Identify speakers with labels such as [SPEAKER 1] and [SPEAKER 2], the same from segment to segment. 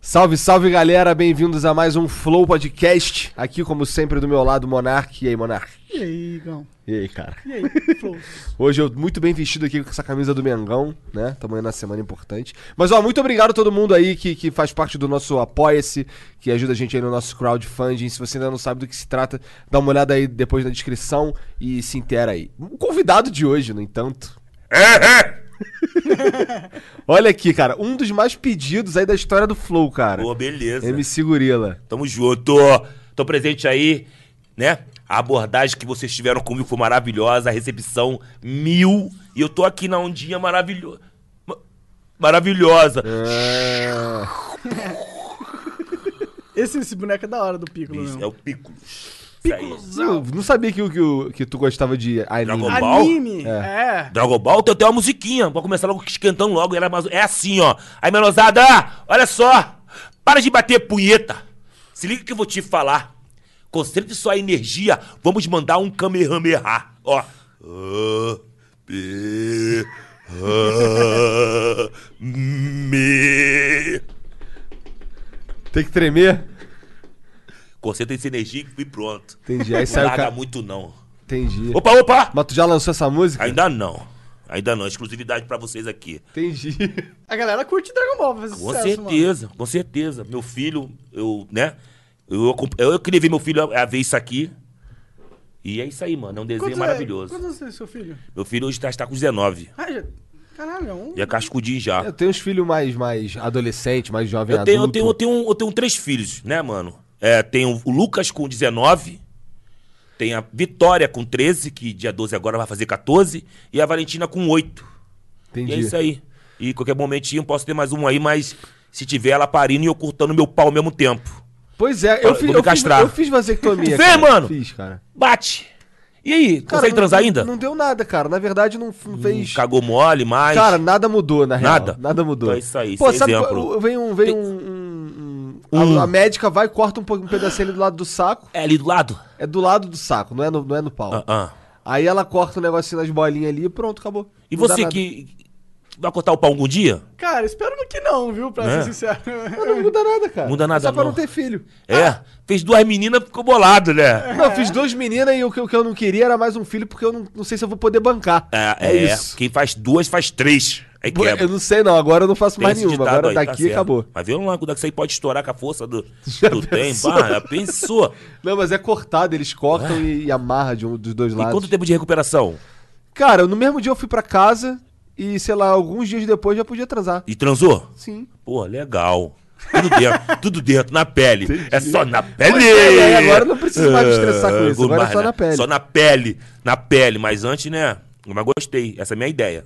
[SPEAKER 1] Salve, salve galera, bem-vindos a mais um Flow Podcast. Aqui, como sempre, do meu lado, Monark. E aí, Monark?
[SPEAKER 2] E aí, Igão?
[SPEAKER 1] E aí, cara?
[SPEAKER 2] E aí, Flow?
[SPEAKER 1] Hoje eu muito bem vestido aqui com essa camisa do Mengão, né? Tamo indo na semana importante. Mas, ó, muito obrigado a todo mundo aí que, que faz parte do nosso Apoia-se, que ajuda a gente aí no nosso crowdfunding. Se você ainda não sabe do que se trata, dá uma olhada aí depois na descrição e se intera aí. O convidado de hoje, no entanto.
[SPEAKER 3] É,
[SPEAKER 1] Olha aqui, cara, um dos mais pedidos aí da história do Flow, cara.
[SPEAKER 3] Pô, beleza.
[SPEAKER 1] MC Gorila.
[SPEAKER 3] Tamo junto. Tô presente aí, né? A abordagem que vocês tiveram comigo foi maravilhosa, a recepção mil. E eu tô aqui num dia maravilhoso. Maravilhosa.
[SPEAKER 2] Esse, esse boneco é da hora do Piccolo,
[SPEAKER 3] Bicho,
[SPEAKER 2] mesmo.
[SPEAKER 3] É o Piccolo's. Isso aí.
[SPEAKER 1] Eu não sabia que, o- que, o- que tu gostava de anime.
[SPEAKER 3] Dragon Ball.
[SPEAKER 2] Anime! É.
[SPEAKER 3] Dragon Ball tem até uma musiquinha. Vou começar logo esquentando logo. Ela é mais- é assim, ó. Aí, menosada, olha só. Para de bater punheta. Se liga que eu vou te falar. Concentre sua energia. Vamos mandar um Kamehameha. Ó. Ah, be, ah, me.
[SPEAKER 1] Tem que tremer?
[SPEAKER 3] Concentre essa energia e pronto.
[SPEAKER 1] Entendi. Aí
[SPEAKER 3] não
[SPEAKER 1] saiu o
[SPEAKER 3] larga
[SPEAKER 1] cara.
[SPEAKER 3] muito, não.
[SPEAKER 1] Entendi.
[SPEAKER 3] Opa, opa!
[SPEAKER 1] Mas tu já lançou essa música?
[SPEAKER 3] Ainda não. Ainda não. Exclusividade pra vocês aqui.
[SPEAKER 1] Entendi.
[SPEAKER 2] A galera curte Dragon Ball, faz
[SPEAKER 3] Com
[SPEAKER 2] sucesso, mano.
[SPEAKER 3] certeza, é com certeza. Meu filho, eu, né? Eu, acom- eu, eu queria ver meu filho a, a ver isso aqui. E é isso aí, mano. É um desenho
[SPEAKER 2] Quantos é-
[SPEAKER 3] maravilhoso.
[SPEAKER 2] Quantos anos tem seu filho?
[SPEAKER 3] Meu filho hoje tá, está com 19.
[SPEAKER 2] Ah, já... Caralho, é um...
[SPEAKER 3] Já é cascudinho já.
[SPEAKER 1] Eu tenho uns filhos mais, mais adolescentes, mais jovem
[SPEAKER 3] Eu tenho, eu,
[SPEAKER 1] adulto.
[SPEAKER 3] tenho, eu, tenho, eu tenho três filhos, né, mano? É, tenho o Lucas com 19. Tem a Vitória com 13, que dia 12 agora vai fazer 14. E a Valentina com 8.
[SPEAKER 1] Entendi.
[SPEAKER 3] E é isso aí. E qualquer momentinho posso ter mais um aí, mas se tiver ela parindo e eu cortando meu pau ao mesmo tempo.
[SPEAKER 1] Pois é, eu
[SPEAKER 3] Vou
[SPEAKER 1] fiz,
[SPEAKER 3] me
[SPEAKER 1] eu fiz,
[SPEAKER 3] castrar.
[SPEAKER 1] eu fiz vasectomia.
[SPEAKER 3] Vê,
[SPEAKER 1] cara.
[SPEAKER 3] mano!
[SPEAKER 1] Fiz, cara.
[SPEAKER 3] Bate. E aí,
[SPEAKER 1] Cara,
[SPEAKER 3] consegue
[SPEAKER 1] não-
[SPEAKER 3] transar
[SPEAKER 1] não-
[SPEAKER 3] ainda?
[SPEAKER 1] Não deu nada, cara. Na verdade, não, f- não fez.
[SPEAKER 3] Cagou mole mais.
[SPEAKER 1] Cara, nada mudou, na real.
[SPEAKER 3] Nada?
[SPEAKER 1] Nada mudou.
[SPEAKER 3] Então é isso aí,
[SPEAKER 1] Pô,
[SPEAKER 3] isso é
[SPEAKER 1] sabe,
[SPEAKER 3] exemplo.
[SPEAKER 1] eu- vem um. Vem
[SPEAKER 3] Tem-
[SPEAKER 1] um, um- a- A, médica vai, corta um, pouco- um pedacinho ali do lado do saco.
[SPEAKER 3] é ali do lado?
[SPEAKER 1] É do lado do saco, não é no, não é no pau.
[SPEAKER 3] Ah, ah.
[SPEAKER 1] Aí ela corta o negocinho nas bolinhas ali e pronto, acabou.
[SPEAKER 3] E
[SPEAKER 1] Não dá
[SPEAKER 3] você
[SPEAKER 1] nada.
[SPEAKER 3] que que vai cortar o pau algum dia?
[SPEAKER 2] Cara, espero que não, viu? Pra
[SPEAKER 3] Né?
[SPEAKER 2] ser sincero.
[SPEAKER 1] Não muda nada, cara.
[SPEAKER 3] Muda nada,
[SPEAKER 1] Só pra
[SPEAKER 3] não.
[SPEAKER 1] não ter filho.
[SPEAKER 3] É.
[SPEAKER 1] Ah.
[SPEAKER 3] Fez duas meninas, ficou bolado, né?
[SPEAKER 1] Não, eu fiz duas meninas e o que, o que eu não queria era mais um filho, porque eu não, não sei se eu vou poder bancar.
[SPEAKER 3] É, é,
[SPEAKER 1] isso.
[SPEAKER 3] Quem faz duas, faz três. Aí
[SPEAKER 1] Pô,
[SPEAKER 3] quebra.
[SPEAKER 1] Eu não sei, não. Agora eu não faço
[SPEAKER 3] Tem
[SPEAKER 1] mais
[SPEAKER 3] esse
[SPEAKER 1] nenhuma.
[SPEAKER 3] ditado
[SPEAKER 1] Agora
[SPEAKER 3] aí, tá
[SPEAKER 1] daqui
[SPEAKER 3] certo.
[SPEAKER 1] acabou.
[SPEAKER 3] Mas vê lá quando é que isso aí pode estourar com a força do,
[SPEAKER 1] Já
[SPEAKER 3] do tempo.
[SPEAKER 1] pensou?
[SPEAKER 3] Ah, já pensou.
[SPEAKER 1] Não, mas é cortado, eles cortam e, e amarra de um dos dois
[SPEAKER 3] E
[SPEAKER 1] lados.
[SPEAKER 3] quanto tempo de recuperação?
[SPEAKER 1] Cara, no mesmo dia eu fui pra casa e, sei lá, alguns dias depois já podia transar.
[SPEAKER 3] E transou?
[SPEAKER 1] Sim.
[SPEAKER 3] Pô, legal. Tudo dentro, tudo dentro, na pele. É só na pele!
[SPEAKER 1] é, é, agora eu não preciso mais me estressar com
[SPEAKER 3] Ah,
[SPEAKER 1] isso, agora é
[SPEAKER 3] mas
[SPEAKER 1] só
[SPEAKER 3] na-
[SPEAKER 1] na pele.
[SPEAKER 3] Só na pele, na pele. Mas antes, né? Mas gostei, essa é a minha ideia.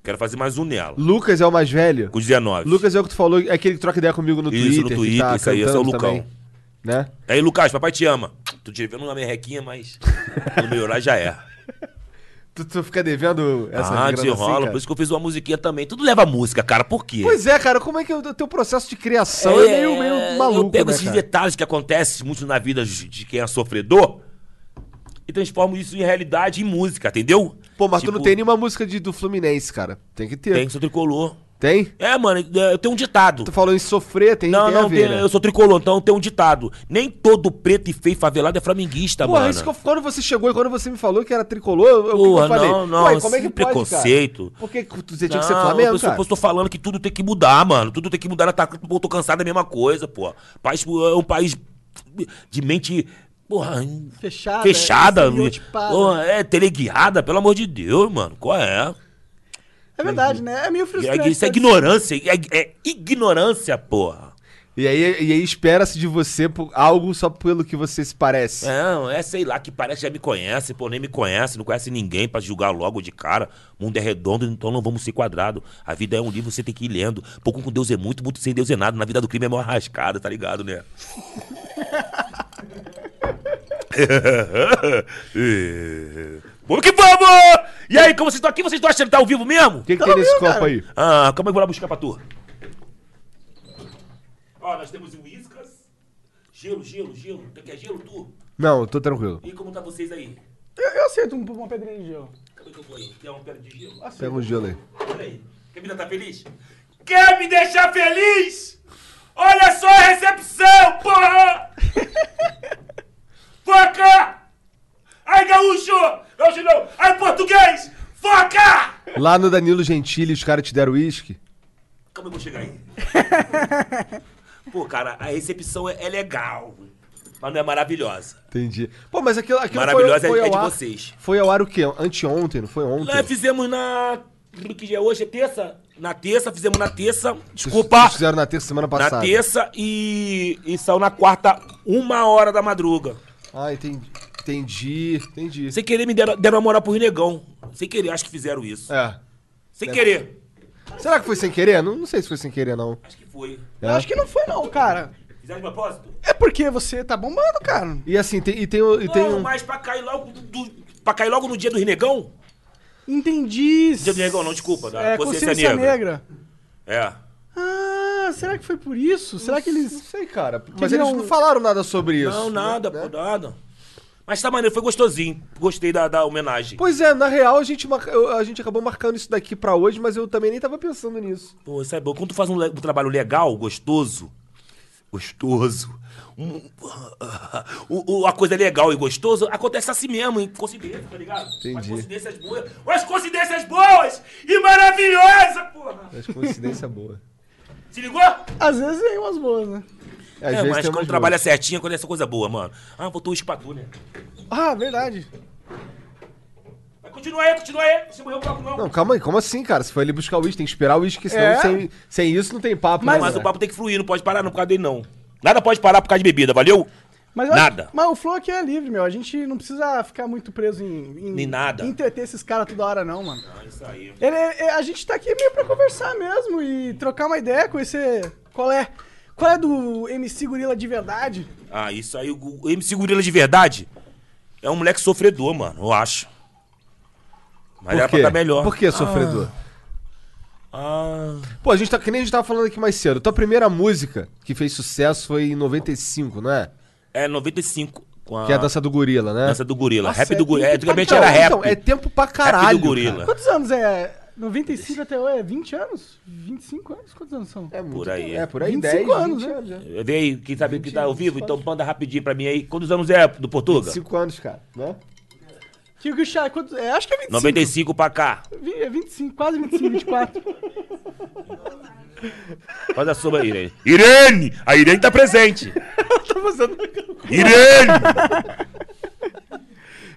[SPEAKER 3] Quero fazer mais um nela,
[SPEAKER 1] Lucas é o mais velho.
[SPEAKER 3] com 19.
[SPEAKER 1] Lucas é o que tu falou, é aquele que troca ideia comigo no
[SPEAKER 3] Isso,
[SPEAKER 1] Twitter.
[SPEAKER 3] no
[SPEAKER 1] que
[SPEAKER 3] Twitter, isso aí, esse é o
[SPEAKER 1] cantando
[SPEAKER 3] Lucão.
[SPEAKER 1] também, né?
[SPEAKER 3] Aí, Lucas, papai te ama. Tô te vendo na merrequinha, mas quando melhorar já é.
[SPEAKER 1] Tu, tu fica devendo essa
[SPEAKER 3] ah, desenrola,
[SPEAKER 1] assim, cara?
[SPEAKER 3] por isso que eu fiz uma musiquinha também. Tudo leva música, cara, por quê?
[SPEAKER 1] Pois é, cara, como é que é o teu processo de criação é, meio, meio maluco,
[SPEAKER 3] Eu pego
[SPEAKER 1] né,
[SPEAKER 3] esses
[SPEAKER 1] cara?
[SPEAKER 3] detalhes que acontecem muito na vida de de quem é sofredor e transformo isso em realidade em música, entendeu?
[SPEAKER 1] Pô, mas tu
[SPEAKER 3] Tipo,
[SPEAKER 1] não tem nenhuma música de, do Fluminense, cara. Tem que ter.
[SPEAKER 3] Tem, sou tricolor.
[SPEAKER 1] Tem?
[SPEAKER 3] É, mano, é, eu tenho um ditado.
[SPEAKER 1] Tu falou em sofrer, tem,
[SPEAKER 3] Não,
[SPEAKER 1] tem a
[SPEAKER 3] não,
[SPEAKER 1] ver,
[SPEAKER 3] tem-
[SPEAKER 1] né?
[SPEAKER 3] eu sou tricolor, então eu tenho um ditado. Nem todo preto e feio favelado é flamenguista,
[SPEAKER 1] Porra,
[SPEAKER 3] mano.
[SPEAKER 1] isso que eu, quando você chegou e quando você me falou que era tricolor, eu, eu- o que
[SPEAKER 3] Porra,
[SPEAKER 1] eu falei.
[SPEAKER 3] não, não,
[SPEAKER 1] Ué, como é que
[SPEAKER 3] sem
[SPEAKER 1] pode,
[SPEAKER 3] preconceito.
[SPEAKER 1] Cara? Por que que tu- você tinha
[SPEAKER 3] Não,
[SPEAKER 1] que ser Flamengo,
[SPEAKER 3] eu, tô,
[SPEAKER 1] cara?
[SPEAKER 3] eu tô falando que tudo tem que mudar, mano. Tudo tem que mudar. Tá, eu tô cansado da mesma coisa, pô. País, é um país de mente. Porra,
[SPEAKER 2] Fechada,
[SPEAKER 3] Fechada,
[SPEAKER 2] estereotipada.
[SPEAKER 3] porra, é, teleguiada, pelo amor de Deus, mano. Qual é?
[SPEAKER 2] É verdade, né? É meio
[SPEAKER 3] É,
[SPEAKER 2] frustrante.
[SPEAKER 3] Isso é
[SPEAKER 2] né?
[SPEAKER 3] ignorância. É, é ignorância, porra.
[SPEAKER 1] E aí, e aí espera-se de você por- algo só pelo que você se parece.
[SPEAKER 3] Não, é sei lá, que parece que já me conhece, pô, nem me conhece, não conhece ninguém pra julgar logo de cara. O mundo é redondo, então não vamos ser quadrado. A vida é um livro, você tem que ir lendo. Pouco com Deus é muito, muito sem Deus é nada. Na vida do crime é mó rascada, tá ligado, né? vamos É. que vamos! E aí, como vocês estão aqui? Vocês estão achando que tá ao vivo mesmo?
[SPEAKER 1] O que, que tem nesse copo aí?
[SPEAKER 3] Ah, calma aí, vou lá buscar pra tu. Ó, nós temos o Iscas. Gelo, gelo, gelo. Quer gelo, tu?
[SPEAKER 1] Não, eu tô tranquilo.
[SPEAKER 3] E como tá vocês aí?
[SPEAKER 2] Eu, eu aceito um- uma pedrinha de gelo.
[SPEAKER 3] Cadê que eu vou aí? Quer um pé de gelo?
[SPEAKER 1] Pega um gelo aí.
[SPEAKER 3] Olha aí. Quer me deixar feliz? Quer me deixar feliz? Olha só a recepção, porra! Foca! Ai, gaúcho! Gaúcho não! Ai, português! Foca!
[SPEAKER 1] Lá no Danilo Gentili, os caras te deram uísque?
[SPEAKER 3] Calma, eu vou chegar aí. Pô, cara, a recepção é, é legal, mas não é maravilhosa.
[SPEAKER 1] Entendi. Pô, mas aquilo, aquilo
[SPEAKER 3] Maravilhosa
[SPEAKER 1] foi, foi
[SPEAKER 3] é- é
[SPEAKER 1] ao
[SPEAKER 3] de
[SPEAKER 1] ar,
[SPEAKER 3] vocês.
[SPEAKER 1] Foi ao ar o quê? Anteontem, não foi ontem?
[SPEAKER 3] Lá fizemos na. Que dia é hoje? É terça? Na terça, fizemos na terça.
[SPEAKER 1] Vocês-
[SPEAKER 3] Desculpa!
[SPEAKER 1] Vocês fizeram na terça semana passada.
[SPEAKER 3] Na terça e, e saiu na quarta, uma hora da madruga.
[SPEAKER 1] Ah, entendi. Entendi, entendi.
[SPEAKER 3] Sem querer me deram, deram uma moral pro Rio Negão. Sem querer, acho que fizeram isso.
[SPEAKER 1] É.
[SPEAKER 3] Sem querer.
[SPEAKER 1] Será que foi sem querer? Não, não sei se foi sem querer, não.
[SPEAKER 3] Acho que foi.
[SPEAKER 2] Eu acho que não foi, não, cara.
[SPEAKER 3] Fizeram de propósito?
[SPEAKER 2] É porque você tá bombando, cara.
[SPEAKER 1] E assim, tem, e tem, o- e tem
[SPEAKER 3] Não,
[SPEAKER 1] um...
[SPEAKER 3] mas pra cair logo do, do- pra cair logo no dia do Rio Negão?
[SPEAKER 2] Entendi.
[SPEAKER 3] Dia do Negão, não, desculpa. Da
[SPEAKER 2] É,
[SPEAKER 3] consciência,
[SPEAKER 2] consciência
[SPEAKER 3] negra.
[SPEAKER 2] negra.
[SPEAKER 3] É.
[SPEAKER 2] Ah, será que foi por isso? Será que
[SPEAKER 1] Não
[SPEAKER 2] eles...
[SPEAKER 1] sei, cara. Mas eles
[SPEAKER 2] não-
[SPEAKER 1] não falaram nada sobre isso.
[SPEAKER 3] Não, nada,
[SPEAKER 1] né?
[SPEAKER 3] pô, nada. Mas tá maneiro, foi gostosinho. Gostei da, da homenagem.
[SPEAKER 1] Pois é, na real, a gente, marca- eu- a gente acabou marcando isso daqui pra hoje, mas eu também nem tava pensando nisso.
[SPEAKER 3] Pô, isso é bom. Quando tu faz um, le- um trabalho legal, gostoso, gostoso, um- o- o- a coisa é legal e gostoso, acontece assim mesmo, em coincidência, tá ligado? Mas
[SPEAKER 1] Entendi.
[SPEAKER 3] coincidências boas, mas coincidências boas e maravilhosas, porra!
[SPEAKER 1] Mas coincidência é boa.
[SPEAKER 3] Se ligou? É,
[SPEAKER 2] Às vezes vem umas boas, né?
[SPEAKER 1] É, Às
[SPEAKER 3] mas
[SPEAKER 1] tem
[SPEAKER 3] quando
[SPEAKER 1] umas
[SPEAKER 3] trabalha certinho, acontece coisa boa, mano. Ah, botou o espatu, né?
[SPEAKER 2] Ah, verdade.
[SPEAKER 3] Mas continua aí, continua aí. Você morreu papo não.
[SPEAKER 1] boas. Não, calma aí, como assim, cara? Se foi ali buscar o uísque, tem que esperar o uísque, senão
[SPEAKER 2] É?
[SPEAKER 1] sem, sem isso não tem papo.
[SPEAKER 3] Não,
[SPEAKER 1] né,
[SPEAKER 3] mas
[SPEAKER 1] cara?
[SPEAKER 3] o papo tem que fluir, não pode parar não por causa dele, não. Nada pode parar por causa de bebida, valeu?
[SPEAKER 2] Mas eu-
[SPEAKER 3] Nada.
[SPEAKER 2] Mas o flow aqui é livre, meu. A gente não precisa ficar muito preso em... em
[SPEAKER 3] Nem nada.
[SPEAKER 2] em Entreter esses caras toda hora, não, mano.
[SPEAKER 3] Ah, isso aí.
[SPEAKER 2] Ele, é- a gente tá aqui meio pra conversar mesmo e trocar uma ideia, conhecer qual é, qual é do MC Gorila de verdade.
[SPEAKER 3] Ah, isso aí, o o MC Gorila de verdade é um moleque sofredor, mano, eu acho. Mas
[SPEAKER 1] Por
[SPEAKER 3] era pra
[SPEAKER 1] quê?
[SPEAKER 3] tá melhor.
[SPEAKER 1] Por que, sofredor?
[SPEAKER 3] Ah,
[SPEAKER 1] Pô, a gente tá, que nem a gente tava falando aqui mais cedo. Tua primeira música que fez sucesso foi em 95, não é?
[SPEAKER 3] é 95 com a
[SPEAKER 1] Que é a dança do gorila, né?
[SPEAKER 3] Ah. dança do gorila.
[SPEAKER 2] Nossa,
[SPEAKER 3] rap do
[SPEAKER 2] é
[SPEAKER 3] gorila.
[SPEAKER 2] tempo
[SPEAKER 3] Antigamente
[SPEAKER 2] pra
[SPEAKER 3] era rap.
[SPEAKER 1] Então, é tempo pra caralho.
[SPEAKER 3] rap do
[SPEAKER 1] cara.
[SPEAKER 3] gorila.
[SPEAKER 2] Quantos anos é? 95 até hoje é 20 anos? 25 anos? Quantos anos são?
[SPEAKER 1] É muito
[SPEAKER 3] Por aí.
[SPEAKER 1] tempo. É, por aí,
[SPEAKER 2] 25
[SPEAKER 1] 10
[SPEAKER 2] anos,
[SPEAKER 1] 20
[SPEAKER 2] né?
[SPEAKER 1] anos, né?
[SPEAKER 3] Vê aí, quem sabe que tá ao vivo, então manda rapidinho pra mim aí. Quantos anos é do Portuga?
[SPEAKER 1] 5 anos, cara, né?
[SPEAKER 2] Que o Chá, quantos, é, acho que é 25.
[SPEAKER 3] 95 pra cá.
[SPEAKER 2] Vi- É 25, quase 25, 24.
[SPEAKER 3] Faz a soma aí, Irene. Irene! A Irene tá presente. Irene!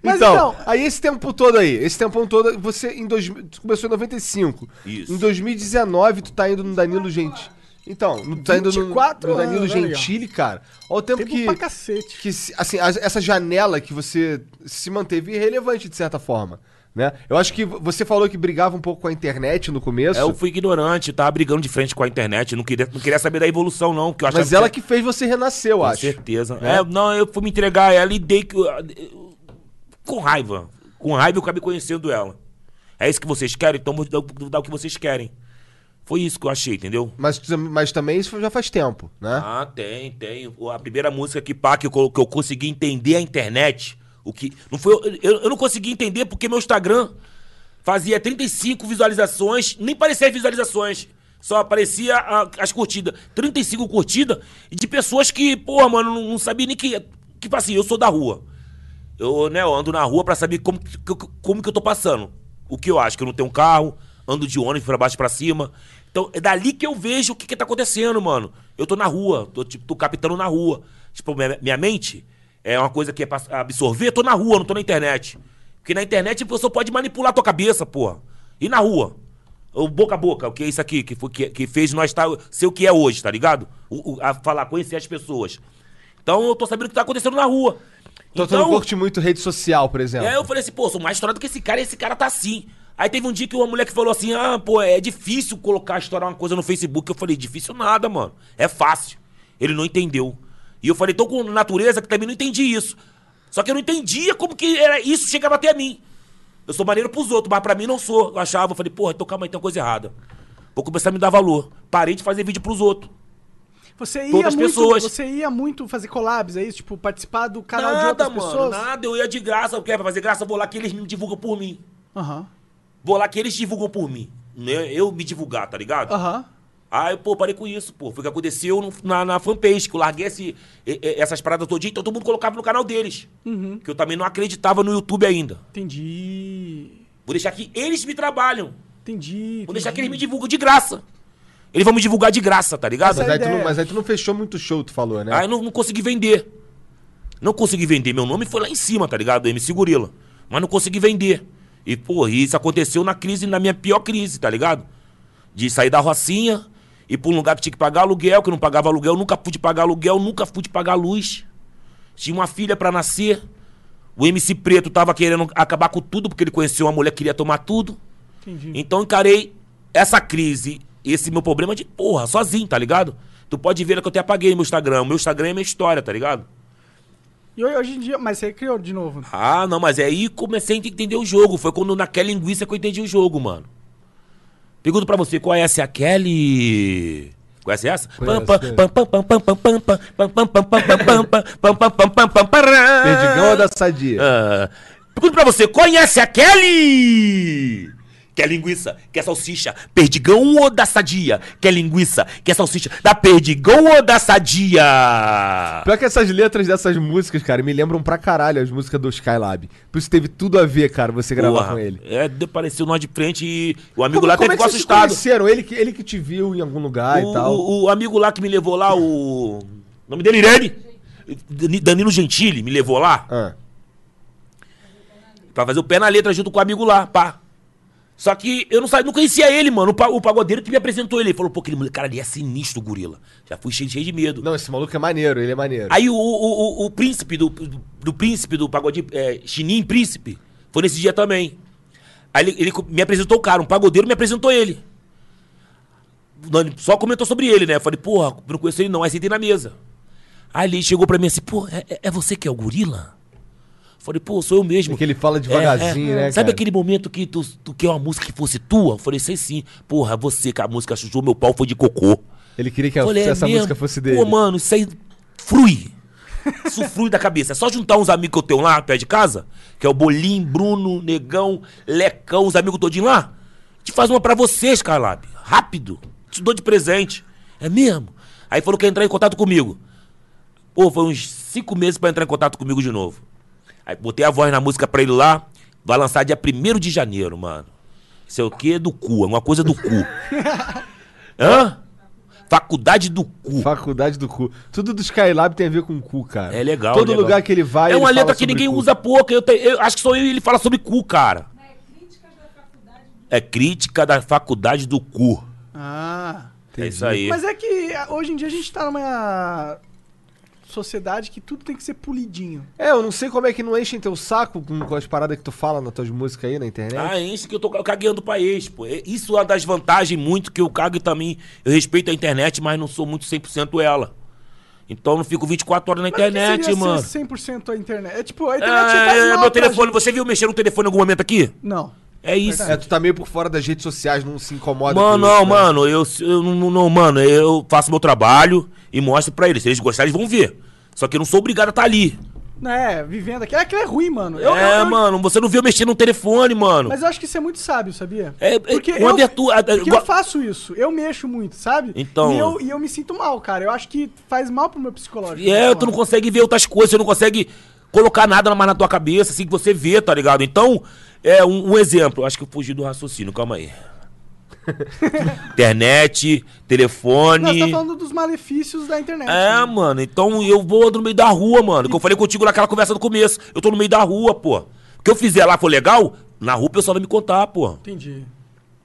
[SPEAKER 2] Mas
[SPEAKER 1] então,
[SPEAKER 2] então-
[SPEAKER 1] aí esse tempo todo aí, esse tempão todo, você em dois, tu começou em 95.
[SPEAKER 3] Isso.
[SPEAKER 1] Em 2019, tu tá indo no Danilo Gentili. Então, no- tu tá indo no,
[SPEAKER 2] 24
[SPEAKER 1] no Danilo
[SPEAKER 2] anos, olha aí, ó.
[SPEAKER 1] Gentili, cara. Olha o tempo,
[SPEAKER 2] Tempo
[SPEAKER 1] que.
[SPEAKER 2] pra cacete.
[SPEAKER 1] que se- assim, a- essa janela que você se manteve irrelevante, de certa forma. Né? Eu acho que você falou que brigava um pouco com a internet no começo.
[SPEAKER 3] É, eu fui ignorante, eu tava brigando de frente com a internet. eu Não queria, não queria saber da evolução, não. Porque eu achava
[SPEAKER 1] mas ela que fez você renascer, eu
[SPEAKER 3] é? Com
[SPEAKER 1] acho. Né?
[SPEAKER 3] certeza. É, não, eu fui me entregar a ela e dei. que- Com raiva. Com raiva eu acabei conhecendo ela. É isso que vocês querem? Então vou dar, vou dar o que vocês querem. Foi isso que eu achei, entendeu?
[SPEAKER 1] Mas, tu- mas também isso já faz tempo, né?
[SPEAKER 3] Ah, tem, tem. O- A primeira música que pá, que eu, colo- que eu consegui entender a internet. O que. Não foi, eu, eu não consegui entender porque meu Instagram fazia 35 visualizações, nem parecia as visualizações. Só aparecia a- as curtidas. 35 curtidas de pessoas que, porra, mano, não, não sabia nem que. Tipo assim, eu sou da rua. Eu, né, eu ando na rua pra saber como, que- que- como que eu tô passando. O que eu acho, que eu não tenho um carro, ando de ônibus pra baixo e pra cima. Então, é dali que eu vejo o que, que tá acontecendo, mano. Eu tô na rua, tô, tipo, tô captando na rua. Tipo, minha, minha mente é uma coisa que é pra absorver, eu tô na rua, não tô na internet. Porque na internet a pessoa pode manipular a tua cabeça, porra. E na rua? O boca a boca, o que é isso aqui, que, foi- que, que fez nós tá, ser o que é hoje, tá ligado? O- o- a falar, conhecer as pessoas. Então eu tô sabendo o que tá acontecendo na rua.
[SPEAKER 1] Então, tu não curte muito rede social, por exemplo.
[SPEAKER 3] E aí eu falei assim, pô, sou mais estourado que esse cara e esse cara tá assim. Aí teve um dia que uma mulher que falou assim, ah, pô, é difícil colocar, estourar uma coisa no Facebook. Eu falei, difícil nada, mano. É fácil. Ele não entendeu. E eu falei, tô com natureza que também não entendi isso. Só que eu não entendia como que era isso chegava até mim. Eu sou maneiro pros outros, mas pra mim não sou. Eu achava, eu falei, porra, então calma aí, tem uma coisa errada. Vou começar a me dar valor. Parei de fazer vídeo pros outros.
[SPEAKER 2] Você ia,
[SPEAKER 3] Todas
[SPEAKER 2] muito,
[SPEAKER 3] pessoas.
[SPEAKER 2] você ia muito fazer collabs, é isso? Tipo, participar do canal de
[SPEAKER 3] Nada,
[SPEAKER 2] outras
[SPEAKER 3] mano,
[SPEAKER 2] pessoas?
[SPEAKER 3] nada. Eu ia de graça, eu quero fazer graça, eu vou lá que eles me divulgam por mim.
[SPEAKER 2] Aham.
[SPEAKER 3] Vou lá que eles divulgam por mim. Né? Eu me divulgar, tá ligado?
[SPEAKER 2] Aham.
[SPEAKER 3] Aí, pô, parei com isso, pô. Foi o que aconteceu no- na, na fanpage, que eu larguei esse- e- e- essas paradas todinha, então todo mundo colocava no canal deles. Que eu também não acreditava no YouTube ainda.
[SPEAKER 2] Entendi.
[SPEAKER 3] Vou deixar que eles me trabalham.
[SPEAKER 2] Entendi.
[SPEAKER 3] Vou deixar que
[SPEAKER 2] entendi.
[SPEAKER 3] eles me divulgam de graça. Eles vão me divulgar de graça, tá ligado?
[SPEAKER 1] Mas aí, tu não,
[SPEAKER 2] ideia.
[SPEAKER 1] mas aí tu não fechou muito show, tu falou, né?
[SPEAKER 3] Aí Ah, eu não, não consegui vender. Não consegui vender. Meu nome foi lá em cima, tá ligado? MC Gorila. Mas não consegui vender. E, porra, isso aconteceu na crise, na minha pior crise, tá ligado? De sair da rocinha, ir pra um lugar que tinha que pagar aluguel, que eu não pagava aluguel, nunca pude pagar aluguel, nunca pude pagar luz. Tinha uma filha pra nascer. O MC Preto tava querendo acabar com tudo, porque ele conheceu uma mulher que queria tomar tudo. Então encarei essa crise, esse meu problema de porra, sozinho, tá ligado? Tu pode ver que eu até apaguei meu Instagram. Meu Instagram é minha história, tá ligado?
[SPEAKER 2] E hoje em dia. Mas você criou de novo.
[SPEAKER 3] Ah, não, mas aí comecei a entender o jogo. Foi quando naquela linguiça que eu entendi o jogo, mano. Pergunto pra você, conhece a Kelly? Conhece essa?
[SPEAKER 1] Conheço, conheço. Perdigão
[SPEAKER 3] Perdigão
[SPEAKER 1] ou da Sadia?
[SPEAKER 3] Ah, pergunto pra você, conhece a Kelly? Quer linguiça, quer salsicha, perdigão ou da sadia? Quer linguiça, quer salsicha, da perdigão ou da sadia?
[SPEAKER 1] Pior que essas letras dessas músicas, cara, me lembram pra caralho as músicas do Skylab. Por isso teve tudo a ver, cara, você gravar
[SPEAKER 3] Porra,
[SPEAKER 1] com ele.
[SPEAKER 3] É, apareceu nós de frente e o amigo lá até
[SPEAKER 1] é que
[SPEAKER 3] ficou
[SPEAKER 1] vocês se
[SPEAKER 3] assustado.
[SPEAKER 1] conheceram? Ele que, ele que te viu em algum lugar e
[SPEAKER 3] O,
[SPEAKER 1] tal.
[SPEAKER 3] o- o amigo lá que me levou lá, o. o nome dele, é Irene. Dani- Danilo Gentili me levou lá.
[SPEAKER 1] Ah.
[SPEAKER 3] Pra fazer o pé na letra junto com o amigo lá, pá. Só que eu não, sabia, não conhecia ele, mano. O pa- O pagodeiro que me apresentou ele. Ele falou, pô, aquele moleque, cara, ele é sinistro, gorila. Já fui cheio, cheio de medo.
[SPEAKER 1] Não, esse maluco é maneiro, ele é maneiro.
[SPEAKER 3] Aí o, o, o, o príncipe do, do, do príncipe do pagodinho, é, Chinim Príncipe, foi nesse dia também. Aí ele, ele co- me apresentou o cara, um pagodeiro me apresentou ele. Nós- Só comentou sobre ele, né? Eu falei, porra, não conheço ele não. Aí sentei na mesa. Aí ele chegou pra mim assim, pô, é, é- é você que é o gorila? Eu Falei, pô, sou eu mesmo. é,
[SPEAKER 1] É que ele fala devagarzinho, né,
[SPEAKER 3] Sabe
[SPEAKER 1] cara?
[SPEAKER 3] aquele momento que tu, tu quer uma música que fosse tua? Eu Falei, sei sim. Porra, é você que a música chuchu, meu pau foi de cocô.
[SPEAKER 1] Ele queria que a-
[SPEAKER 3] Falei, é
[SPEAKER 1] essa
[SPEAKER 3] mesmo?
[SPEAKER 1] música fosse dele.
[SPEAKER 3] Pô, mano, isso aí frui. Isso frui da cabeça. É só juntar uns amigos que eu tenho lá, perto de casa, que é o Bolim, Bruno, Negão, Lecão, os amigos todinhos lá. Te faz uma pra vocês, Carlab. Rápido. Te dou de presente. É mesmo? Aí falou que ia entrar em contato comigo. Pô, foi uns cinco meses pra entrar em contato comigo de novo. Aí botei a voz na música pra ele lá. Vai lançar dia 1 de janeiro, mano. Sei o quê do cu, é uma coisa do cu. Hã? Faculdade do cu.
[SPEAKER 1] Faculdade do cu. Tudo do Skylab tem a ver com o cu, cara.
[SPEAKER 3] É legal.
[SPEAKER 1] Todo
[SPEAKER 3] legal.
[SPEAKER 1] lugar que ele vai.
[SPEAKER 3] É
[SPEAKER 1] ele
[SPEAKER 3] uma
[SPEAKER 1] fala
[SPEAKER 3] letra que
[SPEAKER 1] sobre
[SPEAKER 3] ninguém
[SPEAKER 1] cu.
[SPEAKER 3] usa pouco. Eu, te- eu acho que sou eu e ele fala sobre cu, cara. É crítica da faculdade do cu.
[SPEAKER 2] Ah.
[SPEAKER 3] É isso aí.
[SPEAKER 2] Mas é que a- hoje em dia a gente tá numa sociedade que tudo tem que ser polidinho.
[SPEAKER 1] É, eu não sei como é que não enchem teu saco com com as paradas que tu fala nas tuas músicas aí na internet.
[SPEAKER 3] Ah, enche que eu tô ca- cagueando pra ex, pô. É- Isso é uma das vantagens muito que eu cago e também. Eu respeito a internet, mas não sou muito 100% ela. Então eu não fico 24 horas na
[SPEAKER 2] Mas o que
[SPEAKER 3] internet,
[SPEAKER 2] seria ser
[SPEAKER 3] mano.
[SPEAKER 2] 100% a internet. É tipo, a
[SPEAKER 3] É,
[SPEAKER 2] internet não faz
[SPEAKER 3] é,
[SPEAKER 2] mal
[SPEAKER 3] meu
[SPEAKER 2] pra
[SPEAKER 3] telefone.
[SPEAKER 2] gente.
[SPEAKER 3] Você viu eu mexer no telefone em algum momento aqui?
[SPEAKER 2] Não.
[SPEAKER 3] É isso.
[SPEAKER 1] É, tu tá meio por fora das redes sociais, não se incomoda
[SPEAKER 3] Mano,
[SPEAKER 1] com isso,
[SPEAKER 3] não,
[SPEAKER 1] né?
[SPEAKER 3] mano, eu, eu não, não- mano, eu faço meu trabalho e mostro pra eles. Se eles gostarem, eles vão ver. Só que eu não sou obrigado a estar ali.
[SPEAKER 2] É, vivendo aqui. É, aquilo é ruim, mano. Eu-
[SPEAKER 3] é,
[SPEAKER 2] eu- eu-
[SPEAKER 3] mano, você não viu eu mexer no telefone, mano.
[SPEAKER 2] Mas eu acho que isso é muito sábio, sabia?
[SPEAKER 3] É, é,
[SPEAKER 2] eu,
[SPEAKER 3] uma virtu- a-
[SPEAKER 2] porque
[SPEAKER 3] a-
[SPEAKER 2] eu faço isso. Eu mexo muito, sabe?
[SPEAKER 3] Então-
[SPEAKER 2] E eu, e eu me sinto mal, cara. Eu acho que faz mal pro meu psicológico. né,
[SPEAKER 3] E é, tu não consegue ver outras coisas, você não consegue colocar nada mais na tua cabeça, assim que você vê, tá ligado? Então, é um, um exemplo. Acho que eu fugi do raciocínio, calma aí. Internet, telefone.
[SPEAKER 2] Nós tá falando dos malefícios da internet.
[SPEAKER 3] É,
[SPEAKER 2] né?
[SPEAKER 3] mano, então eu vou no meio da rua, mano. Que eu falei contigo naquela conversa do começo. Eu tô no meio da rua, pô. O que eu fizer lá for legal, na rua o pessoal vai me contar, pô.
[SPEAKER 2] Entendi.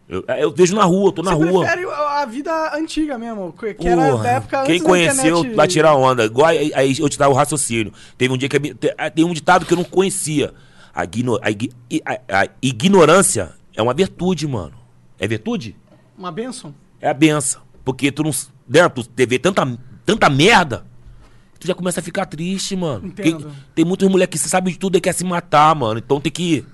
[SPEAKER 3] Eu, é, eu vejo na rua, eu tô na
[SPEAKER 2] Você
[SPEAKER 3] rua.
[SPEAKER 2] prefere a a vida antiga mesmo, que que era da
[SPEAKER 3] Porra,
[SPEAKER 2] época antes
[SPEAKER 3] Quem
[SPEAKER 2] da
[SPEAKER 3] conheceu
[SPEAKER 2] internet.
[SPEAKER 3] vai tirar onda. Igual aí, aí eu te dava o raciocínio. Teve um dia que. a mi- te- ah, Tem um ditado que eu não conhecia. A, igno- a igui- i- a- a ignorância é uma virtude, mano. É virtude?
[SPEAKER 2] Uma benção?
[SPEAKER 3] É a benção. Porque tu não. s- Né, tu te vê tanta, tanta merda. Tu já começa a ficar triste, mano. Porque
[SPEAKER 2] Entendo.
[SPEAKER 3] tem muitas mulheres que sabe de tudo e quer se matar, mano. Então tem que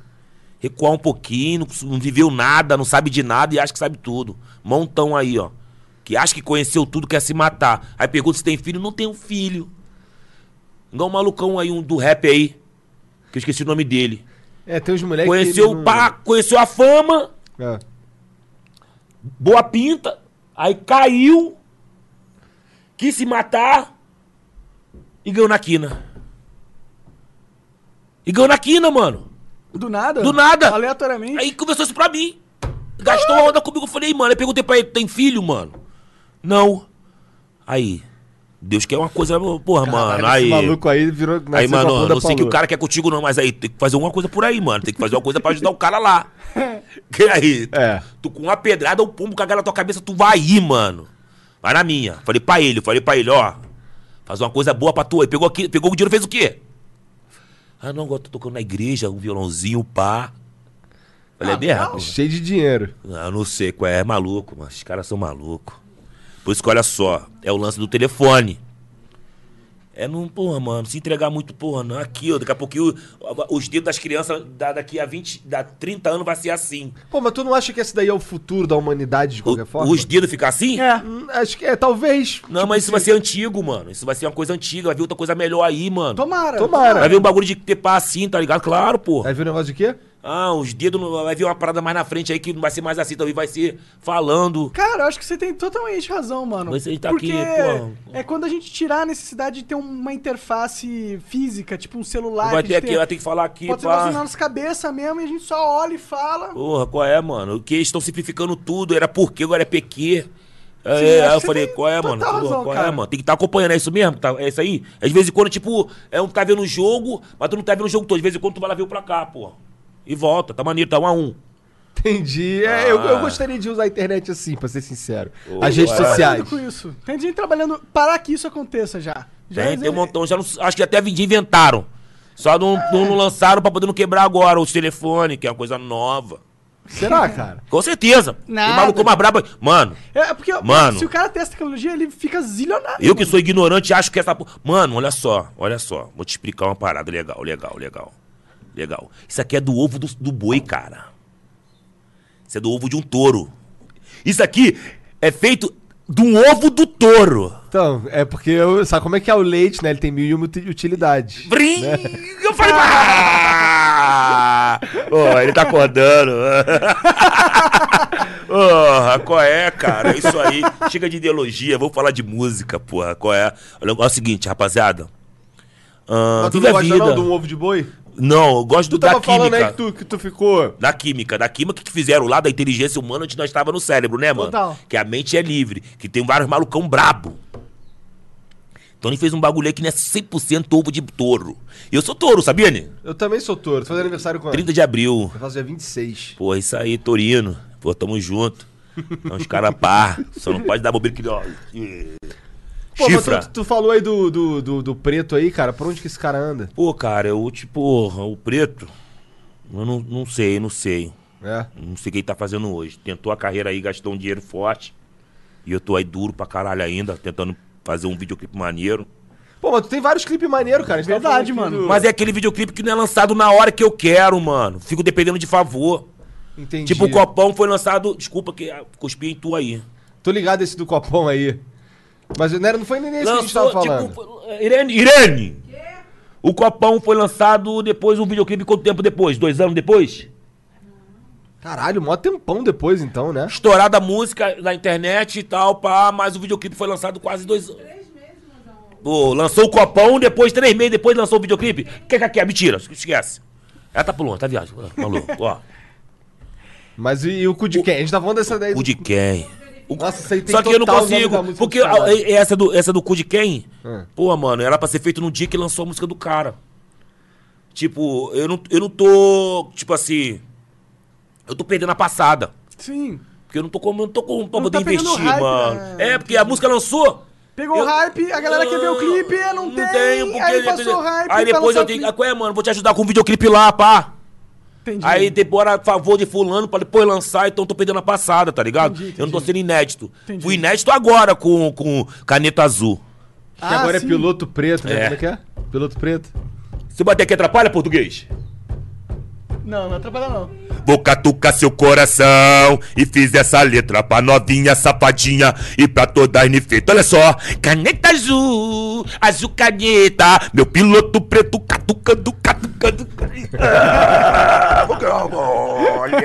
[SPEAKER 3] recuar um pouquinho, não- não viveu nada, não sabe de nada e acha que sabe tudo. Montão aí, ó. Que acha que conheceu tudo, quer se matar. Aí pergunta se tem filho, não tem um filho. Igual um malucão aí, um do rap aí. Que eu esqueci o nome dele.
[SPEAKER 1] É, tem uns moleques.
[SPEAKER 3] conheceu o pá, conheceu a fama,
[SPEAKER 1] É.
[SPEAKER 3] boa pinta, aí caiu, quis se matar e ganhou na quina. E ganhou na quina, mano.
[SPEAKER 2] Do nada?
[SPEAKER 3] Do nada.
[SPEAKER 2] Aleatoriamente?
[SPEAKER 3] Aí conversou isso pra mim. Gastou a onda comigo. Eu falei, mano, eu perguntei pra ele, tem filho, mano? Não. Aí, Deus quer uma coisa, porra, mano.
[SPEAKER 1] Esse
[SPEAKER 3] Aí,
[SPEAKER 1] maluco aí virou. né,
[SPEAKER 3] aí
[SPEAKER 1] nasceu com a
[SPEAKER 3] mano,
[SPEAKER 1] bunda
[SPEAKER 3] não sei
[SPEAKER 1] pra
[SPEAKER 3] que o
[SPEAKER 1] lua.
[SPEAKER 3] cara quer contigo não, mas aí tem que fazer alguma coisa por aí, mano. Tem que fazer uma coisa pra ajudar o cara lá. Que aí,
[SPEAKER 1] É.
[SPEAKER 3] tu com uma pedrada, um pombo cagar na tua cabeça, tu vai ir, mano. Vai na minha. Falei pra ele, falei pra ele, ó. Faz uma coisa boa pra tu. Ele pegou, aqui, pegou o dinheiro e fez o quê? Ah, não, agora tô tocando na igreja, um violãozinho, pá. Falei, é mesmo?
[SPEAKER 1] Cheio de dinheiro.
[SPEAKER 3] Ah, Eu não sei qual é, é maluco, mas os caras são malucos. Por isso que olha só, é o lance do telefone. É não, porra, mano, se entregar muito, porra, não. Aqui, ó, daqui a pouquinho o- os dedos das crianças da- daqui a 20, da 30 anos vai ser assim.
[SPEAKER 1] Pô, mas tu não acha que esse daí é o futuro da humanidade de
[SPEAKER 3] O-
[SPEAKER 1] qualquer forma?
[SPEAKER 3] os dedos ficam assim?
[SPEAKER 1] Hum, Acho que é, talvez.
[SPEAKER 3] Não, mas isso vai ser antigo, mano. Isso vai ser uma coisa antiga, vai vir outra coisa melhor aí, mano.
[SPEAKER 2] Tomara.
[SPEAKER 1] Tomara.
[SPEAKER 3] Vai vir um bagulho de ter pá assim, tá ligado? Claro, porra.
[SPEAKER 1] Aí viu o negócio de quê?
[SPEAKER 3] Ah, os dedos, não- vai vir uma parada mais na frente aí que não vai ser mais assim, talvez vai ser falando.
[SPEAKER 2] Cara, eu acho que você tem totalmente razão, mano.
[SPEAKER 3] Mas ele tá
[SPEAKER 2] Porque
[SPEAKER 3] aqui, pô.
[SPEAKER 2] é quando a gente tirar a necessidade de ter uma interface física, tipo um celular.
[SPEAKER 3] Vai
[SPEAKER 2] que
[SPEAKER 3] ter
[SPEAKER 2] a gente
[SPEAKER 3] aqui,
[SPEAKER 2] tem-
[SPEAKER 3] vai ter que falar aqui,
[SPEAKER 2] Pode ser
[SPEAKER 3] pá.
[SPEAKER 2] nós na nossa cabeça mesmo e a gente só olha e fala.
[SPEAKER 3] Porra, qual é, mano? O que eles estão simplificando tudo, era porque agora é PQ. É,
[SPEAKER 2] Sim, acho
[SPEAKER 3] aí eu
[SPEAKER 2] que
[SPEAKER 3] falei,
[SPEAKER 2] tem
[SPEAKER 3] qual é,
[SPEAKER 2] total
[SPEAKER 3] mano? Porra,
[SPEAKER 2] razão,
[SPEAKER 3] qual é,
[SPEAKER 2] cara.
[SPEAKER 3] mano? Tem que estar acompanhando, é isso mesmo? Tá- é isso aí? Às vezes em quando, tipo, é um tá vendo o jogo, mas tu não tá vendo o jogo todo. Às vezes em quando tu vai lá ver o placar, porra. E volta, tá maneiro, tá um a um.
[SPEAKER 1] Entendi. É, eu, eu
[SPEAKER 3] Ah.
[SPEAKER 1] gostaria de usar a internet assim, pra ser sincero.
[SPEAKER 3] Ô,
[SPEAKER 1] As redes
[SPEAKER 3] ué.
[SPEAKER 1] sociais.
[SPEAKER 2] Com isso. Tem gente trabalhando para que isso aconteça já. já é
[SPEAKER 3] Tem, tem um montão. Já não- acho que até vendi- inventaram. Só não, não- não lançaram pra poder não quebrar agora os telefones, que é uma coisa nova.
[SPEAKER 1] Será, cara?
[SPEAKER 3] Com certeza.
[SPEAKER 2] Nada.
[SPEAKER 3] E maluco mais brabo. Mano,
[SPEAKER 2] É porque
[SPEAKER 3] Mano.
[SPEAKER 2] se o cara testa tecnologia, ele fica zilionário.
[SPEAKER 3] Eu que sou ignorante acho que essa porra. Mano, olha só, olha só. Vou te explicar uma parada. Legal, legal, legal. Legal. Isso aqui é do ovo do, do boi, cara. Isso é do ovo de um touro. Isso aqui é feito de um ovo do touro.
[SPEAKER 1] Então, é porque eu. Sabe como é que é o leite, né? Ele tem mil e uma uti- utilidades.
[SPEAKER 3] Brim! Eu falei. Ah! Ô, ele tá acordando. Porra, qual é, cara? É isso aí. Chega de ideologia, vamos falar de música, porra. Qual é? O negócio é o seguinte, rapaziada. Ah,
[SPEAKER 1] Mas tu
[SPEAKER 3] vive
[SPEAKER 1] não
[SPEAKER 3] a
[SPEAKER 1] gosta
[SPEAKER 3] vida.
[SPEAKER 1] não de
[SPEAKER 3] Não,
[SPEAKER 1] um ovo de boi?
[SPEAKER 3] eu gosto
[SPEAKER 1] Tu
[SPEAKER 3] da
[SPEAKER 1] tava falando aí
[SPEAKER 3] química.
[SPEAKER 1] que tu, que tu ficou.
[SPEAKER 3] Da química, da química que fizeram lá da inteligência humana onde nós estava no cérebro, né, mano?
[SPEAKER 2] Total.
[SPEAKER 3] Que a mente é livre, que tem vários malucão brabo. Então ele fez um bagulho aí que não é 100% ovo de touro. E eu sou touro, sabia, né?
[SPEAKER 1] Eu também sou touro. Tu faz aniversário quando?
[SPEAKER 3] 30 de abril.
[SPEAKER 1] Eu faço dia 26.
[SPEAKER 3] Pô, é isso aí, Torino. Pô, tamo junto. É uns caras pá. Só não pode dar bobeira que... ó.
[SPEAKER 1] Pô, mas
[SPEAKER 3] Chifra.
[SPEAKER 1] tu, tu falou aí do, do, do, do preto aí, cara. Por onde que esse cara anda?
[SPEAKER 3] Pô, cara, eu, tipo, o preto... Eu não, não sei, não sei.
[SPEAKER 1] É.
[SPEAKER 3] Não sei o que ele tá fazendo hoje. Tentou a carreira aí, gastou um dinheiro forte. E eu tô aí duro pra caralho ainda, tentando fazer um videoclipe maneiro.
[SPEAKER 1] Pô, mas tu tem vários clipes maneiros, cara. A gente tava
[SPEAKER 2] Verdade,
[SPEAKER 1] falando aqui
[SPEAKER 2] mano.
[SPEAKER 1] do-
[SPEAKER 3] Mas é aquele videoclipe que não é lançado na hora que eu quero, mano. Fico dependendo de favor.
[SPEAKER 1] Entendi.
[SPEAKER 3] Tipo, o Copão foi lançado... Desculpa que ah, cuspi em tu aí.
[SPEAKER 1] Tô ligado esse do copão aí. Mas não, era, não foi nem esse que a gente tava falando.
[SPEAKER 3] tipo, Irene, Irene! O Copão foi lançado depois, o videoclipe, quanto tempo depois? Dois anos depois?
[SPEAKER 1] Caralho, mó tempão depois então, né?
[SPEAKER 3] Estourada a música na internet e tal, pá, mas o videoclipe foi lançado quase dois anos. Pô, lançou o Copão, depois, três meses depois lançou o videoclipe. Que que que é? Mentira, esquece. Ela tá pulando, tá viagem, maluco, ó.
[SPEAKER 1] Mas e, e o cu de quem? A gente tava falando dessa daí.
[SPEAKER 3] Cu de quem? O-
[SPEAKER 1] Nossa, isso aí tem
[SPEAKER 3] Só que eu não
[SPEAKER 1] total o nome da
[SPEAKER 3] consigo,
[SPEAKER 1] música
[SPEAKER 3] porque
[SPEAKER 1] do caralho.
[SPEAKER 3] a- e- essa do, essa do cu de quem?
[SPEAKER 1] Hum.
[SPEAKER 3] Pô, mano, era pra ser feito no dia que lançou a música do cara. Tipo, eu não, eu não tô, tipo assim, eu tô perdendo a passada.
[SPEAKER 2] Sim.
[SPEAKER 3] Porque eu não tô com, não tô com pra
[SPEAKER 2] Não
[SPEAKER 3] poder
[SPEAKER 2] tá pegando
[SPEAKER 3] investir,
[SPEAKER 2] hype,
[SPEAKER 3] mano.
[SPEAKER 2] é.
[SPEAKER 3] É, porque a música lançou.
[SPEAKER 2] Pegou
[SPEAKER 3] Eu-
[SPEAKER 2] o hype, a galera quer ver o clipe, é,
[SPEAKER 3] Ah,
[SPEAKER 2] não, tem. aí passou o hype,
[SPEAKER 3] é Aí
[SPEAKER 2] tá
[SPEAKER 3] depois eu
[SPEAKER 2] lançando
[SPEAKER 3] tenho.
[SPEAKER 2] o
[SPEAKER 3] Ah,
[SPEAKER 2] clipe.
[SPEAKER 3] qual é, mano? Vou te ajudar com o videoclipe lá, pá.
[SPEAKER 2] Entendi.
[SPEAKER 3] Aí demora a favor de fulano pra depois lançar, então eu tô perdendo a passada, tá ligado?
[SPEAKER 2] Entendi,
[SPEAKER 3] Eu não tô
[SPEAKER 2] entendi.
[SPEAKER 3] sendo inédito.
[SPEAKER 2] Entendi.
[SPEAKER 3] Fui inédito agora com, com caneta azul.
[SPEAKER 1] Que agora é
[SPEAKER 2] Ah,
[SPEAKER 1] piloto preto, né?
[SPEAKER 3] É.
[SPEAKER 1] Como é que é? Piloto preto.
[SPEAKER 3] Você bater aqui atrapalha, português?
[SPEAKER 2] Não, não atrapalha não.
[SPEAKER 3] Vou catucar seu coração e fiz essa letra pra novinha safadinha e pra toda feita. Olha só, caneta azul, azul caneta, meu piloto preto catucando, catucando. Ah, vou ganhar uma- olha,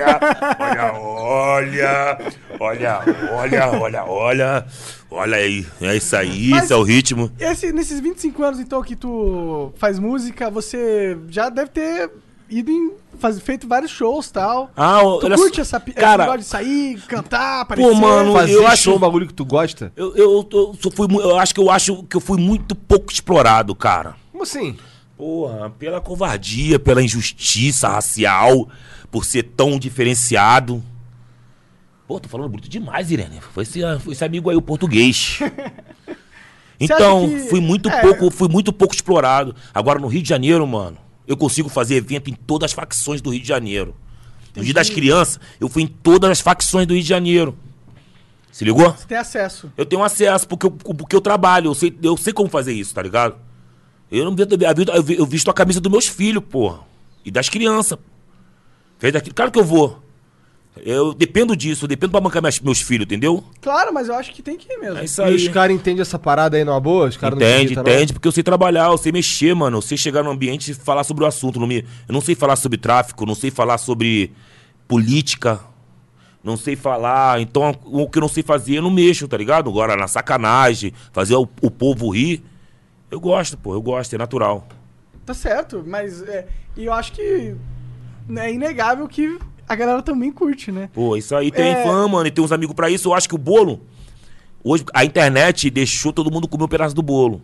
[SPEAKER 3] olha, olha, olha, olha, olha, olha, olha aí, é isso aí,
[SPEAKER 2] Mas-
[SPEAKER 3] esse é o ritmo.
[SPEAKER 2] Esse, nesses 25 anos, então, que tu faz música, você já deve ter ido em. Faz, feito vários shows e tal.
[SPEAKER 3] Ah,
[SPEAKER 2] tu
[SPEAKER 3] olha só,
[SPEAKER 2] curte essa pi- esse
[SPEAKER 3] cara-
[SPEAKER 2] negócio de sair, cantar, aparecer?
[SPEAKER 3] mano,
[SPEAKER 2] fazer-
[SPEAKER 1] Fazer
[SPEAKER 3] eu
[SPEAKER 1] show,
[SPEAKER 3] acho-
[SPEAKER 1] um bagulho que tu gosta?
[SPEAKER 3] Eu, eu, eu, sou- fui mu- eu acho que eu acho que eu fui muito pouco explorado, cara.
[SPEAKER 1] Como assim?
[SPEAKER 3] Porra, pela covardia, pela injustiça racial, por ser tão diferenciado. Pô, tô falando bruto demais, Irene. Foi esse, foi esse amigo aí, o português. Então,
[SPEAKER 2] Você acha que-
[SPEAKER 3] fui muito
[SPEAKER 2] é.
[SPEAKER 3] pouco, fui muito pouco explorado. Agora no Rio de Janeiro, mano, eu consigo fazer evento em todas as facções do Rio de Janeiro. No dia das crianças, eu fui em todas as facções do Rio de Janeiro. Se ligou?
[SPEAKER 2] Você tem acesso.
[SPEAKER 3] Eu tenho acesso porque eu, porque eu trabalho, eu sei, eu sei como fazer isso, tá ligado? Eu não vendo a vida- eu vi- eu visto a camisa dos meus filhos, porra. E das crianças. Fez aquilo. Claro que eu vou. Eu dependo disso, eu dependo pra bancar minhas- meus filhos, entendeu?
[SPEAKER 2] Claro, mas eu acho que tem que ir mesmo.
[SPEAKER 3] É isso
[SPEAKER 1] E os
[SPEAKER 3] aí.
[SPEAKER 1] caras entendem essa parada aí numa boa? Os caras não né?
[SPEAKER 3] Entende,
[SPEAKER 1] acreditam, não?
[SPEAKER 3] entende, porque eu sei trabalhar, eu sei mexer, mano. Eu sei chegar no ambiente e falar sobre o assunto. Não me, eu não sei falar sobre tráfico, não sei falar sobre política, não sei falar. Então, o que eu não sei fazer, eu não mexo, tá ligado? Agora, na sacanagem, fazer o, o povo rir. Eu gosto, pô, eu gosto, é natural.
[SPEAKER 2] Tá certo, mas é, e eu acho que é inegável que a galera também curte, né?
[SPEAKER 3] Pô, isso aí tem
[SPEAKER 2] É.
[SPEAKER 3] fã, mano, e tem uns amigos pra isso. Eu acho que o bolo. Hoje, a internet deixou todo mundo comer um pedaço do bolo.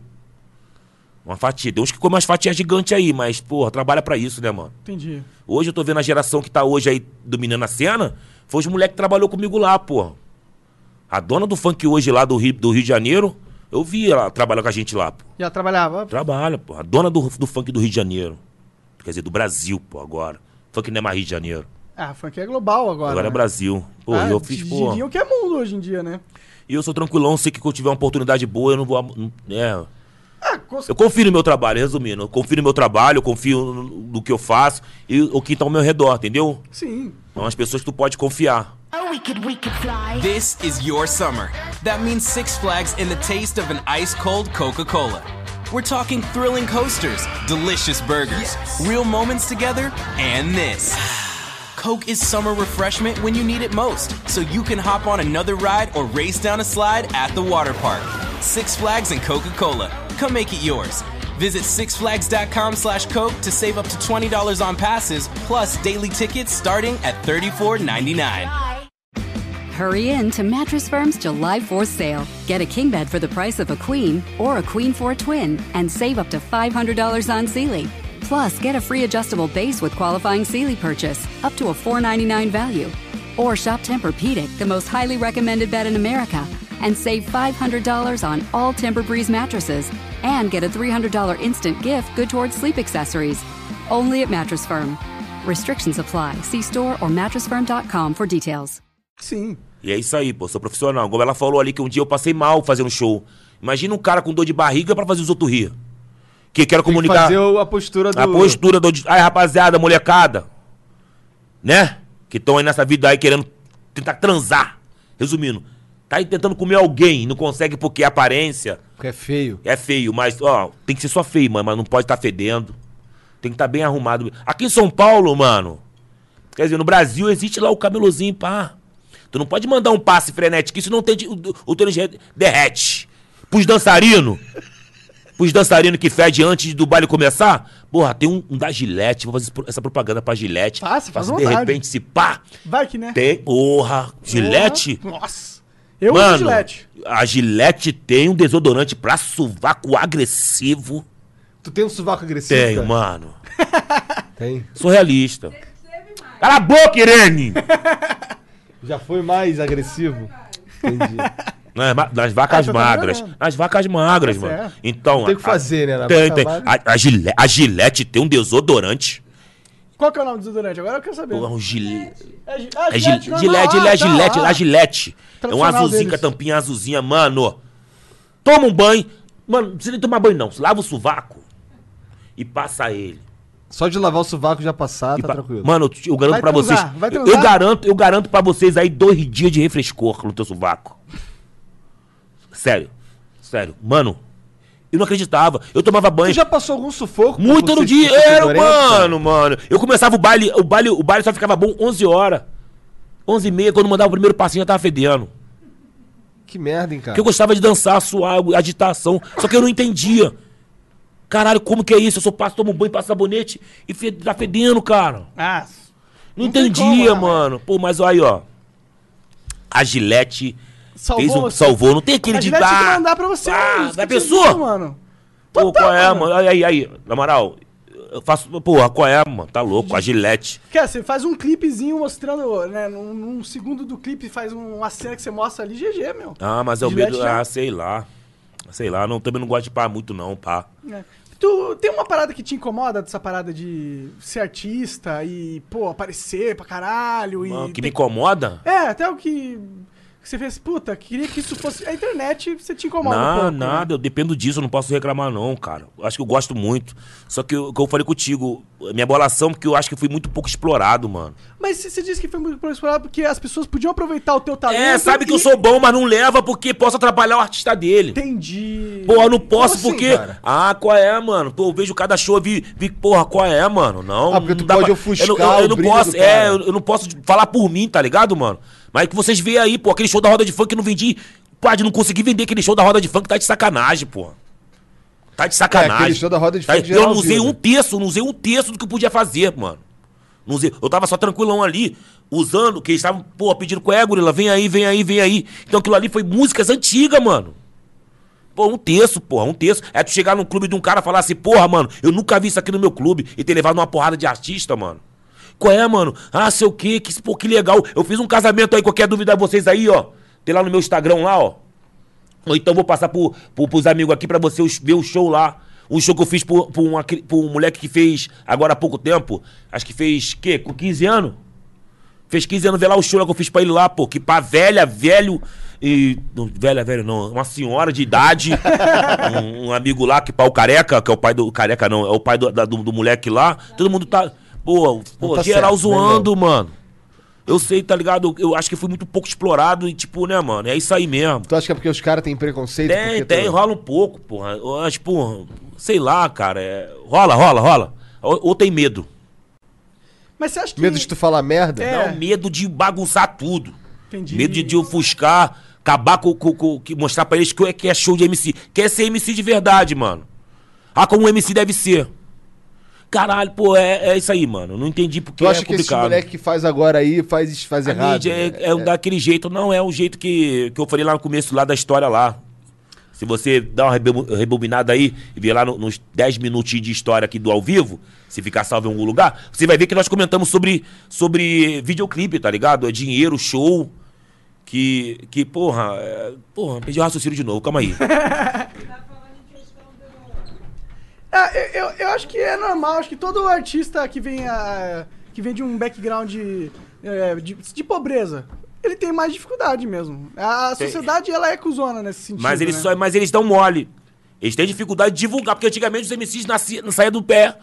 [SPEAKER 3] Uma fatia. Tem uns que comem umas fatias gigantes aí, mas, porra, trabalha pra isso, né, mano?
[SPEAKER 2] Entendi.
[SPEAKER 3] Hoje eu tô vendo a geração que tá hoje aí dominando a cena. Foi os moleques que trabalhou comigo lá, pô. A dona do funk hoje lá do Rio, do Rio de Janeiro, eu vi ela trabalhar com a gente lá, pô.
[SPEAKER 2] Já trabalhava?
[SPEAKER 3] Trabalha, pô. A dona do, do funk do Rio de Janeiro. Quer dizer, do Brasil, pô, agora. Funk não é mais Rio de Janeiro.
[SPEAKER 2] Ah, funk é global agora.
[SPEAKER 3] Agora é
[SPEAKER 2] né?
[SPEAKER 3] Brasil. Pô,
[SPEAKER 2] Ah,
[SPEAKER 3] eu fiz, pô.
[SPEAKER 2] Diriam que é mundo hoje em dia, né?
[SPEAKER 3] E eu sou tranquilão, sei que quando eu tiver uma oportunidade boa, eu não vou. ab- não- É.
[SPEAKER 2] Ah, cons-
[SPEAKER 3] Eu confio no meu trabalho, resumindo. Eu confio no meu trabalho, eu confio no, no que eu faço e o que tá ao meu redor, entendeu?
[SPEAKER 2] sim.
[SPEAKER 3] São as pessoas que tu pode confiar.
[SPEAKER 4] Oh, we could, we could fly.
[SPEAKER 5] This is your summer. That means Six Flags and the taste of an ice cold Coca Cola. We're talking thrilling coasters, delicious burgers, real moments together, and this. Coke is summer refreshment when you need it most, so you can hop on another ride or race down a slide at the water park. Six Flags and Coca Cola. Come make it yours. Visit sixflags.com slash Coke to save up to $20 on passes, plus daily tickets starting at $34.99.
[SPEAKER 6] Hurry in to Mattress Firm's July 4th sale. Get a king bed for the price of a queen or a queen for a twin and save up to $500 on Sealy. Plus, get a free adjustable base with qualifying Sealy purchase up to a $499 value. Or shop Tempur-Pedic, the most highly recommended bed in America, and save $500 on all Tempur-Breeze mattresses and get a $300 instant gift good towards sleep accessories. Only at Mattress Firm. Restrictions apply. See store or mattressfirm.com for details.
[SPEAKER 2] Sim.
[SPEAKER 3] E é isso aí, pô, sou profissional. Como ela falou ali que um dia eu passei mal fazendo show. Imagina um cara com dor de barriga pra fazer os outros rir. Que quero
[SPEAKER 1] Tem que
[SPEAKER 3] comunicar
[SPEAKER 1] fazer o- a postura do...
[SPEAKER 3] a postura do. Ai, rapaziada, molecada. Né? Que estão aí nessa vida aí querendo tentar transar. Resumindo, tá aí tentando comer alguém, não consegue porque a aparência
[SPEAKER 1] Porque é feio.
[SPEAKER 3] é feio, mas, ó, tem que ser só feio, mano, mas não pode estar fedendo. Tem que estar bem arrumado. Aqui em São Paulo, mano, quer dizer, no Brasil existe lá o cabelozinho, pá. Tu não pode mandar um passe frenético, isso não tem. de- O, o tênis re- derrete. Pros dançarinos, pros dançarinos que fede antes do baile começar, porra, tem um, um da Gillette, vou fazer esse pro- essa propaganda pra Gillette.
[SPEAKER 2] Faça, faz
[SPEAKER 3] de
[SPEAKER 2] vontade.
[SPEAKER 3] repente, se pá,
[SPEAKER 2] Vai que, né?
[SPEAKER 3] tem. Porra, Gillette?
[SPEAKER 2] Porra. Nossa. Eu uso
[SPEAKER 3] Mano,
[SPEAKER 2] Gillette.
[SPEAKER 3] a Gillette tem um desodorante pra sovaco agressivo.
[SPEAKER 1] Tu tem um sovaco agressivo,
[SPEAKER 3] Tenho,
[SPEAKER 1] cara?
[SPEAKER 3] mano.
[SPEAKER 1] Tem.
[SPEAKER 3] Sou realista. Cala a boca, Irene!
[SPEAKER 1] Já foi mais agressivo? Entendi.
[SPEAKER 3] Nas, é ma- nas vacas
[SPEAKER 1] Ah, então tá
[SPEAKER 3] magras.
[SPEAKER 1] melhorando.
[SPEAKER 3] Nas vacas magras, mano.
[SPEAKER 2] certo.
[SPEAKER 3] Então.
[SPEAKER 1] é. Tem o que
[SPEAKER 3] a-
[SPEAKER 1] fazer, né, na
[SPEAKER 3] Tem,
[SPEAKER 1] vaca
[SPEAKER 3] tem.
[SPEAKER 1] magra?
[SPEAKER 3] A, a Gillette, a Gillette tem um desodorante.
[SPEAKER 2] Qual que é o nome do desodorante? Agora eu quero saber.
[SPEAKER 3] Porra, um Gillette.
[SPEAKER 2] É, gi-
[SPEAKER 3] É
[SPEAKER 2] ah,
[SPEAKER 3] Gillette,
[SPEAKER 2] normal.
[SPEAKER 3] Gillette, ele
[SPEAKER 2] Ah,
[SPEAKER 3] é
[SPEAKER 2] tá,
[SPEAKER 3] Gillette,
[SPEAKER 2] ah.
[SPEAKER 3] lá Gillette. É um
[SPEAKER 2] Tradicional
[SPEAKER 3] azulzinho com a
[SPEAKER 2] deles.
[SPEAKER 3] tampinha azulzinha, mano. Toma um banho. Mano, não precisa nem tomar banho, não. Lava o sovaco e passa ele.
[SPEAKER 1] Só de lavar o sovaco já passar,
[SPEAKER 3] E
[SPEAKER 1] tá
[SPEAKER 3] pa-
[SPEAKER 1] tranquilo.
[SPEAKER 3] Mano, eu te- eu garanto
[SPEAKER 2] Vai
[SPEAKER 3] pra vocês.
[SPEAKER 2] transar, vai
[SPEAKER 3] eu- eu
[SPEAKER 2] transar.
[SPEAKER 3] garanto, eu garanto para vocês aí dois dias de refrescor no teu sovaco. Sério. Sério. Mano, eu não acreditava. Eu tomava
[SPEAKER 1] Tu
[SPEAKER 3] banho.
[SPEAKER 1] já passou algum sufoco? por
[SPEAKER 3] Muito
[SPEAKER 1] você
[SPEAKER 3] no
[SPEAKER 1] que fica
[SPEAKER 3] dinheiro,
[SPEAKER 1] fedorento,
[SPEAKER 3] mano, mano. Eu começava o baile, o baile, o baile só ficava bom 11 horas. 11 e meia, quando mandava o primeiro passinho, eu tava fedendo.
[SPEAKER 1] cara? Que merda, hein, cara?
[SPEAKER 3] Porque eu gostava de dançar, suar, agitação. Só que eu não entendia. Caralho, como que é isso? Eu só passo, tomo banho, passo sabonete e fe- tá fedendo, cara.
[SPEAKER 2] Ah,
[SPEAKER 3] Não,
[SPEAKER 2] Não tem
[SPEAKER 3] entendia,
[SPEAKER 2] como, né,
[SPEAKER 3] mano. Pô, mas olha aí, ó. A Gillette
[SPEAKER 2] Salvou
[SPEAKER 3] fez um,
[SPEAKER 2] você.
[SPEAKER 3] salvou. Não tem aquele
[SPEAKER 2] a
[SPEAKER 3] de
[SPEAKER 2] Gillette tem que
[SPEAKER 3] dar.
[SPEAKER 2] mandar pra você.
[SPEAKER 3] Ah,
[SPEAKER 2] isso
[SPEAKER 3] da
[SPEAKER 2] que vocês
[SPEAKER 3] pessoa.
[SPEAKER 2] viram, mano.
[SPEAKER 3] Pô,
[SPEAKER 2] Total,
[SPEAKER 3] qual é,
[SPEAKER 2] mano.
[SPEAKER 3] mano? Aí, aí, aí. Na moral, eu faço. Porra, qual é, mano? Tá louco, a Gillette.
[SPEAKER 2] Quer, você faz um clipezinho mostrando, né? Num, num segundo do clipe, faz um- uma cena que você mostra ali, GG, meu.
[SPEAKER 3] Ah, mas é o
[SPEAKER 2] Gillette né?
[SPEAKER 3] medo.
[SPEAKER 2] já-
[SPEAKER 3] Ah, sei lá. Sei lá, não, também não gosto de pá muito, não, pá.
[SPEAKER 2] É. Tu tem uma parada que te incomoda dessa parada de ser artista e, pô, aparecer pra caralho e.
[SPEAKER 3] Mano, que me
[SPEAKER 2] tem-
[SPEAKER 3] incomoda?
[SPEAKER 2] É, até o que. que Você fez, puta, queria que isso fosse. A internet você te incomoda. um
[SPEAKER 3] Não,
[SPEAKER 2] pouco, né?
[SPEAKER 3] nada, eu dependo disso, eu não posso reclamar, não, cara. Eu acho que eu gosto muito. Só que o que eu falei contigo, minha bolação, porque eu acho que eu fui muito pouco explorado, mano.
[SPEAKER 2] Mas você- você disse que foi muito por explorar porque as pessoas podiam aproveitar o teu talento.
[SPEAKER 3] É, sabe que
[SPEAKER 2] e-
[SPEAKER 3] eu sou bom, mas não leva porque posso atrapalhar o artista dele.
[SPEAKER 2] Entendi.
[SPEAKER 3] Porra, eu não posso
[SPEAKER 1] Como assim,
[SPEAKER 3] porque.
[SPEAKER 1] cara?
[SPEAKER 3] Ah, qual é, mano? Pô, eu vejo cada show, vi, vi porra, qual é, mano? Não.
[SPEAKER 1] Ah, porque tu
[SPEAKER 3] não dá
[SPEAKER 1] pode
[SPEAKER 3] pra-
[SPEAKER 1] ofuscar
[SPEAKER 3] Eu, não- eu,
[SPEAKER 1] o
[SPEAKER 3] eu não
[SPEAKER 1] brilho
[SPEAKER 3] posso,
[SPEAKER 1] do
[SPEAKER 3] é,
[SPEAKER 1] cara.
[SPEAKER 3] eu, eu não posso falar por mim, tá ligado, mano? Mas que vocês veem aí, pô, aquele show da roda de funk que eu não vendi. Pô, de não consegui vender aquele show da roda de funk, tá de sacanagem, pô. Tá de sacanagem.
[SPEAKER 1] aquele show da É, roda de
[SPEAKER 3] Tá-
[SPEAKER 1] funk
[SPEAKER 3] Eu
[SPEAKER 1] geral
[SPEAKER 3] não usei
[SPEAKER 1] viu,
[SPEAKER 3] um
[SPEAKER 1] né?
[SPEAKER 3] terço, não usei um terço do que eu podia fazer, mano. Não usei. Eu tava só tranquilão ali, usando, que eles estavam, pô, pedindo com é, gorila, vem aí, vem aí, vem aí. Então aquilo ali foi músicas antigas, mano. Pô, um terço, porra, um terço. É tu chegar num clube de um cara e falar assim, porra, mano, eu nunca vi isso aqui no meu clube e ter levado uma porrada de artista, mano. Qual é, mano? Ah, sei o quê, que, pô, que legal. Eu fiz um casamento aí, qualquer dúvida vocês aí, ó. Tem lá no meu Instagram lá, ó. Ou então vou passar pro, pro, pros amigos aqui pra você os- ver o show lá. Um show que eu fiz por, por, uma cri- por um moleque que fez agora há pouco tempo. Acho que fez, quê? Com 15 anos? Fez 15 anos, vê lá o show lá que eu fiz pra ele lá, pô. Que pra velha, velho. E. Não, velha, velho, não. Uma senhora de idade. um, um amigo lá, que pau careca, que é o pai do. Careca não, é o pai do, da- do, do moleque lá. Todo mundo tá. Pô, pô
[SPEAKER 1] tá
[SPEAKER 3] geral
[SPEAKER 1] certo,
[SPEAKER 3] zoando, mano. Eu sei, tá ligado? Eu, eu acho que fui muito pouco explorado e, tipo, né, mano? É isso aí mesmo.
[SPEAKER 1] Tu acha que é porque os caras têm preconceito?
[SPEAKER 3] Tem,
[SPEAKER 1] Porque
[SPEAKER 3] tem,
[SPEAKER 1] tu-
[SPEAKER 3] rola um pouco, porra. Eu acho, porra, sei lá, cara. é- Rola, rola, rola. Ou, ou tem medo.
[SPEAKER 2] Mas você acha que.
[SPEAKER 1] Medo de tu falar merda?
[SPEAKER 2] É.
[SPEAKER 3] Dá um medo de bagunçar tudo.
[SPEAKER 2] Entendi.
[SPEAKER 3] Medo de, de ofuscar, acabar com, com, com- que mostrar pra eles que é, que é show de MC. Quer ser MC de verdade, mano. Ah, como um MC deve ser. Caralho, pô, é, é isso aí, mano. Não entendi porque
[SPEAKER 1] Tu acha
[SPEAKER 3] é
[SPEAKER 1] que esse
[SPEAKER 3] complicado.
[SPEAKER 1] moleque que faz agora aí faz, faz
[SPEAKER 3] A
[SPEAKER 1] errado?
[SPEAKER 3] mídia é,
[SPEAKER 1] né?
[SPEAKER 3] é, daquele jeito, não é o jeito que, que eu falei lá no começo lá da história lá. Se você dá uma rebo- rebobinada aí e ver lá no- nos 10 minutinhos de história aqui do ao vivo, se ficar salvo em algum lugar, você vai ver que nós comentamos sobre, sobre videoclipe, tá ligado? É dinheiro, show. Que, que porra, é, porra, perdi o raciocínio de novo, calma aí.
[SPEAKER 2] Ah, eu, eu, eu acho que é normal, acho que todo artista que vem, a, que vem de um background é, de, de pobreza, ele tem mais dificuldade mesmo. A
[SPEAKER 3] Tem.
[SPEAKER 2] sociedade, ela é cuzona nesse sentido,
[SPEAKER 3] Mas eles,
[SPEAKER 2] né?
[SPEAKER 3] só, é mas eles dão mole. Eles têm dificuldade de divulgar, porque antigamente os MCs nasci, saíam do pé,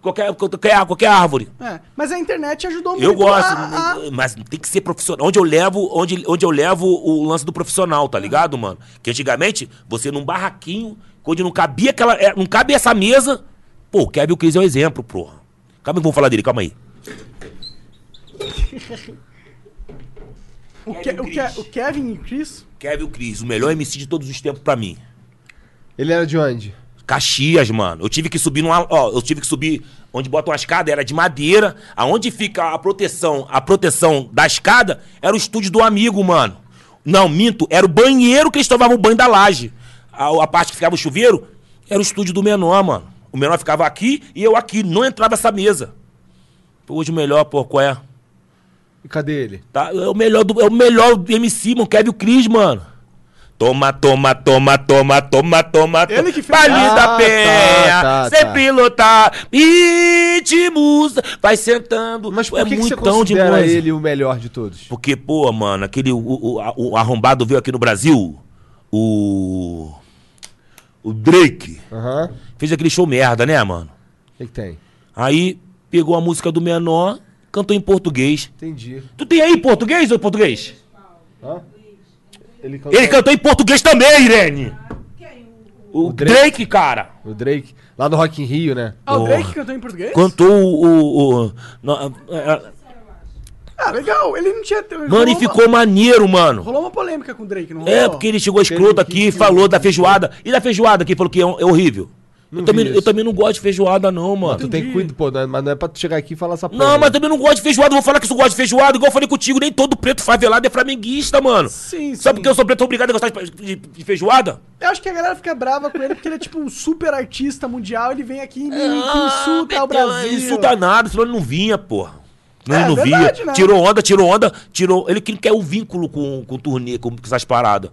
[SPEAKER 3] qualquer, qualquer, qualquer árvore.
[SPEAKER 2] É, mas a internet ajudou muito
[SPEAKER 3] Eu gosto, né?
[SPEAKER 2] a- a-
[SPEAKER 3] mas tem que ser profissional. Onde eu levo, onde, onde eu levo o lance do profissional, tá ligado, mano? Que antigamente, você num barraquinho, onde não cabia aquela. é, Não cabe essa mesa. Pô, o Kevin Cris é um exemplo, porra. Calma aí que vamos falar dele, calma aí.
[SPEAKER 2] o, Ke- o Ke-
[SPEAKER 3] Chris.
[SPEAKER 2] o Kevin e Chris...
[SPEAKER 3] Kevin Cris, o melhor MC de todos os tempos pra mim.
[SPEAKER 1] Ele era de onde?
[SPEAKER 3] Caxias, mano. Eu tive que subir numa. Ó, eu tive que subir onde bota uma escada, era de madeira. Aonde fica a proteção, a proteção da escada era o estúdio do amigo, mano. Não, minto, era o banheiro que eles tomavam o banho da laje. A, a parte que ficava o chuveiro era o estúdio do menor, mano. O menor ficava aqui e eu aqui. Não entrava essa mesa. Hoje o melhor, pô, qual é?
[SPEAKER 1] Cadê ele?
[SPEAKER 3] Tá? É o melhor do, é o melhor do MC, mano. Kevin Cris, mano. Toma, toma, toma, toma, toma, toma.
[SPEAKER 2] Ele que fez.
[SPEAKER 3] Palinho
[SPEAKER 1] Ah,
[SPEAKER 3] da Penha,
[SPEAKER 1] tá, tá,
[SPEAKER 3] sempre lotar. Ritmos, vai sentando.
[SPEAKER 1] Mas por
[SPEAKER 3] é
[SPEAKER 1] que, que você
[SPEAKER 3] muitão de
[SPEAKER 1] considera
[SPEAKER 3] música.
[SPEAKER 1] ele o melhor de todos?
[SPEAKER 3] Porque, pô, mano, aquele. O, o, a- o arrombado veio aqui no Brasil. O. O Drake.
[SPEAKER 1] Aham.
[SPEAKER 3] Fez aquele show merda, né, mano?
[SPEAKER 1] O que, que tem?
[SPEAKER 3] Aí pegou a música do menor, cantou em português.
[SPEAKER 1] Entendi.
[SPEAKER 3] Tu tem aí português ou português?
[SPEAKER 1] Ele
[SPEAKER 3] Ele cantou em português também, Irene! O,
[SPEAKER 1] O Drake?
[SPEAKER 3] Drake. cara!
[SPEAKER 1] O Drake, lá no Rock in Rio, né?
[SPEAKER 2] Ah, o
[SPEAKER 3] Porra.
[SPEAKER 2] Drake cantou em português?
[SPEAKER 3] Cantou o. o, o no- é,
[SPEAKER 2] Ah, legal. Ele não tinha. rolou
[SPEAKER 3] mano, e
[SPEAKER 2] uma-
[SPEAKER 3] ficou maneiro, mano!
[SPEAKER 2] Rolou uma polêmica com o Drake, não rolou?
[SPEAKER 3] É, porque ele chegou escroto aqui, falou da feijoada. E da feijoada que falou que é, é horrível. Eu
[SPEAKER 1] vi
[SPEAKER 3] também, eu
[SPEAKER 1] isso.
[SPEAKER 3] também não gosto de feijoada, não, mano.
[SPEAKER 1] Tu tem cuidado, pô, não é- mas não é pra tu chegar aqui e falar essa
[SPEAKER 3] Não,
[SPEAKER 1] né?
[SPEAKER 3] mas também não gosto de feijoada. Vou falar que eu gosto de feijoada, igual eu falei contigo. Nem todo preto favelado é flamenguista, mano.
[SPEAKER 2] Sim,
[SPEAKER 3] Só
[SPEAKER 2] sim.
[SPEAKER 3] porque eu sou preto, eu sou obrigado a gostar de, de- de feijoada?
[SPEAKER 2] Eu acho que a galera fica brava com ele porque ele é tipo um super artista mundial. Ele vem aqui e
[SPEAKER 3] Ah,
[SPEAKER 2] insulta é o
[SPEAKER 3] então
[SPEAKER 2] Brasil.
[SPEAKER 3] Insulta nada, senão ele não vinha, porra. Não,
[SPEAKER 2] É,
[SPEAKER 3] ele não
[SPEAKER 2] verdade,
[SPEAKER 3] vinha.
[SPEAKER 2] né?
[SPEAKER 3] Tirou onda, tirou onda, tirou. Ele que não quer o vínculo com, com o turnê, com essas paradas.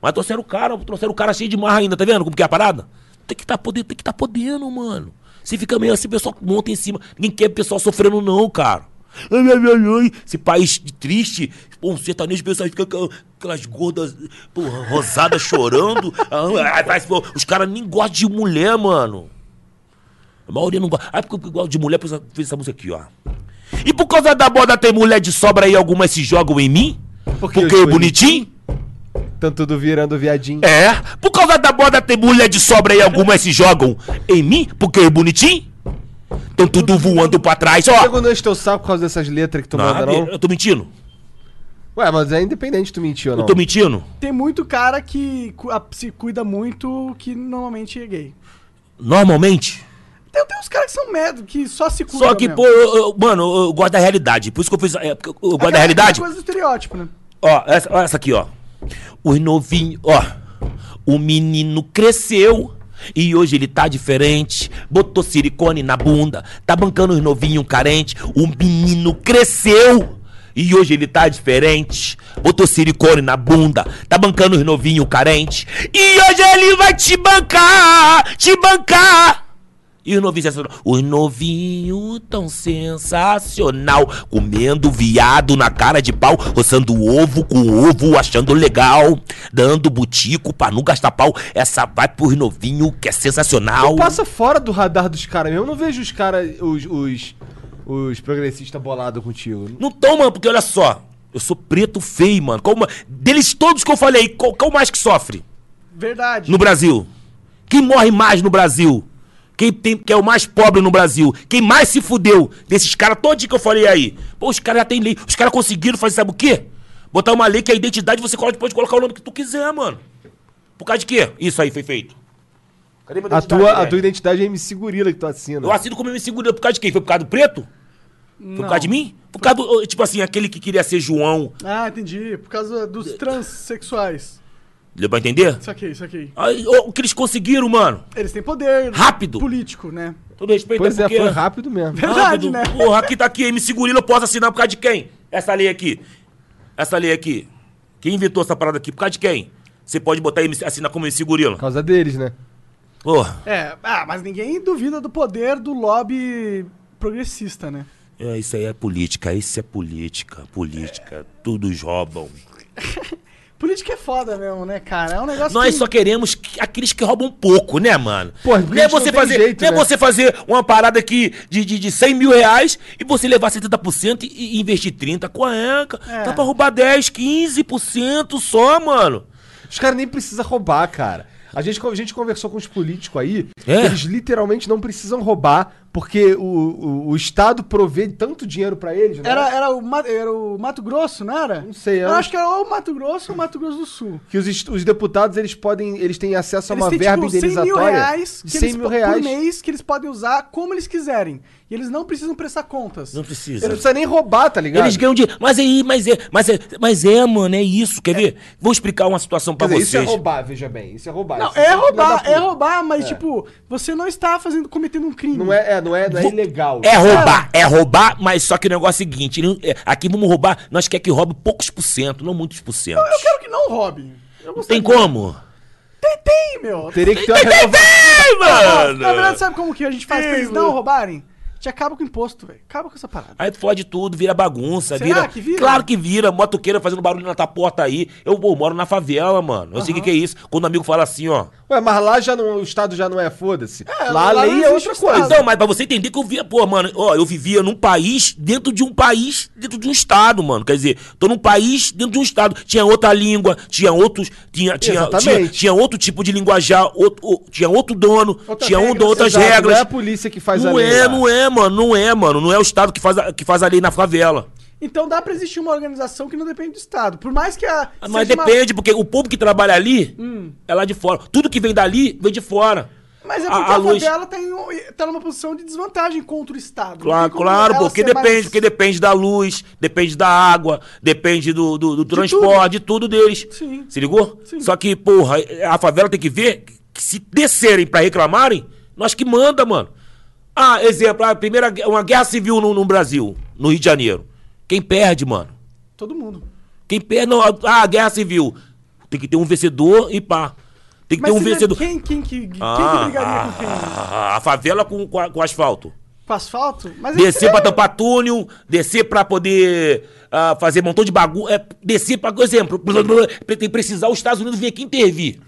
[SPEAKER 3] Mas trouxeram o cara, trouxeram o cara cheio de marra ainda, tá vendo? Como que é a parada? Tem que tá podendo, tem que tá podendo, mano. Se fica meio assim, o pessoal monta em cima. Ninguém quer o pessoal sofrendo, não, cara. Ai, ai, ai, ai. Esse país triste, pô, um sertanejo, o pessoal fica com aquelas gordas, pô, rosadas chorando. Ah, ah, vai, pô, Os caras nem gostam de mulher, mano. A maioria não gosta. Ah, porque eu gosto de mulher, por isso eu fiz essa música aqui, ó. E por causa da moda tem mulher de sobra aí, algumas se jogam em mim?
[SPEAKER 1] Porque
[SPEAKER 3] Porque,
[SPEAKER 1] eu
[SPEAKER 3] eu
[SPEAKER 1] sou
[SPEAKER 3] bonitinho?
[SPEAKER 1] Tanto do virando viadinho.
[SPEAKER 3] É. Por causa da moda tem mulher de sobra aí, algumas se jogam em mim? Porque eu bonitinho? Tão tudo voando pra trás, ó.
[SPEAKER 1] Chegou no teu saco por causa dessas letras que tu manda,
[SPEAKER 3] Nada,
[SPEAKER 1] não?
[SPEAKER 3] eu tô mentindo?
[SPEAKER 1] Ué, mas é independente tu mentir ou não.
[SPEAKER 3] Eu tô mentindo?
[SPEAKER 2] Tem muito cara que cu- a- se cuida muito que normalmente é gay.
[SPEAKER 3] Normalmente.
[SPEAKER 2] Tem, tem uns caras que são medo, que só se cuidam.
[SPEAKER 3] Só que,
[SPEAKER 2] mesmo.
[SPEAKER 3] pô, eu- eu- mano, eu gosto da realidade. Por isso que eu fiz. é, porque eu- eu gosto da
[SPEAKER 2] Aquela- aquela
[SPEAKER 3] realidade.
[SPEAKER 2] coisa do estereótipo, né?
[SPEAKER 3] Ó, essa, ó, essa aqui, ó. Os novinhos, ó. O menino cresceu e hoje ele tá diferente. Botou silicone na bunda, tá bancando os novinhos carentes. O menino cresceu e hoje ele tá diferente. Botou silicone na bunda, tá bancando os novinhos carentes. E hoje ele vai te bancar, te bancar. E os novinhos sensacional. Os novinhos tão sensacional. Comendo viado na cara de pau. Roçando ovo com ovo, achando legal. Dando butico pra não gastar pau. Essa vai pros novinhos que é sensacional.
[SPEAKER 1] Passa fora do radar dos caras mesmo. Eu não vejo os caras, os, os, os progressistas bolados contigo.
[SPEAKER 3] Não tão, mano, porque olha só. Eu sou preto feio, mano. Qual ma- Deles todos que eu falei, qual, qual mais que sofre
[SPEAKER 2] Verdade.
[SPEAKER 3] no Brasil? Quem morre mais no Brasil? Quem, tem, que é o mais pobre no Brasil? Quem mais se fudeu desses caras todos que eu falei aí? Pô, os caras já têm lei. Os caras conseguiram fazer, sabe o quê? Botar uma lei que a identidade você coloca- pode colocar o nome que tu quiser, mano. Por causa de quê? Isso aí foi feito. Cadê meu
[SPEAKER 1] A tua, a tua
[SPEAKER 3] identidade? né?
[SPEAKER 1] identidade é MC Gorila que tu assina.
[SPEAKER 3] Eu assino como me segura por causa de quem? Foi por causa do preto? Foi por causa de mim? Por causa do, tipo assim, aquele que queria ser João.
[SPEAKER 2] Ah, entendi. Por causa dos transexuais.
[SPEAKER 3] Deu pra entender?
[SPEAKER 2] Saquei, saquei.
[SPEAKER 3] Aí, O que eles conseguiram, mano?
[SPEAKER 2] Eles têm poder.
[SPEAKER 3] Rápido.
[SPEAKER 2] Político, né?
[SPEAKER 3] Todo respeito
[SPEAKER 1] Pois é,
[SPEAKER 3] porque-
[SPEAKER 1] foi rápido mesmo.
[SPEAKER 2] Verdade,
[SPEAKER 3] Rápido.
[SPEAKER 2] né?
[SPEAKER 3] Porra, aqui tá aqui, MC Gorila, eu posso assinar por causa de quem? Essa lei aqui. Essa lei aqui. Quem inventou essa parada aqui? Por causa de quem? Você pode botar MC, assinar como MC Gorila.
[SPEAKER 1] Por causa deles, né?
[SPEAKER 3] Porra.
[SPEAKER 2] É, ah, mas ninguém duvida do poder do lobby progressista, né?
[SPEAKER 3] É, isso aí é política, isso é política, política. Todos roubam.
[SPEAKER 2] Política é foda mesmo, né, cara? É um negócio
[SPEAKER 3] Nós
[SPEAKER 2] que...
[SPEAKER 3] só queremos que- aqueles que roubam pouco, né, mano?
[SPEAKER 1] Porra, porque
[SPEAKER 3] não
[SPEAKER 1] a
[SPEAKER 3] é
[SPEAKER 1] gente
[SPEAKER 3] você
[SPEAKER 1] não tem
[SPEAKER 3] fazer,
[SPEAKER 1] jeito,
[SPEAKER 3] não é
[SPEAKER 1] né?
[SPEAKER 3] você fazer uma parada aqui de, de, de 100 mil reais e você levar 70% e, e investir 30%. Qual é, cara?
[SPEAKER 2] É.
[SPEAKER 3] Dá pra roubar 10, 15% só, mano.
[SPEAKER 1] Os caras nem precisam roubar, cara. A gente, a gente conversou com os políticos aí,
[SPEAKER 3] É.
[SPEAKER 1] eles literalmente não precisam roubar, porque o, o, o Estado provê tanto dinheiro pra eles, né?
[SPEAKER 2] Era, era, o, Ma- era o Mato Grosso, não era?
[SPEAKER 1] Não sei, eu
[SPEAKER 2] Eu,
[SPEAKER 1] não-
[SPEAKER 2] acho que era ou o Mato Grosso ou o Mato Grosso do Sul.
[SPEAKER 1] Que os, est- os deputados, eles podem, eles têm acesso a
[SPEAKER 2] Eles
[SPEAKER 1] uma
[SPEAKER 2] têm,
[SPEAKER 1] verba
[SPEAKER 2] tipo, 100 mil
[SPEAKER 1] indenizatória
[SPEAKER 2] reais,
[SPEAKER 1] de
[SPEAKER 2] que
[SPEAKER 1] 100
[SPEAKER 2] eles,
[SPEAKER 1] mil
[SPEAKER 2] por
[SPEAKER 1] reais.
[SPEAKER 2] mês que eles podem usar como eles quiserem. E eles não precisam prestar contas.
[SPEAKER 3] Não
[SPEAKER 1] Ele
[SPEAKER 3] precisa.
[SPEAKER 1] não precisa nem roubar, tá ligado?
[SPEAKER 3] Eles ganham dinheiro. Mas aí, mas é, mas é, mas é, mano, é isso. Quer ver? Vou explicar uma situação
[SPEAKER 1] Quer
[SPEAKER 3] pra
[SPEAKER 1] dizer,
[SPEAKER 3] vocês.
[SPEAKER 1] isso é roubar, veja bem. Isso é roubar.
[SPEAKER 2] Não,
[SPEAKER 1] Isso
[SPEAKER 2] é
[SPEAKER 1] filho da
[SPEAKER 2] roubar,
[SPEAKER 1] puta.
[SPEAKER 2] é roubar, mas tipo, você não está fazendo, cometendo um crime.
[SPEAKER 1] Não é, é, não não é, não é
[SPEAKER 3] Vo-
[SPEAKER 1] ilegal.
[SPEAKER 3] É roubar, é roubar, mas só que o negócio é o seguinte: ele não- é, aqui vamos roubar, nós quer que roube poucos por cento, não muitos por cento.
[SPEAKER 2] Eu quero que não roubem. Eu
[SPEAKER 3] Não tem
[SPEAKER 2] gostaria-
[SPEAKER 3] como?
[SPEAKER 2] Tem, tem, meu.
[SPEAKER 1] Teria que ter uma renovação.
[SPEAKER 3] Ei,
[SPEAKER 2] Ah, Na verdade,
[SPEAKER 3] mano!
[SPEAKER 2] sabe como que a gente faz pra eles não roubarem? A gente acaba com o imposto, velho. Acaba com essa parada.
[SPEAKER 3] Aí tu fode tudo, vira bagunça,
[SPEAKER 2] Será
[SPEAKER 3] vira...
[SPEAKER 2] que vira?
[SPEAKER 3] Claro que vira, motoqueira fazendo barulho na tua porta aí. Eu, pô, moro na favela, mano. Eu sei o que que é isso. Quando o amigo fala assim, ó.
[SPEAKER 1] Ué, mas lá já não, o Estado já não é, foda-se. lá a
[SPEAKER 2] lá
[SPEAKER 1] lei
[SPEAKER 2] não
[SPEAKER 1] é outra
[SPEAKER 2] existe o Estado.
[SPEAKER 1] coisa.
[SPEAKER 3] Então, mas pra você entender que eu via, pô, mano, ó, eu vivia num país dentro de um país, dentro de um estado, mano. Quer dizer, tô num país dentro de um estado. Tinha outra língua, tinha outros. Tinha, tinha, tinha,
[SPEAKER 1] Exatamente.
[SPEAKER 3] tinha outro tipo de linguajar, outro, o- tinha outro dono,
[SPEAKER 1] Outra
[SPEAKER 3] tinha um,
[SPEAKER 1] regra,
[SPEAKER 3] outras
[SPEAKER 1] exato,
[SPEAKER 3] regras.
[SPEAKER 1] Não é a polícia que faz a
[SPEAKER 3] não
[SPEAKER 1] lei.
[SPEAKER 3] é,
[SPEAKER 1] lá.
[SPEAKER 3] não é, mano, não é, mano. Não é o estado que faz a, que faz a lei na favela.
[SPEAKER 2] Então dá pra existir uma organização que não depende do Estado. Por mais que a.
[SPEAKER 3] Ah, Mas
[SPEAKER 2] seja uma-
[SPEAKER 3] depende, porque o povo que trabalha ali
[SPEAKER 1] Hum.
[SPEAKER 3] é lá de fora. Tudo que vem dali vem de fora.
[SPEAKER 2] Mas é
[SPEAKER 3] A-
[SPEAKER 2] porque
[SPEAKER 3] a
[SPEAKER 2] a,
[SPEAKER 3] luz-
[SPEAKER 2] favela tá, em, tá numa posição de desvantagem contra o Estado. Não
[SPEAKER 3] Claro,
[SPEAKER 2] tem como
[SPEAKER 3] claro,
[SPEAKER 2] ela
[SPEAKER 3] porque
[SPEAKER 2] ser
[SPEAKER 3] depende,
[SPEAKER 2] mais-
[SPEAKER 3] porque depende da luz, depende da água, depende do, do, do transporte, de tudo deles.
[SPEAKER 2] Sim.
[SPEAKER 3] Se ligou?
[SPEAKER 2] Sim.
[SPEAKER 3] Só que, porra, a favela tem que ver que se descerem pra reclamarem, nós que manda, mano. Ah, exemplo, a primeira, gue- uma guerra civil no, no Brasil, no Rio de Janeiro. Quem perde, mano?
[SPEAKER 2] Todo mundo.
[SPEAKER 3] Quem perde, não, ah, a guerra civil. Tem que ter um vencedor e pá. Tem que
[SPEAKER 2] Mas
[SPEAKER 3] ter um
[SPEAKER 2] se vê-
[SPEAKER 3] vencedor.
[SPEAKER 2] Quem, quem, que, quem que
[SPEAKER 3] Ah,
[SPEAKER 2] brigaria com quem?
[SPEAKER 3] ah, a favela com, com, a- com asfalto.
[SPEAKER 2] Com asfalto? Mas é,
[SPEAKER 3] Descer
[SPEAKER 2] aí-
[SPEAKER 3] pra tampar túnel, descer pra poder ah, fazer um montão de bagulho. É, descer pra, por exemplo, blá, blá, blá, tem que precisar os Estados Unidos vir aqui intervir.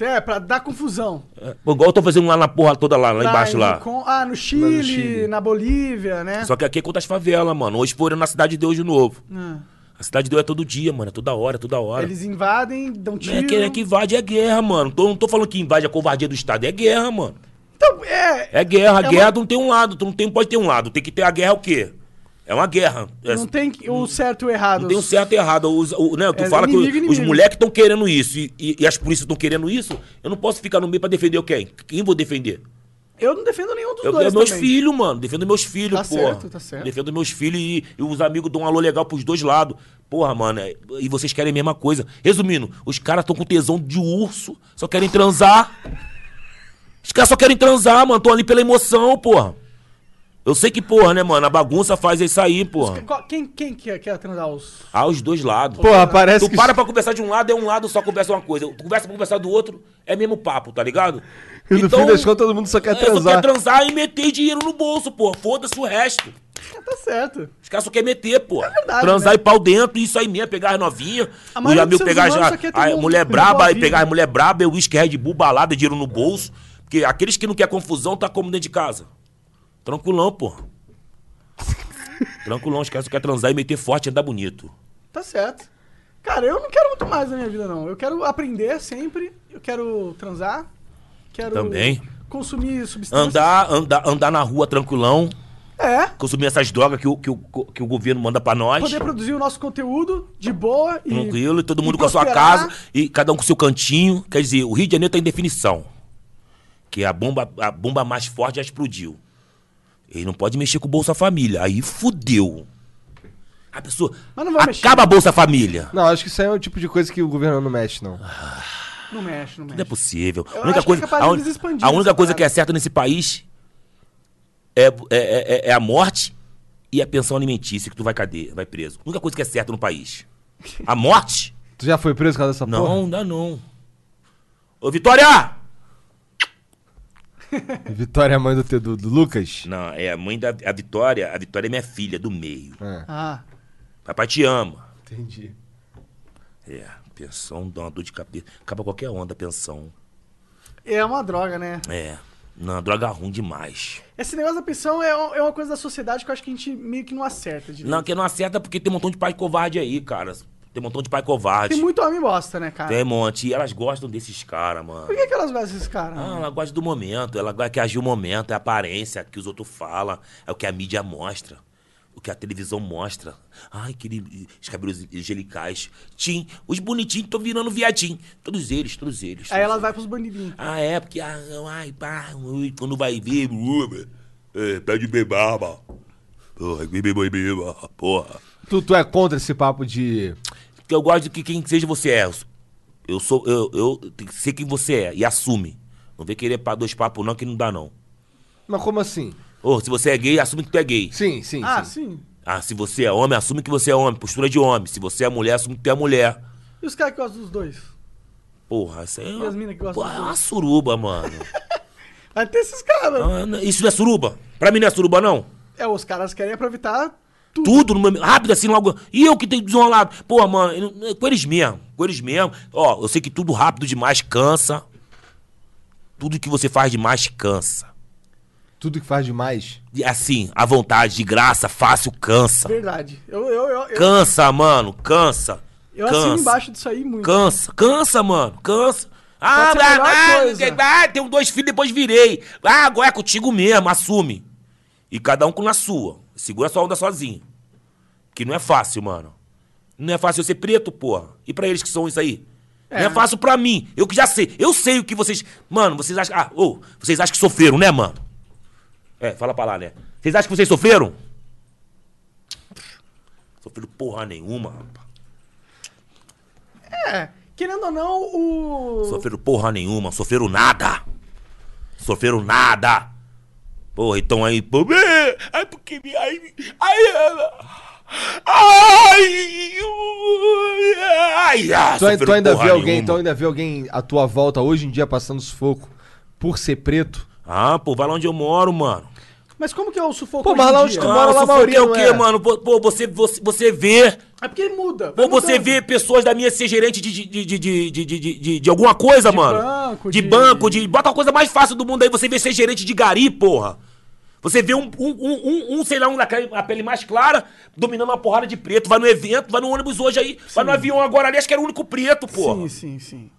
[SPEAKER 2] É, pra dar confusão.
[SPEAKER 3] É, bom, igual eu tô fazendo lá na porra toda lá, lá
[SPEAKER 2] Pra-
[SPEAKER 3] embaixo
[SPEAKER 2] em
[SPEAKER 3] lá.
[SPEAKER 2] Con- ah, no Chile,
[SPEAKER 1] Chile.
[SPEAKER 2] na Bolívia, né?
[SPEAKER 3] Só que aqui é contra as favelas, mano. Hoje foram na Cidade de Deus de novo. A Cidade de Deus é todo dia, mano. É toda hora, é toda hora.
[SPEAKER 2] Ah. Eles invadem, dão tiro.
[SPEAKER 3] É que, é que invade é guerra, mano. Tô, não tô falando que invade a covardia do Estado, é guerra, mano.
[SPEAKER 2] Então, é,
[SPEAKER 3] É guerra, a
[SPEAKER 2] uma-
[SPEAKER 3] guerra não tem um lado, tu não tem, pode ter um lado. Tem que ter a guerra é o quê? É uma guerra. É-
[SPEAKER 2] Não tem o certo e o errado.
[SPEAKER 3] Não tem um o certo e errado. Os, o- né, tu
[SPEAKER 2] É,
[SPEAKER 3] fala
[SPEAKER 2] inimigo,
[SPEAKER 3] que o- os
[SPEAKER 2] inimigo.
[SPEAKER 3] moleques estão querendo isso e, e- e as polícias estão querendo isso. Eu não posso ficar no meio pra defender quem? Quem vou defender?
[SPEAKER 2] Eu não defendo nenhum dos
[SPEAKER 3] Eu,
[SPEAKER 2] dois.
[SPEAKER 3] eu- meus
[SPEAKER 2] também.
[SPEAKER 3] filhos, mano. Defendo meus filhos,
[SPEAKER 2] Tá
[SPEAKER 3] porra.
[SPEAKER 2] certo, tá certo.
[SPEAKER 3] Defendo meus filhos e, e os amigos dão um alô legal pros dois lados. Porra, mano. é- E vocês querem a mesma coisa. Resumindo, os caras estão com tesão de urso, só querem transar. Os caras só querem transar, mano. Tô ali pela emoção, porra. Eu sei que, porra, né, mano? A bagunça faz isso aí, porra.
[SPEAKER 2] Qual- Quem, quem quer, quer transar os.
[SPEAKER 3] Aos dois lados.
[SPEAKER 1] Porra, parece
[SPEAKER 3] Tu
[SPEAKER 1] que.
[SPEAKER 3] para pra conversar de um lado, é um lado só conversa uma coisa. Tu conversa pra conversar do outro, é mesmo papo, tá ligado?
[SPEAKER 1] No fim das contas, todo mundo só quer
[SPEAKER 3] eu Então- É, só quero
[SPEAKER 1] transar.
[SPEAKER 3] transar e meter dinheiro no bolso, pô. Foda-se o resto.
[SPEAKER 2] Tá certo.
[SPEAKER 3] Os caras só querem meter, pô.
[SPEAKER 2] verdade,
[SPEAKER 3] transar
[SPEAKER 2] né?
[SPEAKER 3] e pau dentro, isso aí mesmo, é pegar as novinhas.
[SPEAKER 2] A
[SPEAKER 3] Os
[SPEAKER 2] maioria
[SPEAKER 3] amigos
[SPEAKER 2] dos seres
[SPEAKER 3] pegar as,
[SPEAKER 2] humanos só quer ter
[SPEAKER 3] a- a
[SPEAKER 2] um-
[SPEAKER 3] mulher
[SPEAKER 2] um
[SPEAKER 3] braba, e
[SPEAKER 2] envolvido.
[SPEAKER 3] pegar as mulher braba, e uísque, Red Bull, balada, dinheiro no bolso. Porque aqueles que não quer confusão, tá como dentro de casa. Tranquilão, pô. Tranquilão, os caras só querem transar e meter forte e andar bonito.
[SPEAKER 2] Tá certo. Cara, eu não quero muito mais na minha vida, não. Eu quero aprender sempre. Eu quero transar. Quero.
[SPEAKER 3] Também.
[SPEAKER 2] Consumir substâncias.
[SPEAKER 3] Andar, andar, andar na rua tranquilão.
[SPEAKER 2] É.
[SPEAKER 3] consumir essas drogas que o, que o, que o governo manda pra nós.
[SPEAKER 2] Poder produzir o nosso conteúdo de boa e.
[SPEAKER 3] Tranquilo, e todo mundo
[SPEAKER 2] e
[SPEAKER 3] com a sua
[SPEAKER 2] prosperar.
[SPEAKER 3] casa e cada um com o seu cantinho. Quer dizer, o Rio de Janeiro tá em definição. Que é a bomba, a bomba mais forte já explodiu. Ele não pode mexer com o Bolsa Família. Aí fudeu. A pessoa.
[SPEAKER 2] Mas não vai
[SPEAKER 3] acaba
[SPEAKER 2] mexer.
[SPEAKER 3] a Bolsa Família.
[SPEAKER 1] Não, acho que isso aí é o tipo de coisa que o governo não mexe, não.
[SPEAKER 2] Não mexe, não
[SPEAKER 3] Não
[SPEAKER 2] mexe.
[SPEAKER 3] é possível.
[SPEAKER 2] Eu
[SPEAKER 3] A única
[SPEAKER 2] acho que
[SPEAKER 3] coisa,
[SPEAKER 2] é capaz
[SPEAKER 3] a,
[SPEAKER 2] deles
[SPEAKER 3] un-
[SPEAKER 2] expandirem
[SPEAKER 3] a única
[SPEAKER 2] essa
[SPEAKER 3] coisa
[SPEAKER 2] parada.
[SPEAKER 3] que é certa nesse país é, é- é- é a morte e a pensão alimentícia, que tu vai cadeia, vai preso. A única coisa que é certa no país. A morte?
[SPEAKER 1] Tu já foi preso por causa dessa
[SPEAKER 3] Não,
[SPEAKER 1] porra?
[SPEAKER 3] ainda não. Ô, Vitória!
[SPEAKER 1] Vitória, é mãe do Tedudo. Lucas.
[SPEAKER 3] Não, é a mãe da a Vitória. A Vitória é minha filha, do meio.
[SPEAKER 2] Ah.
[SPEAKER 3] Papai te ama.
[SPEAKER 1] Entendi.
[SPEAKER 3] É, pensão dá uma dor de cabeça. Acaba qualquer onda, pensão.
[SPEAKER 2] É uma droga, né?
[SPEAKER 3] É. Não, droga ruim demais.
[SPEAKER 2] Esse negócio da pensão é, é uma coisa da sociedade que eu acho que a gente meio que não acerta. direito.
[SPEAKER 3] Não, que não acerta porque tem um montão de pai covarde aí, cara. Tem um montão de pai covarde.
[SPEAKER 2] Tem muito homem bosta, né, cara?
[SPEAKER 3] Tem um monte. E elas gostam desses caras, mano.
[SPEAKER 2] Por que, que elas gostam desses caras?
[SPEAKER 3] Ah,
[SPEAKER 2] mano?
[SPEAKER 3] ela gosta do momento, ela gosta que agir o momento, é a aparência, é o que os outros falam, é o que a mídia mostra, o que a televisão mostra. Ai, aquele, os cabelos angelicais. Tim, os bonitinhos estão virando viadinho. Todos eles, todos eles.
[SPEAKER 2] Aí
[SPEAKER 3] todos
[SPEAKER 2] ela
[SPEAKER 3] eles.
[SPEAKER 2] vai pros bandidinhos.
[SPEAKER 3] Ah, é, porque. Ah, não, ai, pá, ui, quando vai ver. ui, É, pede bebaba. Porra, bebe, bebe, beba, porra.
[SPEAKER 1] Tu, tu é contra esse papo de.
[SPEAKER 3] Porque eu gosto de que quem seja você é. Eu sou. Eu, eu tenho que ser quem você é e assume. Não vem querer pa- dois papos, não, que não dá, não.
[SPEAKER 1] Mas como assim?
[SPEAKER 3] Ou se você é gay, assume que tu é gay.
[SPEAKER 1] Sim, sim,
[SPEAKER 2] Ah,
[SPEAKER 1] sim.
[SPEAKER 2] sim.
[SPEAKER 3] Ah, se você é homem, assume que você é homem. Postura de homem. Se você é mulher, assume que tu é mulher.
[SPEAKER 2] E os caras que gostam dos dois?
[SPEAKER 3] Porra, isso aí é
[SPEAKER 2] E as mina que gostam
[SPEAKER 3] Porra,
[SPEAKER 2] dos
[SPEAKER 3] é uma
[SPEAKER 2] dois?
[SPEAKER 3] suruba, mano.
[SPEAKER 2] Vai ter esses caras. mano.
[SPEAKER 3] Não, não, Isso não é suruba. Pra mim não é suruba, não.
[SPEAKER 2] É, os caras querem aproveitar tudo.
[SPEAKER 3] Tudo no meu. Rápido assim logo. E eu que tenho que desenrolar. Porra, mano, eu não- é com eles mesmo. Com eles mesmo. Ó, eu sei que tudo rápido demais cansa. Tudo que você faz demais cansa.
[SPEAKER 1] Tudo que faz demais.
[SPEAKER 3] E assim, à vontade, de graça, fácil, cansa.
[SPEAKER 2] Verdade. Eu, eu, eu, eu,
[SPEAKER 3] Cansa, mano, cansa.
[SPEAKER 2] eu assino
[SPEAKER 3] cansa.
[SPEAKER 2] embaixo disso aí muito.
[SPEAKER 3] Cansa, cansa, mano, cansa. Ah,
[SPEAKER 2] Pode ser a
[SPEAKER 3] ah,
[SPEAKER 2] melhor
[SPEAKER 3] ah,
[SPEAKER 2] coisa.
[SPEAKER 3] ninguém- ah, tenho dois filhos, depois virei. Ah, agora é contigo mesmo, assume. E cada um com na sua. Segura sua onda sozinho. Que não é fácil, mano. Não é fácil eu ser preto, porra. E pra eles que são isso aí? Não é fácil pra mim. Eu que já sei. Eu sei o que vocês. Mano, vocês acham. Ah, ô, vocês acham que sofreram, né, mano? É, fala pra lá, né? Vocês acham que vocês sofreram? Sofreram porra nenhuma, rapaz.
[SPEAKER 2] É, querendo ou não, o.
[SPEAKER 3] Sofreram porra nenhuma, sofreram nada. Sofreram nada. Porra, então aí. pô, é, Ai, porque. me- Ai. Ai. Ai. Ai. Ai. ah,
[SPEAKER 1] Tu, ai- tu
[SPEAKER 3] sofreram
[SPEAKER 1] ainda
[SPEAKER 3] porra
[SPEAKER 1] vê alguém, então?
[SPEAKER 3] nenhuma.
[SPEAKER 1] tu ainda vê alguém à tua volta hoje em dia passando sufoco por ser preto?
[SPEAKER 3] Ah, pô, vai lá onde eu moro, mano.
[SPEAKER 2] Mas como que é o sufoco?
[SPEAKER 1] Pô,
[SPEAKER 2] hoje
[SPEAKER 1] mas
[SPEAKER 2] em
[SPEAKER 1] lá onde
[SPEAKER 2] dia?
[SPEAKER 1] tu mora? lá,
[SPEAKER 3] sufoco
[SPEAKER 1] Maurinho,
[SPEAKER 3] é o quê,
[SPEAKER 1] é?
[SPEAKER 3] mano? Pô, pô, você, você, você vê.
[SPEAKER 2] É porque muda.
[SPEAKER 3] Pô,
[SPEAKER 2] vai
[SPEAKER 3] você
[SPEAKER 2] mudando.
[SPEAKER 3] vê pessoas da minha ser gerente de, de, de, de, de, de, de- de alguma coisa, mano.
[SPEAKER 2] banco,
[SPEAKER 3] de,
[SPEAKER 2] de-
[SPEAKER 3] banco, de. Bota a coisa mais fácil do mundo aí, você vê ser gerente de gari, porra. Você vê um, um, um, um, um, sei lá, um da ca- a pele mais clara, dominando uma porrada de preto, vai no evento, vai no ônibus hoje aí, vai no avião agora ali, acho que era o único preto, porra.
[SPEAKER 2] Sim, sim, sim.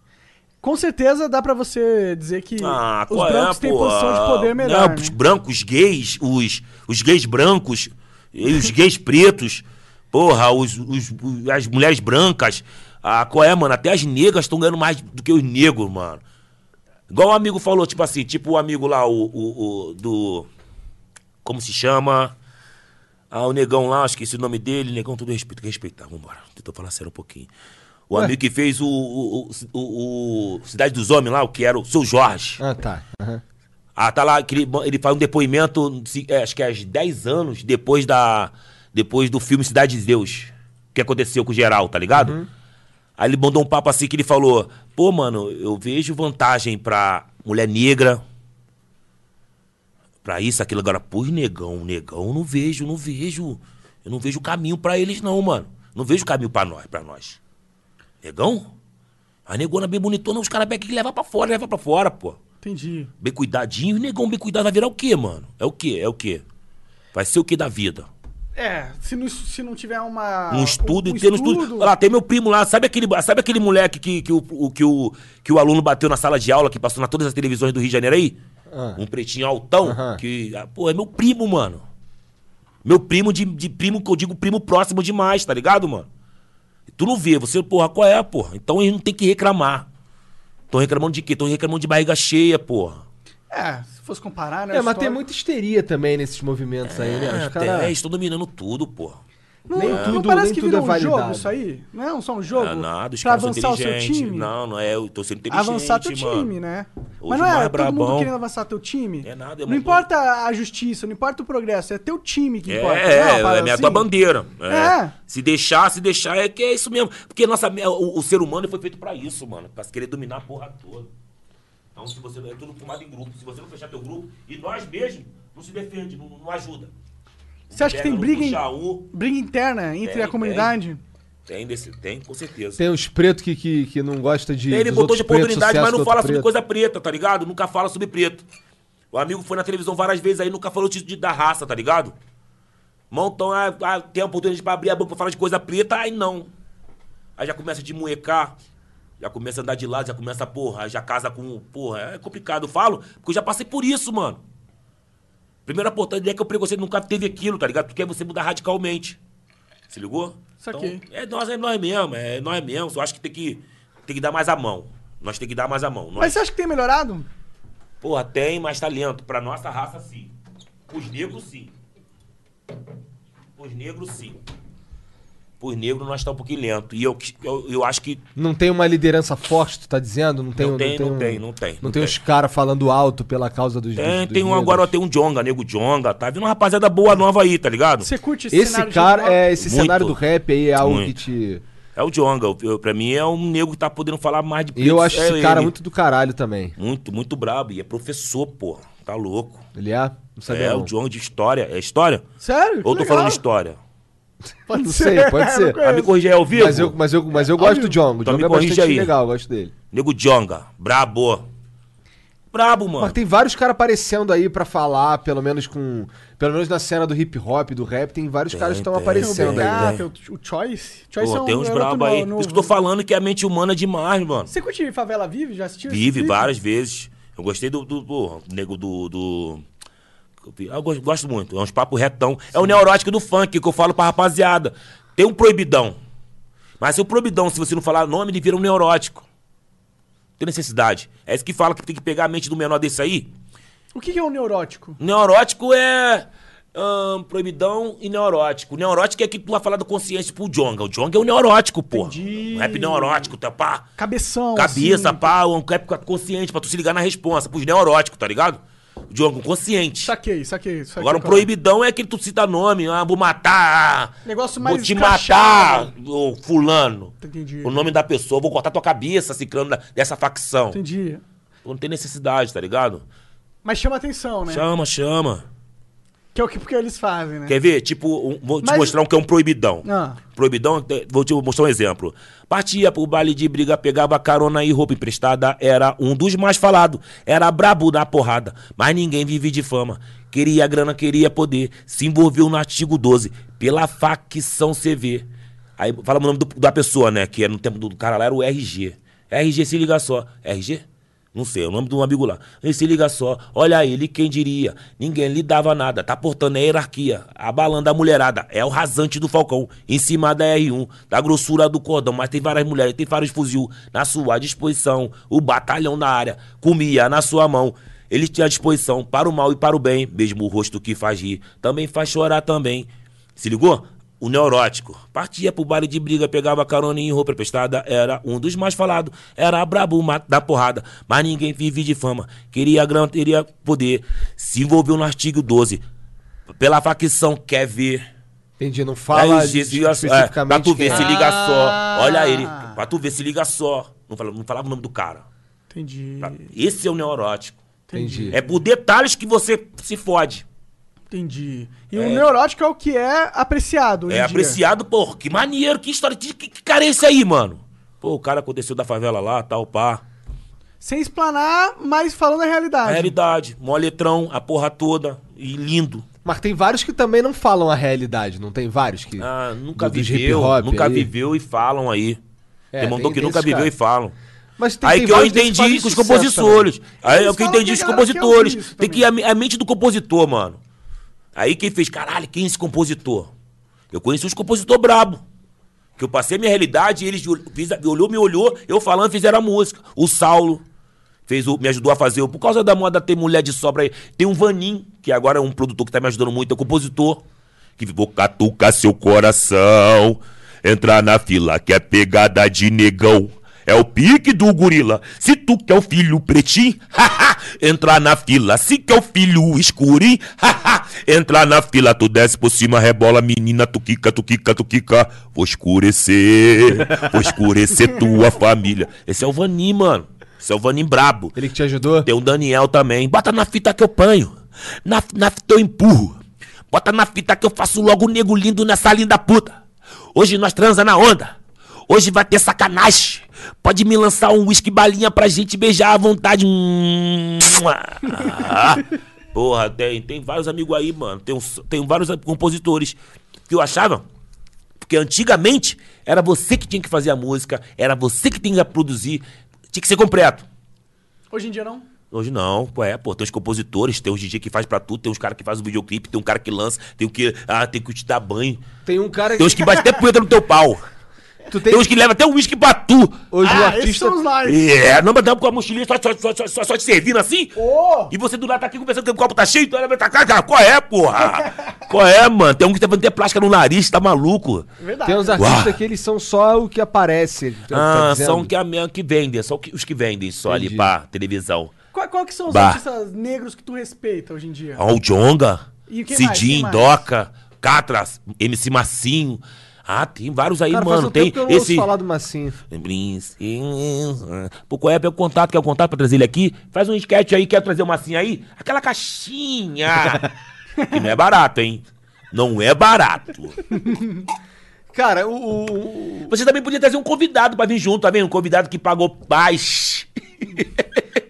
[SPEAKER 2] Com certeza dá pra você dizer que
[SPEAKER 3] Ah,
[SPEAKER 2] os
[SPEAKER 3] qual
[SPEAKER 2] brancos
[SPEAKER 3] é,
[SPEAKER 2] têm
[SPEAKER 3] pô?
[SPEAKER 2] posição de poder melhor.
[SPEAKER 3] Não,
[SPEAKER 2] né?
[SPEAKER 3] Os brancos gays, os, os gays brancos, e os gays pretos, porra, os, os- os- as mulheres brancas. Ah, qual é, mano? Até as negras estão ganhando mais do que os negros, mano. Igual o amigo falou, tipo assim, tipo o amigo lá, o, o- o do. Como se chama? Ah, o negão lá, esqueci o nome dele, negão, todo respeito, tem que respeitar, vambora. Tentou falar sério um pouquinho. O amigo que fez o, o- o- o- o Cidade dos Homens lá, o que era o seu Jorge.
[SPEAKER 1] Ah, tá. Aham.
[SPEAKER 3] Ah, tá lá, que ele, ele faz um depoimento, se- é, acho que é às 10 anos depois da depois do filme Cidade de Deus, que aconteceu com o geral, tá ligado? Aí ele mandou um papo assim que ele falou: "Pô, mano, eu vejo vantagem pra mulher negra, pra isso, aquilo agora pros negão, negão, eu não vejo, não vejo. Eu não vejo caminho pra eles não, mano. Não vejo caminho pra nós, para nós. Negão? A negona bem bonitona, os caras pegam que levar pra fora, leva pra fora, pô
[SPEAKER 2] Entendi.
[SPEAKER 3] bem cuidadinho, e negão bem cuidado vai virar o quê, mano? É o quê? É o quê? Vai ser o quê da vida?
[SPEAKER 2] É, se não, se não tiver uma.
[SPEAKER 3] Um estudo e ter um estudo. Olha lá, tem meu primo lá, sabe aquele, sabe aquele moleque que, que, o, o- que, o, que o aluno bateu na sala de aula, que passou na todas as televisões do Rio de Janeiro aí? Um pretinho altão,
[SPEAKER 1] Aham.
[SPEAKER 3] que. ah, Pô, é meu primo, mano. Meu primo de, de primo, que eu digo primo próximo demais, tá ligado, mano? Tu não vê, você, porra, qual é, porra? Então eles não tem que reclamar. Tão reclamando de quê? Tão reclamando de barriga cheia, porra.
[SPEAKER 2] É, se fosse comparar, né?
[SPEAKER 1] É,
[SPEAKER 2] o
[SPEAKER 1] mas tem
[SPEAKER 2] histórico-
[SPEAKER 1] muita histeria também nesses movimentos aí, né? Os
[SPEAKER 3] Até,
[SPEAKER 1] cara...
[SPEAKER 3] eles estão dominando tudo, porra.
[SPEAKER 2] Não,
[SPEAKER 1] nem
[SPEAKER 2] não
[SPEAKER 1] tudo-
[SPEAKER 2] parece
[SPEAKER 1] nem
[SPEAKER 2] que
[SPEAKER 1] tudo
[SPEAKER 2] virou
[SPEAKER 1] é
[SPEAKER 2] um
[SPEAKER 1] validado.
[SPEAKER 2] jogo isso aí? Não é só um jogo?
[SPEAKER 3] É nada, os
[SPEAKER 2] pra
[SPEAKER 3] caras são
[SPEAKER 2] avançar o seu
[SPEAKER 3] inteligentes.
[SPEAKER 2] time?
[SPEAKER 3] Não, não é, eu tô sendo inteligente,
[SPEAKER 2] avançar teu
[SPEAKER 3] mano.
[SPEAKER 2] time, né?
[SPEAKER 3] Hoje
[SPEAKER 2] mas não
[SPEAKER 3] o
[SPEAKER 2] é
[SPEAKER 3] mais
[SPEAKER 2] todo
[SPEAKER 3] brabão-
[SPEAKER 2] mundo querendo avançar teu time.
[SPEAKER 3] É nada, é
[SPEAKER 2] Não
[SPEAKER 3] uma-
[SPEAKER 2] importa a justiça, não importa o progresso, é teu time que
[SPEAKER 3] É,
[SPEAKER 2] importa.
[SPEAKER 3] é,
[SPEAKER 2] não uma
[SPEAKER 3] é,
[SPEAKER 2] parada
[SPEAKER 3] a minha
[SPEAKER 2] assim?
[SPEAKER 3] tua bandeira. É.
[SPEAKER 2] É.
[SPEAKER 3] Se deixar, se deixar, é que é isso mesmo. Porque nossa, o, o ser humano foi feito pra isso, mano. Pra se querer dominar a porra toda. Então, se você. É tudo formado em grupo. Se você não fechar teu grupo, e nós mesmos, não se defende, não, não ajuda.
[SPEAKER 2] Você acha que
[SPEAKER 3] Pega,
[SPEAKER 2] tem
[SPEAKER 3] não
[SPEAKER 2] briga, em-
[SPEAKER 3] puxa um.
[SPEAKER 2] briga interna entre
[SPEAKER 3] Tem,
[SPEAKER 2] a comunidade?
[SPEAKER 3] Tem, desse, tem, com certeza.
[SPEAKER 1] Tem uns pretos que, que, que não gosta de.
[SPEAKER 3] Tem, ele
[SPEAKER 1] dos
[SPEAKER 3] botou
[SPEAKER 1] outros
[SPEAKER 3] de
[SPEAKER 1] pretos,
[SPEAKER 3] oportunidade,
[SPEAKER 1] sucesso
[SPEAKER 3] mas
[SPEAKER 1] do
[SPEAKER 3] não
[SPEAKER 1] outro
[SPEAKER 3] fala sobre
[SPEAKER 1] preto.
[SPEAKER 3] coisa preta, tá ligado? Nunca fala sobre preto. O amigo foi na televisão várias vezes aí, nunca falou de, de- da raça, tá ligado? Montão, ah, ah, tem a oportunidade pra abrir a boca pra falar de coisa preta, aí não. Aí já começa a desmuecar, já começa a andar de lado, já começa, porra, aí já casa com. Porra, é complicado, eu falo, porque eu já passei por isso, mano. Primeira oportunidade é que o preconceito nunca teve aquilo, tá ligado? Tu quer você mudar radicalmente. Se ligou?
[SPEAKER 2] Saquei.
[SPEAKER 3] Então, é nós, é nós mesmo, é nós mesmo. Só acho que tem que, tem que dar mais a mão. Nós tem que dar mais a mão. Nós,
[SPEAKER 2] Mas você acha que tem melhorado?
[SPEAKER 3] Porra, tem mais talento. Pra nossa raça, sim. Os negros, sim. Os negros, sim. Por negro, nós tá um pouquinho lento. E eu, eu, eu acho que
[SPEAKER 1] Não tem uma liderança forte, tu tá dizendo? Não tem,
[SPEAKER 3] Não
[SPEAKER 1] um-
[SPEAKER 3] tem, não
[SPEAKER 1] um-
[SPEAKER 3] tem, não tem,
[SPEAKER 1] Não,
[SPEAKER 3] não
[SPEAKER 1] tem
[SPEAKER 3] tem.
[SPEAKER 1] os caras falando alto pela causa dos. dos-
[SPEAKER 3] tem,
[SPEAKER 1] dos
[SPEAKER 3] tem um
[SPEAKER 1] negros.
[SPEAKER 3] agora, ó, tem um Jonga, nego Jonga, tá vindo uma rapaziada boa nova aí, tá ligado?
[SPEAKER 2] Você curte esse,
[SPEAKER 1] Esse
[SPEAKER 2] cenário de
[SPEAKER 1] cara,
[SPEAKER 2] hip hop?
[SPEAKER 1] é, esse
[SPEAKER 3] Muito.
[SPEAKER 1] cenário do rap aí é algo que
[SPEAKER 3] Muito.
[SPEAKER 1] te.
[SPEAKER 3] É o Jonga, eu- eu- pra mim é um nego que tá podendo falar mais de
[SPEAKER 1] E eu
[SPEAKER 3] preto,
[SPEAKER 1] acho
[SPEAKER 3] é
[SPEAKER 1] esse cara
[SPEAKER 3] ele.
[SPEAKER 1] muito do caralho também.
[SPEAKER 3] Muito, muito brabo. E é professor, pô. Tá louco.
[SPEAKER 1] Ele é? Não sabia.
[SPEAKER 3] é
[SPEAKER 1] não.
[SPEAKER 3] o Jonga de história. É história?
[SPEAKER 2] Sério? Que
[SPEAKER 3] Ou tô
[SPEAKER 2] legal.
[SPEAKER 3] falando história?
[SPEAKER 1] Não sei, pode
[SPEAKER 2] Eu não
[SPEAKER 1] ser.
[SPEAKER 3] Ah, me
[SPEAKER 2] conheço.
[SPEAKER 3] corrigir é ao vivo?
[SPEAKER 1] Mas eu, mas eu, mas eu gosto do John. O
[SPEAKER 3] Então
[SPEAKER 1] John
[SPEAKER 3] me
[SPEAKER 1] é
[SPEAKER 3] corrige
[SPEAKER 1] bastante
[SPEAKER 3] aí.
[SPEAKER 1] legal, eu gosto dele.
[SPEAKER 3] Nego Jonga, brabo. Brabo, mano.
[SPEAKER 1] Mas tem vários caras aparecendo aí pra falar, pelo menos com. Pelo menos na cena do hip hop, do rap, tem vários caras que estão
[SPEAKER 3] tem,
[SPEAKER 2] Tem o
[SPEAKER 1] aparecendo aí.
[SPEAKER 3] né?
[SPEAKER 2] BK, tem o, o Choice. Choice
[SPEAKER 3] Pô,
[SPEAKER 2] é um
[SPEAKER 3] tem uns
[SPEAKER 2] garoto
[SPEAKER 3] brabo aí.
[SPEAKER 2] no-
[SPEAKER 3] Por isso que eu tô falando que a mente humana é demais, mano.
[SPEAKER 2] Você curte Favela Vive? Já assistiu? esse
[SPEAKER 3] Vive
[SPEAKER 2] vídeo?
[SPEAKER 3] várias vezes. Eu gostei do. do, do nego do. do- Eu gosto, gosto muito. É uns papo retão. É o neurótico do funk que eu falo pra rapaziada. Tem um proibidão. Mas se o proibidão, se você não falar nome, ele vira um neurótico. Tem necessidade. É isso que fala que tem que pegar a mente do menor desse aí.
[SPEAKER 2] O que que é um neurótico?
[SPEAKER 3] Neurótico é. ahn, proibidão e neurótico. Neurótico é que tu vai falar do consciente pro Jonga. O Jonga é o neurótico, pô.
[SPEAKER 2] Entendi.
[SPEAKER 3] Rap neurótico, tá pá.
[SPEAKER 2] Cabeção.
[SPEAKER 3] Cabeça,
[SPEAKER 2] assim.
[SPEAKER 3] pá, um cap consciente, pra tu se ligar na responsa, pros neuróticos, tá ligado? De um consciente.
[SPEAKER 2] Saquei, saquei. saquei
[SPEAKER 3] Agora, um
[SPEAKER 2] qual é.
[SPEAKER 3] proibidão é aquele que tu cita nome, ah, vou matar, ah,
[SPEAKER 2] Negócio
[SPEAKER 3] vou
[SPEAKER 2] mais
[SPEAKER 3] te
[SPEAKER 2] escrachado.
[SPEAKER 3] matar, ô fulano.
[SPEAKER 2] Entendi.
[SPEAKER 3] O nome da pessoa, vou cortar tua cabeça, ciclano da- dessa facção.
[SPEAKER 2] Entendi.
[SPEAKER 3] Tu Não tem necessidade, tá ligado?
[SPEAKER 2] Mas chama atenção, né?
[SPEAKER 3] Chama, chama.
[SPEAKER 2] Que é o que porque eles fazem, né?
[SPEAKER 3] Quer ver? Tipo, um- vou te
[SPEAKER 2] Mas-
[SPEAKER 3] mostrar um que é um proibidão.
[SPEAKER 2] Ah.
[SPEAKER 3] Proibidão, te- vou te mostrar um exemplo. Partia pro baile de briga, pegava carona e roupa emprestada. Era um dos mais falados. Era brabo da porrada. Mas ninguém vive de fama. Queria grana, queria poder. Se envolveu no artigo 12. Pela facção CV. Aí fala o nome do- da pessoa, né? Que era no tempo do do cara lá, era o RG. RG, se liga só. RG? Não sei, é o nome de um amigo lá. Ele se liga só, olha ele, quem diria? Ninguém lhe dava nada, tá portando a hierarquia, abalando a mulherada. É o rasante do Falcão, em cima da R1, da grossura do cordão, mas tem várias mulheres, tem vários fuzil na sua disposição. O batalhão na área, comia na sua mão. Ele tinha disposição para o mal e para o bem, mesmo o rosto que faz rir, também faz chorar também. Se ligou? O neurótico. Partia pro baile de briga, pegava carona em roupa prestada. Era um dos mais falados. Era brabo ma- da porrada. Mas ninguém vive de fama. Queria grana, teria poder. Se envolveu no artigo 12. Pela facção quer ver.
[SPEAKER 1] Entendi, não fala
[SPEAKER 3] RG, se
[SPEAKER 1] de-
[SPEAKER 3] liga só. É, pra
[SPEAKER 1] especificamente
[SPEAKER 3] tu ver,
[SPEAKER 1] quem
[SPEAKER 3] se
[SPEAKER 1] é.
[SPEAKER 3] liga
[SPEAKER 2] Ah.
[SPEAKER 3] só. Olha ele. Pra tu ver, se liga só. Não falava, não falava o nome do cara.
[SPEAKER 2] Entendi.
[SPEAKER 3] Pra- Esse é o neurótico.
[SPEAKER 1] Entendi.
[SPEAKER 3] É por detalhes que você se fode.
[SPEAKER 2] Entendi. E o neurótico é o que é apreciado. hoje
[SPEAKER 3] É
[SPEAKER 2] em dia.
[SPEAKER 3] apreciado, pô, que maneiro, que história, que, que cara é esse aí, mano? Pô, o cara aconteceu da favela lá, tal, pá.
[SPEAKER 2] Sem explanar, mas falando a
[SPEAKER 3] A
[SPEAKER 1] Ah,
[SPEAKER 2] realidade.
[SPEAKER 3] realidade, mó letrão, a porra toda, e lindo.
[SPEAKER 1] Mas tem vários que também não falam a realidade, não tem vários que.
[SPEAKER 3] Ah, nunca
[SPEAKER 1] do- dos
[SPEAKER 3] viveu,
[SPEAKER 1] hip-hop
[SPEAKER 3] nunca
[SPEAKER 1] aí.
[SPEAKER 3] viveu e falam aí.
[SPEAKER 1] É,
[SPEAKER 3] tem mandou
[SPEAKER 1] tem-
[SPEAKER 3] que
[SPEAKER 1] tem
[SPEAKER 3] nunca
[SPEAKER 1] esses
[SPEAKER 3] viveu
[SPEAKER 1] cara.
[SPEAKER 3] e falam.
[SPEAKER 1] Mas tem-
[SPEAKER 3] aí
[SPEAKER 1] tem
[SPEAKER 3] que eu
[SPEAKER 1] vários que
[SPEAKER 3] entendi
[SPEAKER 1] fazem
[SPEAKER 3] com os
[SPEAKER 1] sucesso
[SPEAKER 3] compositores. Aí é o
[SPEAKER 2] Eles
[SPEAKER 3] que eu
[SPEAKER 2] falam
[SPEAKER 3] entendi
[SPEAKER 2] que
[SPEAKER 3] dos
[SPEAKER 2] a galera quer ouvir
[SPEAKER 3] compositores.
[SPEAKER 2] isso
[SPEAKER 3] Tem que ir a, me- a mente do compositor, mano. Aí quem fez, caralho, quem é esse compositor? Eu conheci os compositores brabo. Que eu passei a minha realidade, eles ol- fiz, a- olhou, me olhou, eu falando, fizeram a música. O Saulo fez o, me ajudou a fazer. o- Por causa da moda tem mulher de sobra aí. Tem um Vanin, que agora é um produtor que tá me ajudando muito, é um compositor. Que ficou catuca seu coração. Entrar na fila que é pegada de negão. É o pique do gorila. Se tu quer o filho pretinho, haha, entrar na fila. Se quer o filho escurinho, haha, entrar na fila. Tu desce por cima, rebola, menina, tu quica, tu quica, tu quica. Vou escurecer, vou escurecer tua família. Esse é o Vanim, mano. Esse é o Vanim brabo.
[SPEAKER 1] Ele que te ajudou?
[SPEAKER 3] Tem um Daniel também. Bota na fita que eu panho. Na, na fita eu empurro. Bota na fita que eu faço logo o nego lindo nessa linda puta. Hoje nós transa na onda. Hoje vai ter sacanagem. Pode me lançar um uísque balinha pra gente beijar à vontade. Hum, ah. Porra, tem, tem vários amigos aí, mano. Tem, uns- tem vários compositores que eu achava porque antigamente era você que tinha que fazer a música, era você que tinha que produzir, tinha que ser completo.
[SPEAKER 2] Hoje em dia não.
[SPEAKER 3] Hoje não, pô, é, pô, tem os compositores, tem os DJ que faz pra tudo, tem os caras que faz o videoclipe, tem um cara que lança, tem o que, ah, tem que te dar banho,
[SPEAKER 1] Tem um cara
[SPEAKER 3] tem os que batem até punheta no teu pau.
[SPEAKER 1] Tu tem,
[SPEAKER 3] Tem uns que levam até o uísque batu.
[SPEAKER 1] hoje o
[SPEAKER 2] Ah, esses
[SPEAKER 1] artista.
[SPEAKER 2] são os lives.
[SPEAKER 3] É, não, mas dá com a mochilinha só, só, só, só, só, só te servindo assim?
[SPEAKER 2] Ô!
[SPEAKER 3] E você do lado tá aqui conversando que o copo tá cheio, tu olha pra cá, cara, qual é, porra? qual é, mano? Tem um que tá fazendo até plástica no nariz, tá maluco?
[SPEAKER 2] Verdade.
[SPEAKER 1] Tem uns
[SPEAKER 2] cara.
[SPEAKER 1] artistas
[SPEAKER 3] Uau.
[SPEAKER 1] que eles são só o que aparece. tu tá
[SPEAKER 3] Ah,
[SPEAKER 1] dizendo?
[SPEAKER 3] são que, a, mesma que vendem, só que, os que vendem só
[SPEAKER 1] Entendi.
[SPEAKER 3] ali pra televisão.
[SPEAKER 2] Qual, qual que são os
[SPEAKER 3] Bah. Ah, um
[SPEAKER 2] artistas negros que tu respeita hoje em dia?
[SPEAKER 3] Raul Jonga,
[SPEAKER 2] E quem mais? Quem
[SPEAKER 3] Cidinho,
[SPEAKER 2] mais?
[SPEAKER 3] Doca, Catras, MC Massinho. Ah, tem vários aí,
[SPEAKER 1] Cara, faz
[SPEAKER 3] mano.
[SPEAKER 1] um tempo
[SPEAKER 3] Tem
[SPEAKER 1] que eu não ouço
[SPEAKER 3] esse.
[SPEAKER 1] falar do Massinho.
[SPEAKER 3] Pô, qual é? Pega o contato, quer o contato pra trazer ele aqui? Faz um sketch aí, quer trazer o massinha aí? Aquela caixinha! que não é barato, hein? Não é barato.
[SPEAKER 1] Cara, o- o. o-
[SPEAKER 3] Você também podia trazer um convidado pra vir junto, tá vendo? Um convidado que pagou paz.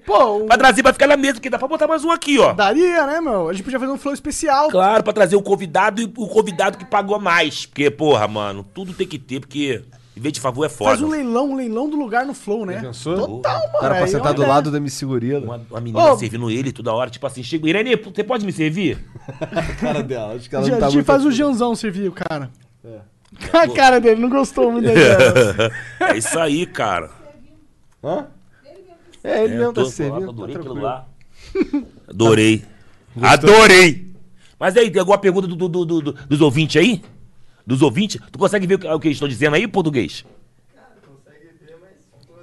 [SPEAKER 2] Pô, o...
[SPEAKER 3] Pra trazer, pra ficar na mesa, que dá pra botar mais um aqui, ó.
[SPEAKER 2] daria, né, meu? A gente podia fazer um flow especial.
[SPEAKER 3] Claro, pra trazer o convidado e o convidado que pagou mais. Porque, porra, mano, tudo tem que ter, porque em vez de favor é
[SPEAKER 2] Faz
[SPEAKER 3] foda.
[SPEAKER 2] um leilão, um leilão do lugar no flow, né?
[SPEAKER 1] Pensou?
[SPEAKER 2] Total, mano.
[SPEAKER 1] O cara pra
[SPEAKER 2] aí
[SPEAKER 1] sentar
[SPEAKER 2] é
[SPEAKER 1] do
[SPEAKER 2] uma
[SPEAKER 1] lado da MC Gorila.
[SPEAKER 3] Uma, uma menina
[SPEAKER 2] Ô.
[SPEAKER 3] servindo ele toda hora, tipo assim, chega, Irene, você pode me servir?
[SPEAKER 1] cara dela. Acho que ela não
[SPEAKER 2] ideia. A
[SPEAKER 1] tá
[SPEAKER 2] gente
[SPEAKER 1] muito...
[SPEAKER 2] faz o
[SPEAKER 3] assim.
[SPEAKER 2] Janzão servir o cara. A cara dele não gostou muito da ideia.
[SPEAKER 3] é isso aí, cara.
[SPEAKER 1] Hã? É, ele
[SPEAKER 3] É,
[SPEAKER 1] mesmo
[SPEAKER 3] eu tô-
[SPEAKER 1] tá servindo.
[SPEAKER 3] adorei
[SPEAKER 1] tá
[SPEAKER 3] aquilo
[SPEAKER 1] tranquilo.
[SPEAKER 3] lá. Adorei. Adorei! Mas aí, tem alguma pergunta do- do- do- do- dos ouvintes aí? Dos ouvintes? Tu consegue ver o que, o que eles estão dizendo aí, português?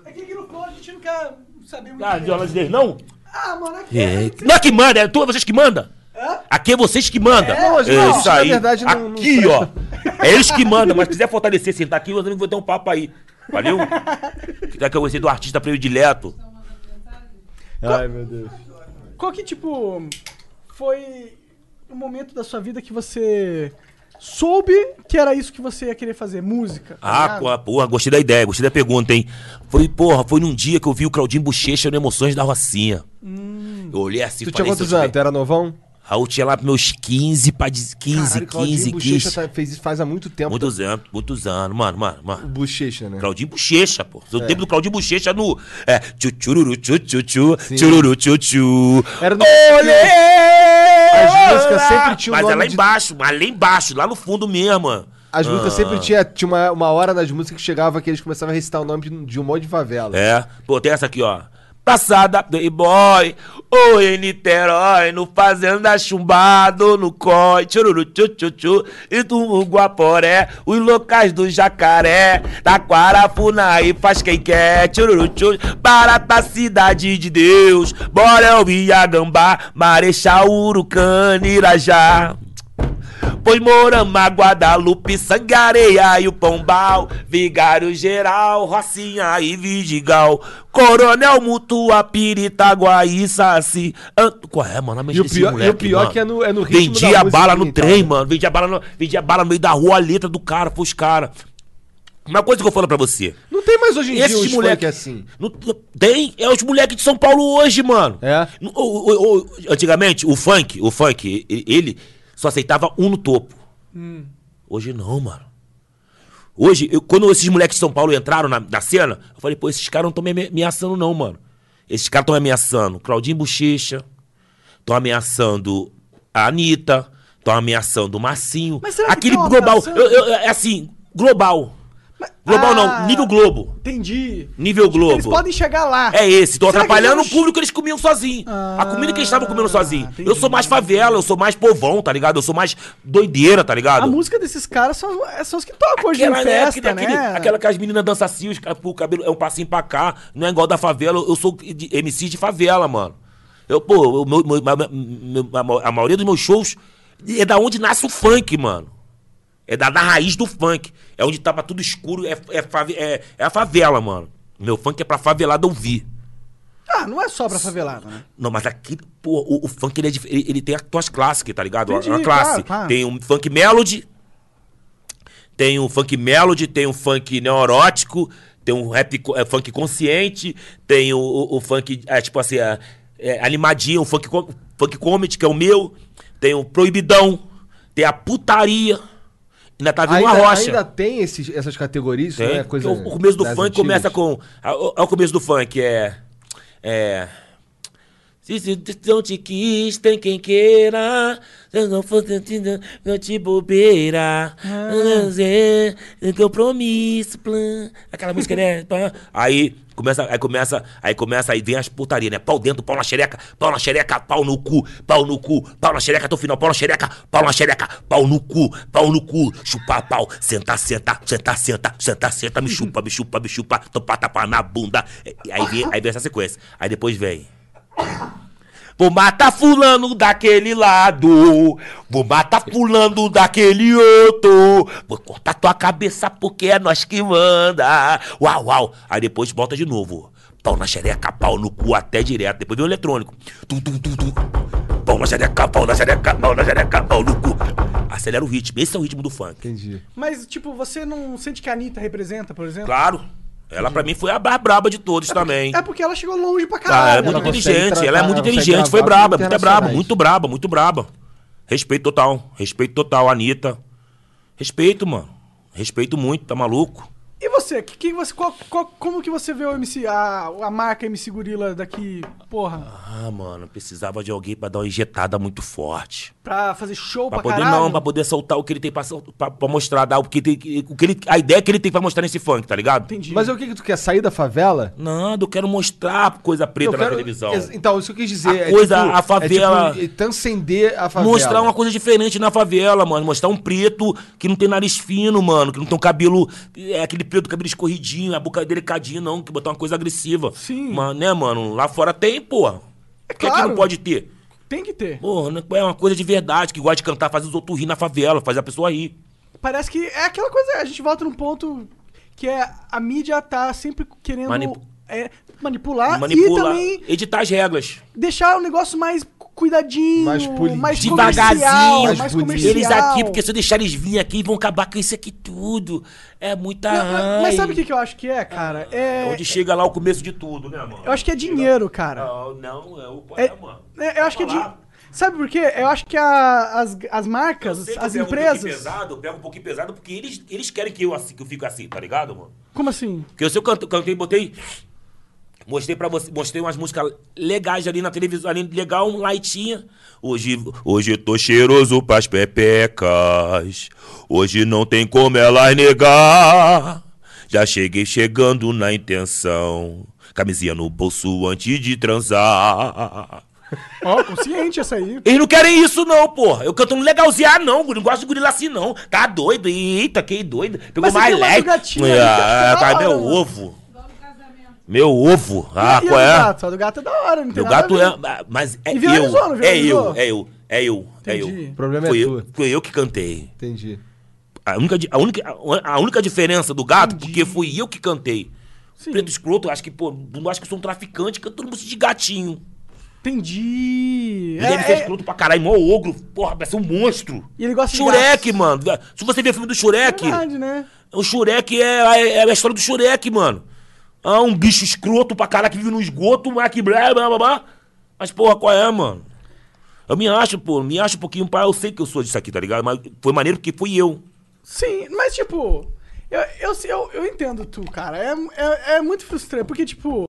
[SPEAKER 2] É que aqui no flow a gente não quer saber muito.
[SPEAKER 3] Ah, de aula deles não?
[SPEAKER 2] Ah, mano, é que.
[SPEAKER 3] É. Não é que manda, é tu, é vocês que mandam. Aqui é vocês que mandam.
[SPEAKER 1] não, mas
[SPEAKER 3] É
[SPEAKER 1] não,
[SPEAKER 3] isso
[SPEAKER 1] na
[SPEAKER 3] aí.
[SPEAKER 1] verdade, não- não
[SPEAKER 3] aqui, ó. É eles que mandam, mas se quiser fortalecer, sentar aqui, eu também vou ter um papo aí. Valeu? Quer que eu gostei do artista predileto?
[SPEAKER 1] Ai, meu Deus.
[SPEAKER 2] Qual que, tipo, foi o momento da sua vida que você soube que era isso que você ia querer fazer? Música. tá
[SPEAKER 3] Ah,
[SPEAKER 2] ligado?
[SPEAKER 1] é
[SPEAKER 3] co- porra, gostei da ideia, gostei da pergunta, hein? Foi, porra, foi num dia que eu vi o Claudinho Bochecha no Emoções da Rocinha. Eu olhei assim,
[SPEAKER 1] Hum. Tu
[SPEAKER 3] e
[SPEAKER 1] tinha
[SPEAKER 3] falei...
[SPEAKER 1] quantos
[SPEAKER 3] "Se eu
[SPEAKER 1] anos? Tu
[SPEAKER 3] tiver-"
[SPEAKER 1] era novão?
[SPEAKER 3] Raul tinha lá pros meus 15, pra diz- 15,
[SPEAKER 1] Caralho, Claudinho
[SPEAKER 3] 15,
[SPEAKER 1] Bochecha
[SPEAKER 3] 15.
[SPEAKER 1] tá- fez isso faz há muito tempo.
[SPEAKER 3] Muitos anos, muitos anos, mano, mano, mano.
[SPEAKER 1] Bochecha, né? É.
[SPEAKER 3] Claudinho Bochecha, pô. O tempo do Claudinho Bochecha no. É. Tchururu, tchutchu, tchururu, tchutchu.
[SPEAKER 1] Era no- As músicas sempre tinham um
[SPEAKER 3] Mas
[SPEAKER 1] nome
[SPEAKER 3] é lá
[SPEAKER 1] de-
[SPEAKER 3] embaixo, mas lá embaixo, lá no fundo mesmo.
[SPEAKER 1] As músicas
[SPEAKER 3] Ah.
[SPEAKER 1] sempre tinha, tinha uma, uma hora nas músicas que chegava que eles começavam a recitar o nome de, de um monte de favela.
[SPEAKER 3] É. Pô, tem essa aqui, ó. Passada Playboy, ou em Niterói, no Fazenda Chumbado, no COI, tchururu, tchutchu, e do Guaporé, os locais do Jacaré, Taquarafuna e faz quem quer, tchururu, tchutchu, barata cidade de Deus, Borel, Viagambá, Marechal, Urucana, Irajá. Pois Morama, Guadalupe, Sangareia e o Pombal, Vigário Geral, Rocinha e Vidigal, Coronel Mutua, Piritaguá e Saci. An- Qual é, mano? A mente
[SPEAKER 1] E o
[SPEAKER 3] desse
[SPEAKER 1] pior- e
[SPEAKER 3] moleque,
[SPEAKER 1] o pior que é no- é no ritmo da
[SPEAKER 3] Vendia
[SPEAKER 1] música
[SPEAKER 3] bala no
[SPEAKER 1] ambiental,
[SPEAKER 3] trem,
[SPEAKER 1] né?
[SPEAKER 3] mano. Vendia bala no, vendia bala no meio da rua, a letra do cara pros caras. Uma coisa que eu falo pra você.
[SPEAKER 1] Não tem mais hoje em dia
[SPEAKER 3] Esses
[SPEAKER 1] uns funk
[SPEAKER 3] moleque
[SPEAKER 1] assim.
[SPEAKER 3] Não- não- tem, é os moleques de São Paulo hoje, mano.
[SPEAKER 1] É?
[SPEAKER 3] No- o- o- o- antigamente, o funk, o funk, e- ele só aceitava um no topo. Hoje não, mano. Hoje, eu- quando esses moleques de São Paulo entraram na, na cena, eu falei, pô, esses caras não estão me ame- ameaçando, não, mano. Esses caras estão ameaçando Claudinho Bochecha, estão ameaçando a Anitta, estão ameaçando o Marcinho.
[SPEAKER 2] Mas será que
[SPEAKER 3] Aquele
[SPEAKER 2] tão
[SPEAKER 3] global.
[SPEAKER 2] ameaçando?
[SPEAKER 3] eu- eu- é assim, global. Global
[SPEAKER 2] Ah.
[SPEAKER 3] não, nível Globo.
[SPEAKER 2] Entendi.
[SPEAKER 3] Nível Globo.
[SPEAKER 2] Tipo, Eles podem chegar lá.
[SPEAKER 3] É esse, tô
[SPEAKER 2] Será que
[SPEAKER 3] atrapalhando
[SPEAKER 2] eles
[SPEAKER 3] o
[SPEAKER 2] Ah,
[SPEAKER 3] público que eles comiam sozinho. a comida que eles estavam comendo sozinho. Eu sou mais favela, eu sou mais povão, tá ligado? Eu sou mais doideira, tá ligado?
[SPEAKER 2] A música desses caras são, são os que tocam hoje em
[SPEAKER 3] Aquela, né, aquele,
[SPEAKER 2] festa,
[SPEAKER 3] aquele-
[SPEAKER 2] né?
[SPEAKER 3] aquela que as meninas dançam assim, os ca- o cabelo é um passinho pra cá, não é igual da favela. Eu sou de- MC de favela, mano. Eu, pô, o meu- meu- ma- ma- meu- a ma- a maioria dos meus shows é da onde nasce o funk, mano. É da, da raiz do funk. É onde tava tudo escuro, é, é, fave- é- é a favela, mano. Meu funk é pra favelada ouvir.
[SPEAKER 2] Ah, não é só pra favelada, né?
[SPEAKER 3] Não, mas aqui, pô, o, o funk ele, é dif- ele, ele tem as tuas clássicas, tá ligado?
[SPEAKER 2] Entendi,
[SPEAKER 3] a, a classe.
[SPEAKER 2] claro, claro.
[SPEAKER 3] Tem um funk melody, tem um funk melody, tem um funk neurótico, tem um rap co- é, funk consciente, tem o, o- o funk, é, tipo assim, é, é, animadinho, um funk, com- funk comedy, que é o meu, tem o proibidão, tem a putaria, ainda tá vindo
[SPEAKER 1] Ainda,
[SPEAKER 3] uma rocha.
[SPEAKER 1] ainda tem esses, essas categorias,
[SPEAKER 3] Tem.
[SPEAKER 1] né? Coisa
[SPEAKER 3] Porque o, o começo do
[SPEAKER 1] das
[SPEAKER 3] funk
[SPEAKER 1] antigas.
[SPEAKER 3] começa com. a- o- é o começo do funk, é. É. Se Se, se não te quis, tem quem queira. Se não for cantina, não te bobeira. Fazer Compromisso, é plan. Aquela música, né? Pá. Aí começa, aí começa, aí começa, aí vem as putarias, né? Pau dentro, pau na xereca, pau na xereca, pau no cu, pau no cu, pau na xereca até o final, pau na xereca, pau na xereca, pau no cu, pau no cu, chupar pau, sentar, sentar, sentar, sentar, sentar, sentar, me chupa, me chupa, me chupa, topar, tapar na bunda. E- Aí vem, aí vem essa sequência. Aí depois vem. Vou matar fulano daquele lado. Vou matar fulano daquele outro. Vou cortar tua cabeça porque é nós que manda. Uau, uau. Aí depois volta de novo. Pau na xereca, pau no cu até direto. Depois vem o eletrônico. Tu, tu, tu, tu. Pau na xereca, pau na xereca, pau na xereca, pau no cu. Acelera o ritmo. Esse é o ritmo do funk.
[SPEAKER 1] Entendi.
[SPEAKER 2] Mas, tipo, você não sente que a Anitta representa, por exemplo?
[SPEAKER 3] Claro. Ela pra mim foi a mais braba de todos também.
[SPEAKER 2] É porque ela chegou longe pra
[SPEAKER 3] Ah, ela é
[SPEAKER 2] caralho.
[SPEAKER 3] muito
[SPEAKER 2] né?
[SPEAKER 1] consegue
[SPEAKER 3] inteligente,
[SPEAKER 1] tratar,
[SPEAKER 3] ela é muito
[SPEAKER 1] ela consegue
[SPEAKER 3] inteligente, foi
[SPEAKER 1] gravar
[SPEAKER 3] braba, muito braba,
[SPEAKER 1] internacionais.
[SPEAKER 3] muito braba, muito braba. Respeito total, respeito total, Anitta. Respeito, mano. Respeito muito, tá maluco?
[SPEAKER 2] E você? Que, que você qual- qual- como que você vê o MC, a, a marca MC Gorila daqui, porra,
[SPEAKER 3] Ah, mano, precisava de alguém pra dar uma injetada muito forte.
[SPEAKER 2] pra fazer show
[SPEAKER 3] Pra
[SPEAKER 2] pra,
[SPEAKER 3] poder
[SPEAKER 2] caralho?
[SPEAKER 3] não, pra poder soltar o que ele tem pra, sol- pra, pra mostrar, dar o que tem, o que ele, a ideia que ele tem pra mostrar nesse funk, tá ligado?
[SPEAKER 2] Entendi.
[SPEAKER 1] Mas é o que que tu quer? Sair da favela?
[SPEAKER 3] Nada, eu quero mostrar coisa preta
[SPEAKER 1] Eu
[SPEAKER 3] na
[SPEAKER 1] quero-
[SPEAKER 3] televisão.
[SPEAKER 1] Ex- Então, isso que eu quis dizer.
[SPEAKER 3] A coisa, a favela-
[SPEAKER 1] é transcender a favela.
[SPEAKER 3] Mostrar uma coisa diferente na favela, mano. Mostrar um preto que não tem nariz fino, mano. Que não tem um cabelo. É aquele preto, cabelo escorridinho, a boca delicadinha, não. Que botar uma coisa agressiva.
[SPEAKER 2] Sim.
[SPEAKER 3] Mano, né, mano? Lá fora tem, porra. É que aqui
[SPEAKER 2] claro.
[SPEAKER 3] não pode ter?
[SPEAKER 2] Tem que ter.
[SPEAKER 3] Porra, né, é uma coisa de verdade. Que gosta de cantar, faz os outros rir na favela, faz a pessoa rir.
[SPEAKER 2] Parece que é aquela coisa, a gente volta num ponto que é a mídia tá sempre querendo
[SPEAKER 3] Manipu-
[SPEAKER 2] é, manipular e
[SPEAKER 3] Manipula,
[SPEAKER 2] também
[SPEAKER 3] editar as regras.
[SPEAKER 2] deixar o negócio mais cuidadinho,
[SPEAKER 1] Mais polido.
[SPEAKER 2] comercial,
[SPEAKER 3] Devagarzinho,
[SPEAKER 2] mais,
[SPEAKER 1] mais bonito.
[SPEAKER 2] comercial.
[SPEAKER 3] eles aqui, porque se eu deixar eles virem aqui, vão acabar com isso aqui tudo. É muita.
[SPEAKER 2] Não, mas- mas
[SPEAKER 3] ai.
[SPEAKER 2] sabe o que, que eu acho que é, cara?
[SPEAKER 3] É
[SPEAKER 2] É,
[SPEAKER 3] onde chega lá o começo de tudo, né, mano?
[SPEAKER 2] eu acho que é dinheiro, cara.
[SPEAKER 3] Não, não, é o
[SPEAKER 2] É,
[SPEAKER 3] é, mano.
[SPEAKER 2] é, eu acho que é
[SPEAKER 3] Vamos lá.
[SPEAKER 2] dinheiro. Sabe por quê? Eu acho que a- as, as marcas,
[SPEAKER 3] Sempre
[SPEAKER 2] as
[SPEAKER 3] pego Um pouquinho
[SPEAKER 2] empresas.
[SPEAKER 3] pesado, eu pego um pouquinho pesado porque eles, eles querem que eu, assim, que eu fique assim, tá ligado, mano?
[SPEAKER 2] Como assim?
[SPEAKER 3] Porque eu, se eu canto, cantei, botei. Mostrei pra você, mostrei umas músicas legais ali na televisão, ali legal, um lightinha. Hoje, hoje eu tô cheiroso pras pepecas. Hoje não tem como elas negar. Já cheguei chegando na intenção. Camisinha no bolso antes de transar.
[SPEAKER 2] Ó, consciente essa aí.
[SPEAKER 3] Eles não querem isso, não, porra. Eu canto um legalzinho. Ah, não, não gosto de gorila assim, não. Tá doido. Eita, que doido. Pegou
[SPEAKER 2] Mas você
[SPEAKER 3] mais
[SPEAKER 2] tem mais
[SPEAKER 3] leve.
[SPEAKER 2] do gatinho
[SPEAKER 3] ah,
[SPEAKER 2] ali, que é da
[SPEAKER 3] cara,
[SPEAKER 2] hora,
[SPEAKER 3] meu
[SPEAKER 2] mano.
[SPEAKER 3] ovo. Meu ovo. Ah,
[SPEAKER 2] e
[SPEAKER 3] qual
[SPEAKER 2] a do
[SPEAKER 3] é?
[SPEAKER 2] gato? A do gato é da hora, não tem
[SPEAKER 3] Meu
[SPEAKER 2] nada a
[SPEAKER 3] gato
[SPEAKER 2] ver.
[SPEAKER 3] é. ah, Mas é
[SPEAKER 2] E viralizou,
[SPEAKER 3] eu. É eu,
[SPEAKER 2] não viralizou?
[SPEAKER 3] é eu, é eu, é eu.
[SPEAKER 2] Entendi. O
[SPEAKER 1] problema é
[SPEAKER 3] foi
[SPEAKER 1] tua.
[SPEAKER 3] eu, foi eu que cantei.
[SPEAKER 1] Entendi.
[SPEAKER 3] A única, di- a única, a única diferença do gato, porque fui eu que cantei. Preto escroto, acho que, pô, não acho que sou um traficante, cantando música de gatinho.
[SPEAKER 2] Entendi.
[SPEAKER 3] Ele
[SPEAKER 2] É,
[SPEAKER 3] deve ser
[SPEAKER 2] é,
[SPEAKER 3] escroto pra caralho, mó ogro, porra, parece um monstro.
[SPEAKER 2] E ele gosta de
[SPEAKER 3] Shurek,
[SPEAKER 2] gatos.
[SPEAKER 3] mano. Se você ver o filme do Shurek,
[SPEAKER 2] verdade, né?
[SPEAKER 3] o Shurek é, é- é a história do Shurek, mano. Ah, um bicho escroto pra caralho que vive no esgoto, mas que blá, blá, blá, blá. Mas, porra, qual é, mano? Eu me acho, pô, me acho um pouquinho pra... Eu sei que eu sou disso aqui, tá ligado? Mas foi maneiro porque fui eu.
[SPEAKER 2] Sim, mas tipo, eu, eu, eu, eu entendo tu, cara. É, é, é muito frustrante, porque, tipo,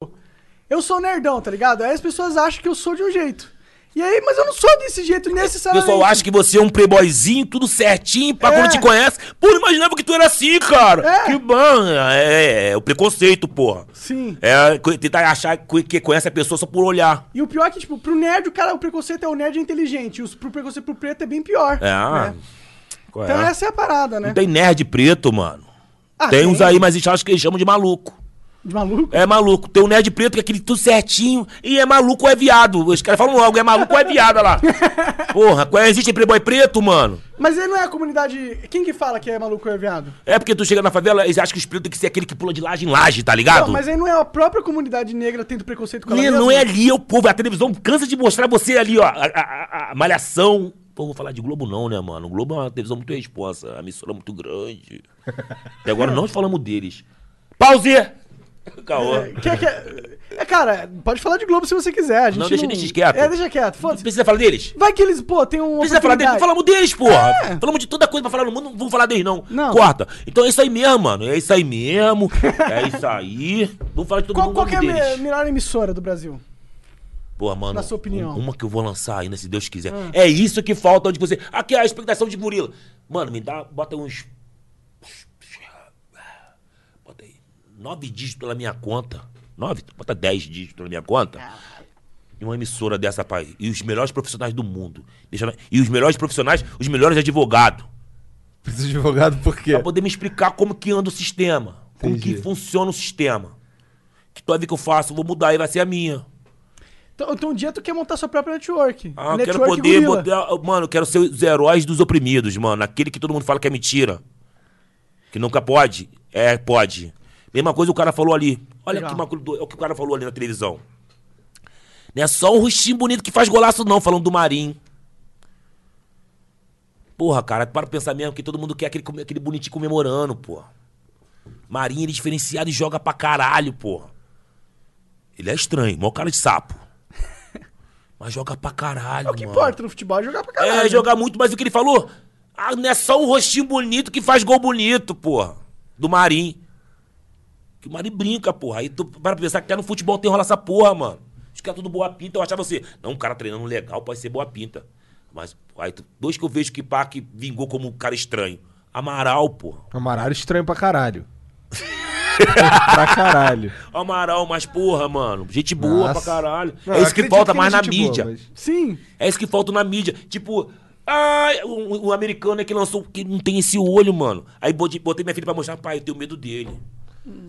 [SPEAKER 2] eu sou nerdão, tá ligado? Aí as pessoas acham que eu sou de um jeito. E aí, mas eu não sou desse jeito
[SPEAKER 3] O
[SPEAKER 2] necessariamente.
[SPEAKER 3] pessoal acha que você é um playboyzinho, tudo certinho, pra
[SPEAKER 2] É.
[SPEAKER 3] quando te conhece. Pô, não imaginava que tu era assim, cara.
[SPEAKER 2] É.
[SPEAKER 3] Que bom. É, é, é o preconceito, porra.
[SPEAKER 2] Sim.
[SPEAKER 3] É, co- tentar achar co- que conhece a pessoa só por olhar.
[SPEAKER 2] E o pior é que, tipo, pro nerd, o cara, o preconceito é o nerd é inteligente. E os, pro preconceito pro preto é bem pior.
[SPEAKER 3] É.
[SPEAKER 2] né?
[SPEAKER 3] Qual
[SPEAKER 2] Então
[SPEAKER 3] é?
[SPEAKER 2] essa é a parada, né?
[SPEAKER 3] Não tem nerd preto, mano.
[SPEAKER 2] Ah,
[SPEAKER 3] tem uns aí, mas acho que eles chamam de maluco.
[SPEAKER 2] De maluco?
[SPEAKER 3] É maluco. Tem um nerd preto que é aquele tudo certinho. E é maluco ou é viado. Os caras falam logo, é maluco ou é viado, olha lá. Porra, qual é? existe playboy preto, mano?
[SPEAKER 2] Mas ele não é a comunidade. Quem que fala que é maluco ou é viado?
[SPEAKER 3] É porque tu chega na favela, eles acham que os pretos tem que ser aquele que pula de laje em laje, tá ligado?
[SPEAKER 2] Não, mas aí não é a própria comunidade negra tendo preconceito com ela
[SPEAKER 3] Lê,
[SPEAKER 2] mesma?
[SPEAKER 3] não é ali, é o povo. A televisão cansa de mostrar você ali, ó. A, a- a- a malhação. Pô, vou falar de Globo não, né, mano? O Globo é uma televisão muito responsa, a emissora é muito grande. E agora não falamos deles. Pause! Caô.
[SPEAKER 2] Quer, quer... É, cara, pode falar de Globo se você quiser. A gente
[SPEAKER 3] Não, deixa- deixa quieto.
[SPEAKER 2] É, deixa quieto. Foda-se.
[SPEAKER 3] Precisa falar deles?
[SPEAKER 2] Vai que eles, pô, tem um.
[SPEAKER 3] Precisa falar deles? Não falamos deles, porra.
[SPEAKER 2] É.
[SPEAKER 3] Falamos de toda coisa pra falar no mundo, não vamos falar deles, não.
[SPEAKER 2] Não.
[SPEAKER 3] Corta. Então é isso aí mesmo, mano. É isso aí mesmo. É isso aí. Vamos falar de todo
[SPEAKER 2] Qual,
[SPEAKER 3] mundo
[SPEAKER 2] qual que é a
[SPEAKER 3] vamos
[SPEAKER 2] me-
[SPEAKER 3] deles.
[SPEAKER 2] melhor emissora do Brasil?
[SPEAKER 3] Pô, mano.
[SPEAKER 2] Na sua opinião. Ah.
[SPEAKER 3] um- Uma que eu vou lançar ainda, se Deus quiser. É isso que falta onde você. Aqui é a expectação de Murilo. Mano, me dá. Bota uns. Bota aí. Nove dígitos pela minha conta. Nove? Bota dez dígitos pela minha conta.
[SPEAKER 2] Ah.
[SPEAKER 3] E uma emissora dessa, pai. E os melhores profissionais do mundo. Deixa eu- E os melhores profissionais, os melhores advogados.
[SPEAKER 1] Precisa de advogado por quê?
[SPEAKER 2] É.
[SPEAKER 3] Pra poder me explicar como que anda o sistema. Como
[SPEAKER 1] Entendi.
[SPEAKER 3] que funciona o sistema. Que toda vez que eu faço, eu vou mudar e vai ser a minha.
[SPEAKER 2] Então, então um dia tu quer montar sua própria network.
[SPEAKER 3] Ah, eu
[SPEAKER 2] network
[SPEAKER 3] quero poder
[SPEAKER 2] gorila.
[SPEAKER 3] botar. Mano, eu quero ser os heróis dos oprimidos, mano. Aquele que todo mundo fala que é mentira. Que nunca pode. É, pode. Mesma coisa o cara falou ali. Olha
[SPEAKER 2] Legal.
[SPEAKER 3] que macul... do- é o que o cara falou ali na televisão. Não é só um rostinho bonito que faz golaço, não, falando do Marinho. Porra, cara, para pensar mesmo que todo mundo quer aquele, come- aquele bonitinho comemorando, porra. Marinho, ele é diferenciado e joga pra caralho, porra. Ele é estranho, mó cara de sapo. Mas joga pra caralho,
[SPEAKER 2] É o que
[SPEAKER 3] mano.
[SPEAKER 2] importa no futebol, é jogar pra caralho.
[SPEAKER 3] É, jogar muito, mas o que ele falou? Ah, não é só um rostinho bonito que faz gol bonito, porra. Do Marim. Que o Marim brinca, porra. Aí tu para pra pensar que até no futebol tem rola essa porra, mano. Os caras tudo boa pinta, eu achava você. Não, um cara treinando legal pode ser boa pinta. Mas, aí, tu- dois que eu vejo que pá, que vingou como um cara estranho. Amaral, porra.
[SPEAKER 1] Amaral é estranho pra caralho. pra caralho.
[SPEAKER 3] Amaral, mas porra, mano. Gente boa
[SPEAKER 1] Nossa.
[SPEAKER 3] pra caralho.
[SPEAKER 1] Não,
[SPEAKER 3] é
[SPEAKER 1] eu
[SPEAKER 3] isso que
[SPEAKER 1] acredito
[SPEAKER 3] falta
[SPEAKER 1] ele
[SPEAKER 3] mais
[SPEAKER 1] é
[SPEAKER 3] na
[SPEAKER 1] gente boa,
[SPEAKER 3] mídia.
[SPEAKER 1] mas-
[SPEAKER 2] Sim.
[SPEAKER 3] É isso que falta na mídia. Tipo, ah, o, o americano é que lançou, que não tem esse olho, mano. Aí botei, botei minha filha pra mostrar, pai, eu tenho medo dele.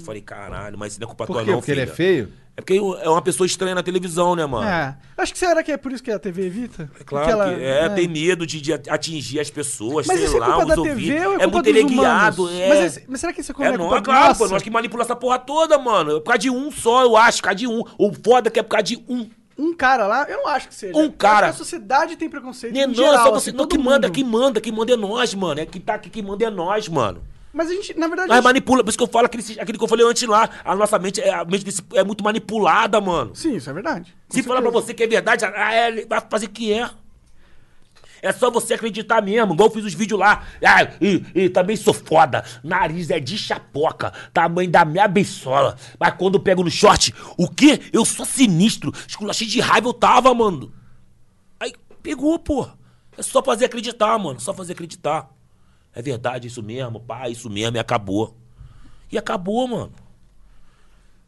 [SPEAKER 3] Falei, caralho, mas isso não é culpa
[SPEAKER 1] Por
[SPEAKER 3] tua,
[SPEAKER 1] quê?
[SPEAKER 3] não,
[SPEAKER 1] Porque ele é
[SPEAKER 3] filha.
[SPEAKER 1] feio?
[SPEAKER 3] É porque é uma pessoa estranha na televisão, né, mano? É.
[SPEAKER 2] É. Acho que será que é por isso que a TV evita? É
[SPEAKER 3] Claro que é, tem medo de, de atingir as pessoas,
[SPEAKER 2] Mas
[SPEAKER 3] sei
[SPEAKER 2] isso é
[SPEAKER 3] lá,
[SPEAKER 2] culpa
[SPEAKER 3] os
[SPEAKER 2] da
[SPEAKER 3] ouvidos.
[SPEAKER 2] TV ou é
[SPEAKER 3] é
[SPEAKER 2] culpa
[SPEAKER 3] muito
[SPEAKER 2] dos
[SPEAKER 3] ele é
[SPEAKER 2] humanos?
[SPEAKER 3] guiado, é.
[SPEAKER 2] Mas, é- mas será que isso é culpa
[SPEAKER 3] É,
[SPEAKER 2] da
[SPEAKER 3] não,
[SPEAKER 2] culpa
[SPEAKER 3] é claro, pô,
[SPEAKER 2] nossa?
[SPEAKER 3] nós que manipula essa porra toda, mano. É por causa de um só, eu acho, por causa de um. O foda é que é por causa de um.
[SPEAKER 2] Um cara lá, eu não acho que seja.
[SPEAKER 3] Um
[SPEAKER 2] Eu acho
[SPEAKER 3] cara.
[SPEAKER 2] que A sociedade tem preconceito.
[SPEAKER 3] Não é
[SPEAKER 2] em
[SPEAKER 3] não,
[SPEAKER 2] geral,
[SPEAKER 3] é só
[SPEAKER 2] assim,
[SPEAKER 3] você. Não,
[SPEAKER 2] todo
[SPEAKER 3] que manda,
[SPEAKER 2] mundo.
[SPEAKER 3] quem manda, quem manda é nós, mano. É que tá aqui, quem manda é nós, mano.
[SPEAKER 2] Mas a gente, na verdade. a
[SPEAKER 3] Nós
[SPEAKER 2] gente-
[SPEAKER 3] manipula, por isso que eu falo aquele, aquele que eu falei antes lá. A nossa mente, é- a mente desse, é muito manipulada, mano.
[SPEAKER 2] Sim, isso é verdade.
[SPEAKER 3] Se falar pra você que é verdade, ah, é, ele vai fazer que é. É só você acreditar mesmo, igual eu fiz os vídeos lá. Ah, e, e também sou foda. Nariz é de chapoca, tamanho da minha beisola. Mas quando eu pego no short, o quê? Eu sou sinistro. Esculachei de raiva eu tava, mano. Aí pegou, pô. É só fazer acreditar, mano. Só fazer acreditar. É verdade, isso mesmo, pá, isso mesmo, e acabou. E acabou, mano.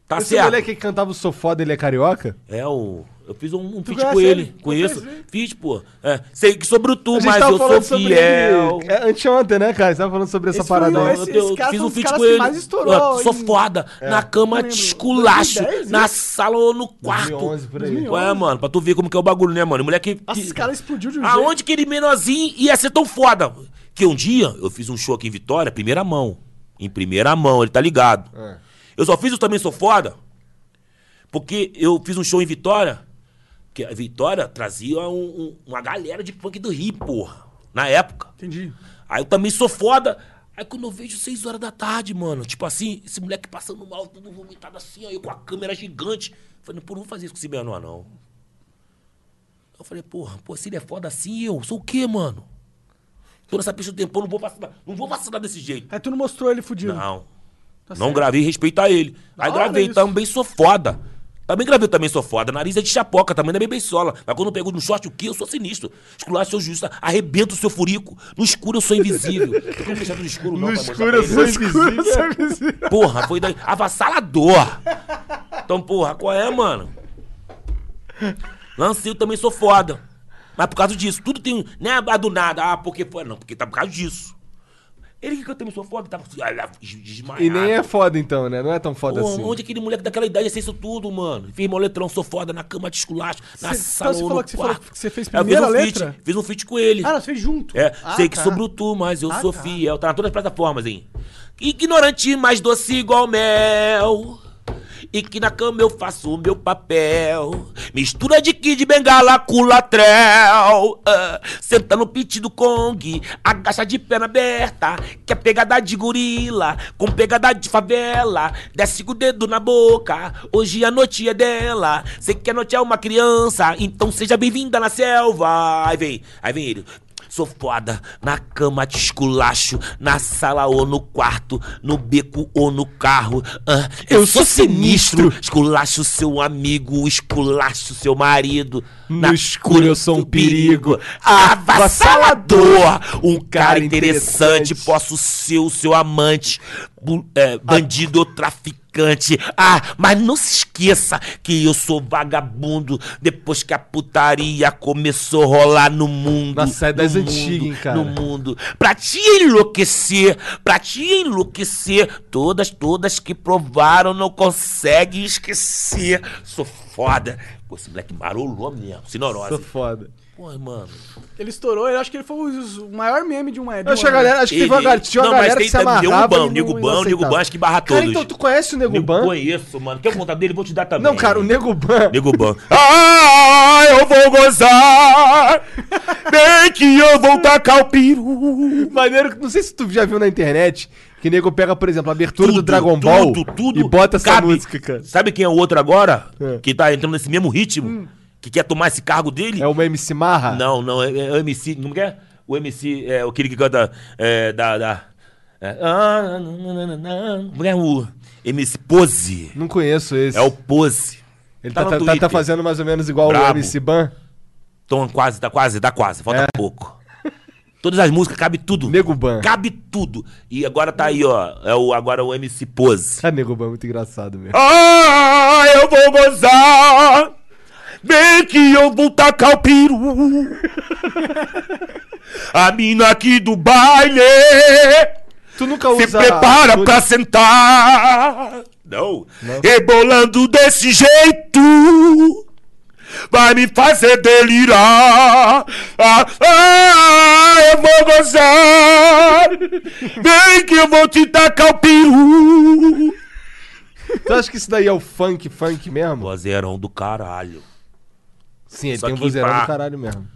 [SPEAKER 3] Tá
[SPEAKER 1] Esse
[SPEAKER 3] certo.
[SPEAKER 1] moleque que cantava o Sou Foda, ele é carioca?
[SPEAKER 3] É, o. Eu fiz um, um feat
[SPEAKER 2] conhece
[SPEAKER 3] com ele.
[SPEAKER 2] ele?
[SPEAKER 3] Conheço.
[SPEAKER 2] Conhece ele?
[SPEAKER 3] Fiz, pô. É, sei que sobre o tu,
[SPEAKER 1] A gente
[SPEAKER 3] mas
[SPEAKER 1] tava
[SPEAKER 3] eu sou
[SPEAKER 1] falando sobre-
[SPEAKER 3] fiel.
[SPEAKER 1] É, anteontem, né, cara? Você tava falando sobre essa
[SPEAKER 2] Esse
[SPEAKER 1] parada
[SPEAKER 2] foi o-
[SPEAKER 1] aí.
[SPEAKER 3] Eu-
[SPEAKER 2] esse-
[SPEAKER 3] eu
[SPEAKER 2] esse cara
[SPEAKER 3] fiz
[SPEAKER 2] foi
[SPEAKER 3] um
[SPEAKER 2] um dos
[SPEAKER 3] feat
[SPEAKER 2] caras
[SPEAKER 3] com
[SPEAKER 2] que
[SPEAKER 3] ele.
[SPEAKER 2] mais estourou É.
[SPEAKER 3] Eu sou
[SPEAKER 2] em-
[SPEAKER 3] foda. Na cama,
[SPEAKER 2] lembro.
[SPEAKER 3] te esculacho.
[SPEAKER 2] 2010,
[SPEAKER 3] na
[SPEAKER 2] né?
[SPEAKER 3] sala ou no quarto.
[SPEAKER 1] 2011 por aí.
[SPEAKER 3] Ué, mano, pra tu ver como que é o bagulho, né, mano? Moleque. que-
[SPEAKER 2] Nossa, esse cara explodiu de um jeito.
[SPEAKER 3] Aonde que ele menorzinho ia ser tão foda? Que um dia eu fiz um show aqui em Vitória, primeira mão. Em primeira mão, ele tá ligado. Eu só fiz o Também Sou Foda, porque eu fiz um show em Vitória, que a Vitória trazia um- um- uma galera de funk do Rio, porra, na época.
[SPEAKER 2] Entendi.
[SPEAKER 3] Aí eu também sou foda. Aí quando eu vejo 6 horas da tarde, mano, tipo assim, esse moleque passando mal, todo vomitado assim, ó, eu com a câmera gigante. Falei, pô, não vou fazer isso com esse menor, não. Eu falei, porra, pô, se ele é foda assim, eu sou o quê, mano? Toda essa pista do tempo, eu não vou vacilar, não vou vacilar desse jeito.
[SPEAKER 2] Aí tu não mostrou ele fudido.
[SPEAKER 3] Não. Tá não
[SPEAKER 1] Tá
[SPEAKER 2] certo.
[SPEAKER 3] gravei respeito a ele. Aí
[SPEAKER 2] hora
[SPEAKER 3] gravei, tá
[SPEAKER 2] isso.
[SPEAKER 3] também sou foda. Também Tá gravei, também sou foda. Nariz é de chapoca, também não é bem sola. Mas quando eu pego no short, o quê? Eu sou sinistro. Esculacho seu justo, arrebento o seu furico. No escuro eu sou invisível. Tem como deixar no escuro,
[SPEAKER 1] No
[SPEAKER 3] não, pra mostrar
[SPEAKER 1] escuro
[SPEAKER 3] pra
[SPEAKER 1] eu
[SPEAKER 3] ele?
[SPEAKER 1] sou invisível.
[SPEAKER 3] é Porra, foi daí. Avassalador. Então, porra, qual é, mano? Lancei, eu também sou foda. Mas por causa disso, tudo tem. Não é a do nada, ah, porque foi. Não, porque tá por causa disso. Ele que eu também sou foda, tava ah, desmaiado.
[SPEAKER 1] E nem é foda então, né? Não é tão foda
[SPEAKER 3] Porra,
[SPEAKER 1] assim.
[SPEAKER 3] onde aquele moleque daquela idade ia ser isso tudo, mano? Fiz moletrão, sou foda, na cama de esculacho, na
[SPEAKER 2] Cê-
[SPEAKER 3] sala
[SPEAKER 2] então você
[SPEAKER 3] ou no
[SPEAKER 2] falou que você falou
[SPEAKER 3] quarto.
[SPEAKER 2] que você fez
[SPEAKER 3] Eu
[SPEAKER 2] primeira
[SPEAKER 3] fiz um
[SPEAKER 2] letra?
[SPEAKER 3] Feat, fiz um feat com ele.
[SPEAKER 2] Ah, nós fez junto.
[SPEAKER 3] É,
[SPEAKER 2] Ah,
[SPEAKER 3] sei que
[SPEAKER 2] tá.
[SPEAKER 3] sobrou tu, mas eu
[SPEAKER 2] Ah,
[SPEAKER 3] sou
[SPEAKER 2] tá.
[SPEAKER 3] fiel. Tá na todas as plataformas, hein? Ignorante, mas doce igual mel. E que na cama eu faço o meu papel. Mistura de kid bengala com latrel. Ah, senta no pit do Kong, agacha de perna aberta. Que é pegada de gorila, com pegada de favela. Desce com o dedo na boca, hoje a noite é dela. Sei que a noite é uma criança, então seja bem-vinda na selva. Aí vem, aí vem ele. Sou foda. Na cama te esculacho. Na sala ou no quarto. No beco ou no carro. Ah, eu, sou sinistro. Esculacho seu amigo. Esculacho seu marido.
[SPEAKER 1] No
[SPEAKER 3] Na
[SPEAKER 1] escuro eu sou um
[SPEAKER 3] do
[SPEAKER 1] perigo.
[SPEAKER 3] Avassalador. Um cara
[SPEAKER 1] Cara
[SPEAKER 3] interessante.
[SPEAKER 1] interessante. Ah.
[SPEAKER 3] Posso ser o seu amante. bu- é, bandido ou traficante. Ah, mas não se esqueça que eu sou vagabundo depois que a putaria começou a rolar no mundo.
[SPEAKER 1] Nossa, é das
[SPEAKER 3] no
[SPEAKER 1] antigas,
[SPEAKER 3] mundo,
[SPEAKER 1] hein, cara?
[SPEAKER 3] No mundo. Pra te enlouquecer, pra te enlouquecer, todas, todas que provaram não conseguem esquecer. Sou foda. Pô, esse moleque marolou mesmo,
[SPEAKER 1] Tô
[SPEAKER 3] sinorose.
[SPEAKER 1] foda.
[SPEAKER 3] Pô, mano.
[SPEAKER 2] Ele estourou, eu acho que ele foi o o maior meme de uma época.
[SPEAKER 1] Eu acho que a galera, acho que teve uma,
[SPEAKER 3] Ele-
[SPEAKER 1] galera- tinha uma
[SPEAKER 3] não, mas
[SPEAKER 1] galera
[SPEAKER 3] tem
[SPEAKER 1] que se
[SPEAKER 3] também
[SPEAKER 1] amarrava.
[SPEAKER 3] Nego Ban,
[SPEAKER 1] e não-
[SPEAKER 3] Nego Ban,
[SPEAKER 1] não
[SPEAKER 3] Nego
[SPEAKER 1] aceitava.
[SPEAKER 3] Ban, acho que barra
[SPEAKER 1] Cara,
[SPEAKER 3] todos.
[SPEAKER 1] então tu conhece o Nego
[SPEAKER 3] Nego
[SPEAKER 1] Ban?
[SPEAKER 3] Conheço, mano. Quer contar dele? Vou te dar também.
[SPEAKER 1] Não, cara, o Nego Ban.
[SPEAKER 3] Nego Ban. Ah, eu vou gozar. Bem que eu vou tacar o peru.
[SPEAKER 1] Maneiro, que- não sei se tu já viu na internet, que nego pega, por exemplo, a abertura do Dragon
[SPEAKER 3] tudo,
[SPEAKER 1] Ball
[SPEAKER 3] tudo, tudo
[SPEAKER 1] e bota essa
[SPEAKER 3] cabe.
[SPEAKER 1] música, cara.
[SPEAKER 3] Sabe quem é o outro agora?
[SPEAKER 1] É. Hum.
[SPEAKER 3] Que tá entrando nesse mesmo ritmo? Que quer tomar esse cargo dele?
[SPEAKER 1] É uma MC Marra?
[SPEAKER 3] Não, não, é, é o MC. Como que é? O MC, é aquele que canta. É, da. da é, ah, nananana, como é o MC Pose.
[SPEAKER 1] Não conheço esse.
[SPEAKER 3] É o Pose.
[SPEAKER 1] Ele
[SPEAKER 3] tá
[SPEAKER 1] tá,
[SPEAKER 3] no
[SPEAKER 1] tá- tá
[SPEAKER 3] Twitter.
[SPEAKER 1] fazendo mais ou menos igual o
[SPEAKER 3] Brabo.
[SPEAKER 1] MC Ban.
[SPEAKER 3] Então quase, tá quase, dá quase, falta
[SPEAKER 1] É.
[SPEAKER 3] pouco. Todas as músicas, cabe tudo.
[SPEAKER 1] Nego Ban.
[SPEAKER 3] Cabe tudo. E agora tá aí, ó. É o, agora o MC Pose.
[SPEAKER 1] Ah, Nego Ban é muito engraçado mesmo.
[SPEAKER 3] Ah, eu vou gozar. Bem que eu vou tacar o peru. A mina aqui do baile
[SPEAKER 1] Tu nunca
[SPEAKER 3] se
[SPEAKER 1] usa...
[SPEAKER 3] prepara
[SPEAKER 1] tu-
[SPEAKER 3] pra sentar. Não. Rebolando desse jeito. Vai me fazer delirar. Ah, ah, eu vou gozar. Vem que eu vou te tacar o peru.
[SPEAKER 1] Tu acha que isso daí é o funk, funk mesmo?
[SPEAKER 3] Vozeirão do caralho.
[SPEAKER 1] Sim, ele
[SPEAKER 3] Só
[SPEAKER 1] tem um
[SPEAKER 3] que
[SPEAKER 1] vozeirão
[SPEAKER 3] pá.
[SPEAKER 1] do caralho mesmo.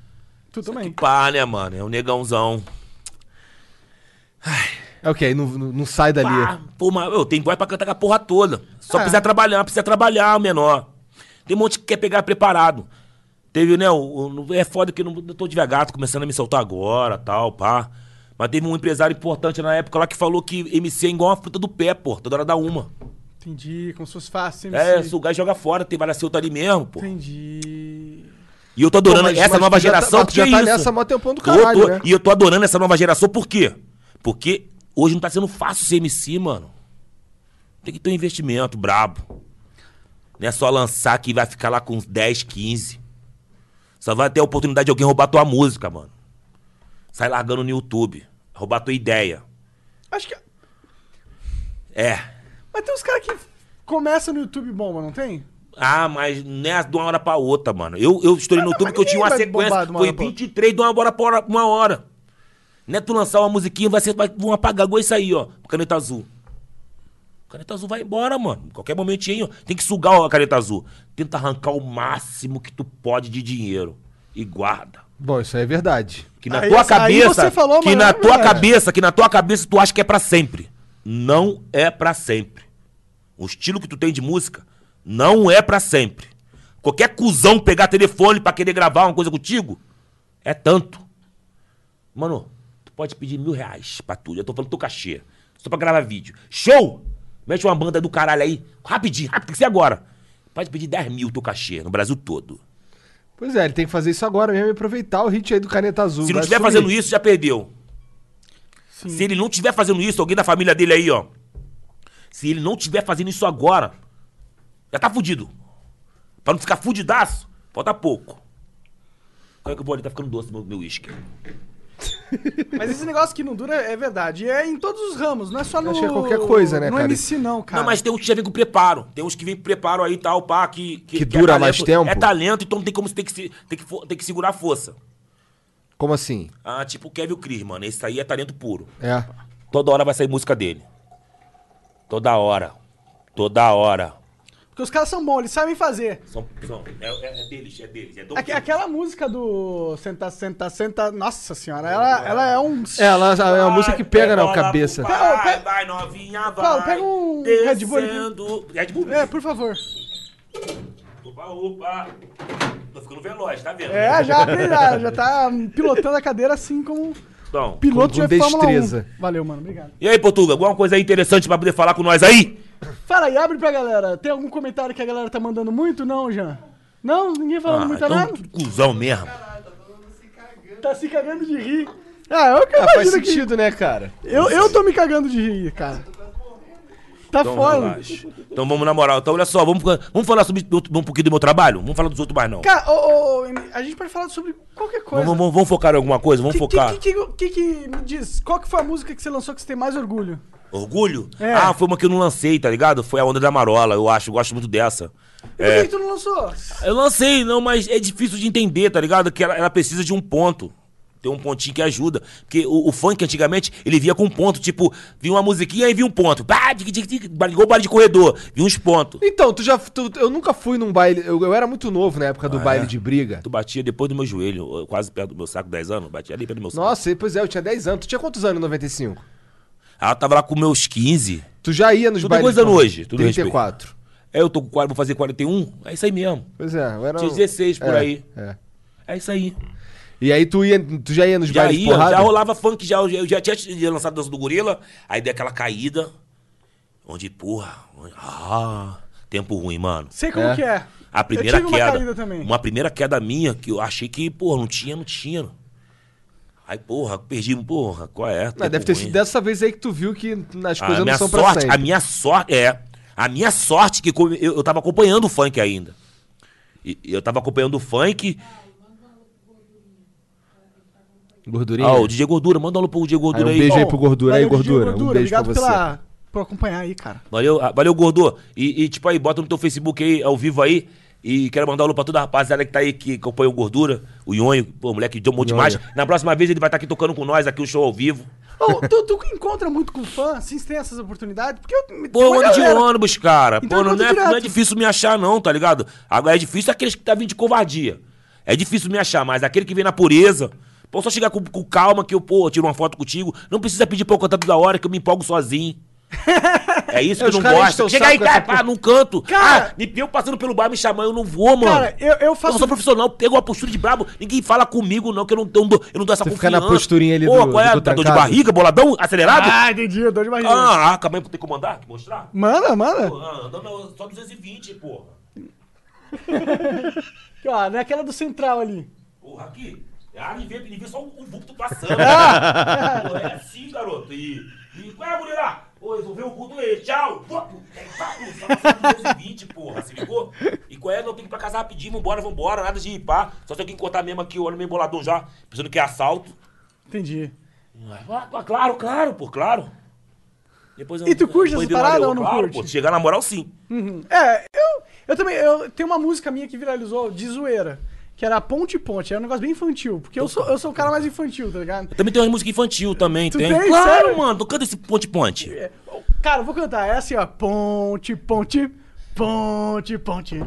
[SPEAKER 2] Tu também.
[SPEAKER 3] Pá, né, mano? É um negãozão.
[SPEAKER 1] É o que aí não, não- não sai dali.
[SPEAKER 3] Pá, pô, mas eu tenho voz pra cantar com a porra toda. Só
[SPEAKER 2] É.
[SPEAKER 3] precisa trabalhar, precisa trabalhar, o menor. Tem um monte que quer pegar preparado. Teve, né? o- o- é foda que eu não eu tô devagar, tô começando a me soltar agora, tal, pá. Mas teve um empresário importante na época lá que falou que MC é igual uma fruta do pé, pô. Toda hora dá uma.
[SPEAKER 2] Entendi, como se fosse fácil.
[SPEAKER 3] É,
[SPEAKER 2] MC.
[SPEAKER 3] se o gás joga fora, tem várias soltas ali mesmo, pô.
[SPEAKER 2] Entendi.
[SPEAKER 3] E eu tô
[SPEAKER 1] Pô,
[SPEAKER 3] adorando
[SPEAKER 1] mas-
[SPEAKER 3] essa
[SPEAKER 1] mas
[SPEAKER 3] nova
[SPEAKER 1] tu já tá-
[SPEAKER 3] geração.
[SPEAKER 1] mas tu
[SPEAKER 3] porque
[SPEAKER 1] já
[SPEAKER 3] é
[SPEAKER 1] tá
[SPEAKER 3] isso.
[SPEAKER 1] nessa mó tempão do
[SPEAKER 3] Tô,
[SPEAKER 1] caralho,
[SPEAKER 3] tô.
[SPEAKER 1] né?
[SPEAKER 3] E eu tô adorando essa nova geração, por quê? Porque hoje não tá sendo fácil ser MC, mano. Tem que ter um investimento brabo. Não é só lançar que vai ficar lá com uns 10, 15. Só vai ter a oportunidade de alguém roubar tua música, mano. Sai largando no YouTube. Roubar tua ideia.
[SPEAKER 2] Acho que.
[SPEAKER 3] É.
[SPEAKER 2] Mas tem uns caras que começam no YouTube bom, mas não tem?
[SPEAKER 3] Ah, mas não é de uma hora pra outra, mano. Eu, eu estourei no
[SPEAKER 2] Ah,
[SPEAKER 3] YouTube
[SPEAKER 2] mas
[SPEAKER 3] que eu tinha uma
[SPEAKER 2] ninguém vai bombar
[SPEAKER 3] sequência.
[SPEAKER 2] de uma
[SPEAKER 3] Foi
[SPEAKER 2] hora pra outra.
[SPEAKER 3] 23 de uma hora pra hora- uma hora. Não é tu lançar uma musiquinha, vai ser, vai, vão apagar igual isso aí, ó. Caneta azul. Caneta azul vai embora, mano. Qualquer momentinho, tem que sugar ó, a caneta azul. Tenta arrancar o máximo que tu pode de dinheiro. E guarda.
[SPEAKER 1] Bom, isso aí é verdade.
[SPEAKER 3] Que na
[SPEAKER 2] Aí-
[SPEAKER 3] tua
[SPEAKER 2] aí
[SPEAKER 3] cabeça.
[SPEAKER 2] você falou,
[SPEAKER 3] que
[SPEAKER 2] mano,
[SPEAKER 3] na
[SPEAKER 2] é
[SPEAKER 3] tua
[SPEAKER 2] verdade.
[SPEAKER 3] cabeça, que na tua cabeça tu acha que é pra sempre. Não é pra sempre. O estilo que tu tem de música não é pra sempre. Qualquer cuzão pegar telefone pra querer gravar uma coisa contigo é tanto. Mano, tu pode pedir mil reais pra tu. Eu tô falando teu cachê. Só pra gravar vídeo. Show! Mete uma banda do caralho aí. Rapidinho, rápido, tem que ser agora. Pode pedir 10 mil teu cachê no Brasil todo.
[SPEAKER 1] Pois é, ele tem que fazer isso agora mesmo e aproveitar o hit aí do Caneta Azul.
[SPEAKER 3] Se não
[SPEAKER 1] vai
[SPEAKER 3] estiver
[SPEAKER 1] sumir.
[SPEAKER 3] fazendo isso, já perdeu. Se ele não estiver fazendo isso, alguém da família dele aí, ó. Se ele não estiver fazendo isso agora, já tá fudido. Pra não ficar fudidaço, falta pouco. Olha que eu vou ali, tá ficando doce meu meu uísque.
[SPEAKER 1] Tá.
[SPEAKER 2] Mas esse negócio que não dura é verdade. E é em todos os ramos, não é só no.
[SPEAKER 1] Acho que é qualquer coisa, né,
[SPEAKER 2] no
[SPEAKER 1] cara?
[SPEAKER 2] MC, não, cara.
[SPEAKER 3] Não, mas tem uns que já vem com preparo. Tem uns que vem com preparo aí e tal, pá, que.
[SPEAKER 1] Que dura
[SPEAKER 3] é
[SPEAKER 1] mais
[SPEAKER 3] talento-
[SPEAKER 1] tempo?
[SPEAKER 3] É talento, então tem como você tem que, se- tem que, fo- tem que segurar a força.
[SPEAKER 1] Como assim?
[SPEAKER 3] Ah, tipo o Kevin Cris, mano. Esse aí é talento puro.
[SPEAKER 1] É.
[SPEAKER 3] Toda hora vai sair música dele. Toda hora. Toda hora.
[SPEAKER 2] Porque os caras são bons, eles sabem fazer.
[SPEAKER 3] São, são, é, é- é deles, é deles. É do
[SPEAKER 2] Aque- aquela música do Senta, Senta, Senta. Nossa senhora, ela, ela é um.
[SPEAKER 1] Ela é uma música que pega na
[SPEAKER 3] Bola pro
[SPEAKER 1] cabeça.
[SPEAKER 3] pai, Vai,
[SPEAKER 2] Pega- pega-
[SPEAKER 3] novinha, vai.
[SPEAKER 2] Paulo, pega um Red Bull aqui.
[SPEAKER 3] descendo. Red Bull.
[SPEAKER 2] É, por favor.
[SPEAKER 3] Opa, opa. Tô ficando veloz, tá vendo?
[SPEAKER 2] É, já aprendi, já, já tá hum, pilotando a cadeira assim como
[SPEAKER 3] Então,
[SPEAKER 2] piloto
[SPEAKER 1] Com- com
[SPEAKER 2] de Fórmula 1.
[SPEAKER 1] destreza.
[SPEAKER 2] Valeu, mano, obrigado.
[SPEAKER 3] e aí, Portuga, alguma coisa aí interessante pra poder falar com nós aí?
[SPEAKER 2] Fala aí, abre pra galera. Tem algum comentário que a galera tá mandando muito? Não, Jean? Não? Ninguém falando muito
[SPEAKER 3] então,
[SPEAKER 2] nada?
[SPEAKER 3] tudo cuzão mesmo. Então,
[SPEAKER 2] Tá se cagando de rir. Ah, eu que
[SPEAKER 1] Ah, faz
[SPEAKER 2] imagino que...
[SPEAKER 1] sentido, né, cara?
[SPEAKER 2] Eu, eu tô me cagando de rir, cara. Tá
[SPEAKER 3] Então,
[SPEAKER 2] foda.
[SPEAKER 3] relaxa. Então vamos na moral. Então, olha só, vamos, vamos falar sobre do outro- um pouquinho do meu trabalho? Vamos falar dos outros mais não.
[SPEAKER 2] Cara, ô, ô, a gente pode falar sobre qualquer coisa.
[SPEAKER 3] Vamos, vamos- vamos focar em alguma coisa? Vamos
[SPEAKER 2] Que- que-
[SPEAKER 3] focar.
[SPEAKER 2] Que, que, que, que me diz? Qual que foi a música que você lançou que você tem mais orgulho?
[SPEAKER 3] Orgulho?
[SPEAKER 2] É.
[SPEAKER 3] Ah, foi uma que eu não lancei, tá ligado? Foi a Onda da Marola, eu acho. Eu gosto muito dessa.
[SPEAKER 2] E
[SPEAKER 3] É.
[SPEAKER 2] Por que que tu não lançou?
[SPEAKER 3] Eu lancei, não, mas é difícil de entender, tá ligado? Que ela, ela precisa de um ponto. Tem um pontinho que ajuda. Porque o, o funk, antigamente, ele via com ponto. Tipo, vinha uma musiquinha e vinha um ponto. Pá, tic, tic, tic, igual baile de corredor. Vinha uns pontos.
[SPEAKER 1] Então, tu já. tu- eu nunca fui num baile. Eu, eu era muito novo na época do baile de briga.
[SPEAKER 3] Tu batia depois do meu joelho, eu- quase perto do meu saco, 10 anos. Batia ali perto do meu saco.
[SPEAKER 1] Nossa, e- pois é, eu tinha 10 anos. Tu tinha quantos anos em 95?
[SPEAKER 3] Ela tava lá com meus 15.
[SPEAKER 1] Tu já ia nos
[SPEAKER 3] Tu tem
[SPEAKER 1] bailes. então?
[SPEAKER 3] quantos anos hoje? Tudo
[SPEAKER 1] 34.
[SPEAKER 3] Aí eu tô com 40, vou fazer 41. É isso aí mesmo.
[SPEAKER 1] Pois é, eu era.
[SPEAKER 3] Tinha 16 por
[SPEAKER 1] é,
[SPEAKER 3] aí.
[SPEAKER 1] é.
[SPEAKER 3] É isso aí.
[SPEAKER 1] E aí tu, ia, tu já ia nos
[SPEAKER 3] Já
[SPEAKER 1] bailes de
[SPEAKER 3] ia,
[SPEAKER 1] porrada?
[SPEAKER 3] já rolava funk, já, eu já tinha lançado Dança do Gorila, aí deu aquela caída, onde, porra, onde- ah, tempo ruim, mano.
[SPEAKER 2] Sei como
[SPEAKER 1] É.
[SPEAKER 2] que é.
[SPEAKER 3] A primeira
[SPEAKER 2] eu tive
[SPEAKER 3] queda,
[SPEAKER 2] uma caída também.
[SPEAKER 3] uma primeira queda minha, que eu achei que, porra, não tinha, não tinha. Aí, porra, perdi, porra, qual é?
[SPEAKER 1] Não,
[SPEAKER 3] Tempo
[SPEAKER 1] Ah, deve ter
[SPEAKER 3] ruim.
[SPEAKER 1] sido dessa vez aí que tu viu que as coisas
[SPEAKER 3] a
[SPEAKER 1] não um
[SPEAKER 3] minha
[SPEAKER 1] são pra
[SPEAKER 3] sorte,
[SPEAKER 1] sempre.
[SPEAKER 3] A minha sorte, é. A minha sorte que come- eu, eu tava acompanhando o funk ainda. E- e eu tava acompanhando o funk.
[SPEAKER 1] Gordurinha.
[SPEAKER 3] Ah, o DJ Gordura, manda um alô pro DJ Gordura
[SPEAKER 1] um
[SPEAKER 3] aí.
[SPEAKER 1] beijo
[SPEAKER 3] Ó,
[SPEAKER 1] aí pro Gordura aí,
[SPEAKER 2] Valeu, DJ
[SPEAKER 1] Gordura. Um beijo pra
[SPEAKER 2] Obrigado
[SPEAKER 1] você.
[SPEAKER 2] pela, por acompanhar aí, cara.
[SPEAKER 3] Valeu, ah, valeu Gordô. E, e, tipo aí, bota no teu Facebook aí, ao vivo aí. E quero mandar um alô pra toda a rapaziada que tá aí, que acompanha o Gordura, o Ionho, pô, moleque um de amor demais. Na próxima vez ele vai estar aqui tocando com nós, aqui o show ao vivo.
[SPEAKER 2] Ô, tu, tu encontra muito com fã? Assim, você tem essas oportunidades? Porque eu... tem
[SPEAKER 1] É
[SPEAKER 3] Pô,
[SPEAKER 2] uma
[SPEAKER 3] eu ando de
[SPEAKER 2] galera-
[SPEAKER 3] ônibus, cara.
[SPEAKER 2] Então
[SPEAKER 3] pô, não,
[SPEAKER 2] manda
[SPEAKER 3] é,
[SPEAKER 2] direto.
[SPEAKER 3] não é difícil me achar, não, tá ligado? Agora é difícil aqueles que tá vindo de covardia. É difícil me achar, mas aquele que vem na pureza. Pô, só chegar com, com calma que eu, pô, tiro uma foto contigo. Não precisa pedir pra eu cantar toda hora que eu me empolgo sozinho. É isso que
[SPEAKER 1] Os
[SPEAKER 3] eu não
[SPEAKER 1] caras enchem
[SPEAKER 3] gosto.
[SPEAKER 1] o
[SPEAKER 3] Chegar
[SPEAKER 1] saco
[SPEAKER 3] aí,
[SPEAKER 1] com essa
[SPEAKER 3] cara, pá, num canto.
[SPEAKER 2] Cara-
[SPEAKER 3] ah, me eu passando pelo bar me chamando, eu não vou, mano.
[SPEAKER 2] Cara, eu, eu
[SPEAKER 3] Eu não
[SPEAKER 2] faço...
[SPEAKER 3] sou profissional, pego uma postura de brabo, ninguém fala comigo, não, que eu não, eu não, dou, eu não dou essa
[SPEAKER 1] Você fica
[SPEAKER 3] confiança.
[SPEAKER 1] na posturinha ali
[SPEAKER 3] Pô,
[SPEAKER 1] do-
[SPEAKER 3] qual é?
[SPEAKER 1] do
[SPEAKER 3] Tá dor de
[SPEAKER 1] trancado.
[SPEAKER 3] barriga, boladão, acelerado?
[SPEAKER 2] Ah, entendi, eu dou de barriga.
[SPEAKER 3] Ah, ah, calma aí, tem que mandar, que mostrar?
[SPEAKER 2] Manda, manda.
[SPEAKER 3] Ah, não, não, só 220, porra.
[SPEAKER 2] Aqui, ó, naquela do central ali.
[SPEAKER 3] Porra, aqui. Ah, ele vê, ele vê só um vulto passando. Porra, é assim, garoto. E, e qual é, mulherá? Ô, resolveu o culto aí, tchau. Pô, é papo, só 220, porra, se ligou? E qual é, não, tem que ir pra casa rapidinho, vambora, vambora, nada de ir, pá. Só tem que encurtar mesmo aqui, o olho meio boladão já, pensando que é assalto.
[SPEAKER 2] Entendi.
[SPEAKER 3] Ah, ah, claro, claro, pô, claro. Depois eu-
[SPEAKER 2] E tu curte
[SPEAKER 3] depois
[SPEAKER 2] essa
[SPEAKER 3] dei uma
[SPEAKER 2] parada
[SPEAKER 3] olhada,
[SPEAKER 2] ou não
[SPEAKER 3] claro,
[SPEAKER 2] curte?
[SPEAKER 3] Pô, chegar na moral, sim.
[SPEAKER 2] É, eu, eu também. Eu, tem uma música minha que viralizou de zoeira. Que era Ponte Ponte. Era um negócio bem infantil. Porque eu sou, eu sou o cara mais infantil, tá ligado?
[SPEAKER 3] Também tem uma música infantil também,
[SPEAKER 2] Tu
[SPEAKER 3] tem.
[SPEAKER 2] tem?
[SPEAKER 3] Claro,
[SPEAKER 2] Sério?
[SPEAKER 3] mano, tu canta esse ponte-ponte.
[SPEAKER 2] É, cara, eu vou cantar. É assim, ó. Ponte, ponte. Ponte, ponte.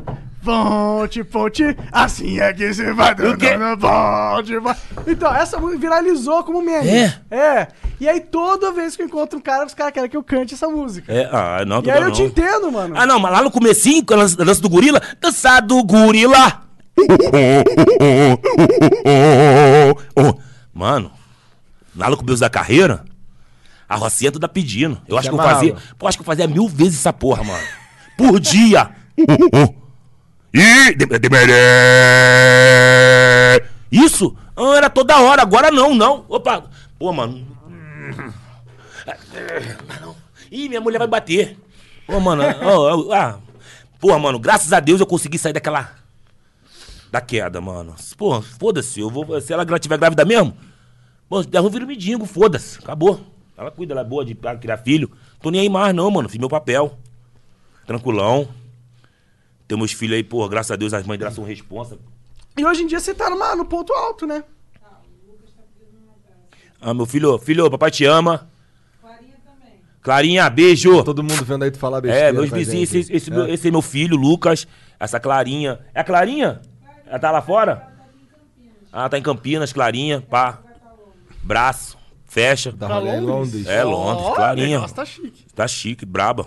[SPEAKER 2] Ponte, ponte. Assim é que se vai dando
[SPEAKER 3] quê?
[SPEAKER 2] na ponte. ponte. Então, essa música viralizou como meme.
[SPEAKER 3] É?
[SPEAKER 2] É. E aí, toda vez que eu encontro um cara, os caras querem que eu cante essa música.
[SPEAKER 3] É, ah, não,
[SPEAKER 2] E
[SPEAKER 3] tu
[SPEAKER 2] aí
[SPEAKER 3] não.
[SPEAKER 2] eu te entendo, mano.
[SPEAKER 3] Ah, não, mas lá no comecinho, com a dança dança do gorila, dança do gorila. Mano, lá no começo da carreira, a Rocinha tu tá pedindo. Eu acho
[SPEAKER 1] Se
[SPEAKER 3] que eu
[SPEAKER 1] amarrava.
[SPEAKER 3] fazia, pô, acho que eu fazia mil vezes essa porra, mano. Por dia. Ih, de- de- Isso? Ah, era toda hora, agora não, não. Opa, pô, mano. Ih, minha mulher vai bater. Ô, mano, ó, ó, ah. Porra, mano, graças a Deus eu consegui sair daquela. Da queda, mano. Porra, foda-se. Eu vou. Se ela gra- tiver grávida mesmo, pô, eu viro mendigo, foda-se. Acabou. Ela cuida, ela é boa de pra criar filho. Tô nem aí mais, não, mano. Fiz meu papel. Tranquilão. Tem meus filhos aí, porra, graças a Deus as mães delas são responsa.
[SPEAKER 2] E hoje em dia você tá numa, no ponto alto, né?
[SPEAKER 3] Ah, meu filho, filho, papai te ama. Clarinha também. Clarinha, beijo.
[SPEAKER 1] Todo mundo vendo aí tu falar besteira.
[SPEAKER 3] É, meus
[SPEAKER 1] com a
[SPEAKER 3] vizinhos,
[SPEAKER 1] gente.
[SPEAKER 3] esse, esse,
[SPEAKER 1] É.
[SPEAKER 3] meu- esse é meu filho, Lucas, essa Clarinha. É a Clarinha? Ela tá lá fora? Ah, tá em Campinas, Clarinha, pá. Braço, fecha.
[SPEAKER 1] Tá Da Rolê Londres.
[SPEAKER 2] tá
[SPEAKER 3] É, Londres, Clarinha.
[SPEAKER 2] Nossa, tá chique.
[SPEAKER 3] Tá chique, braba.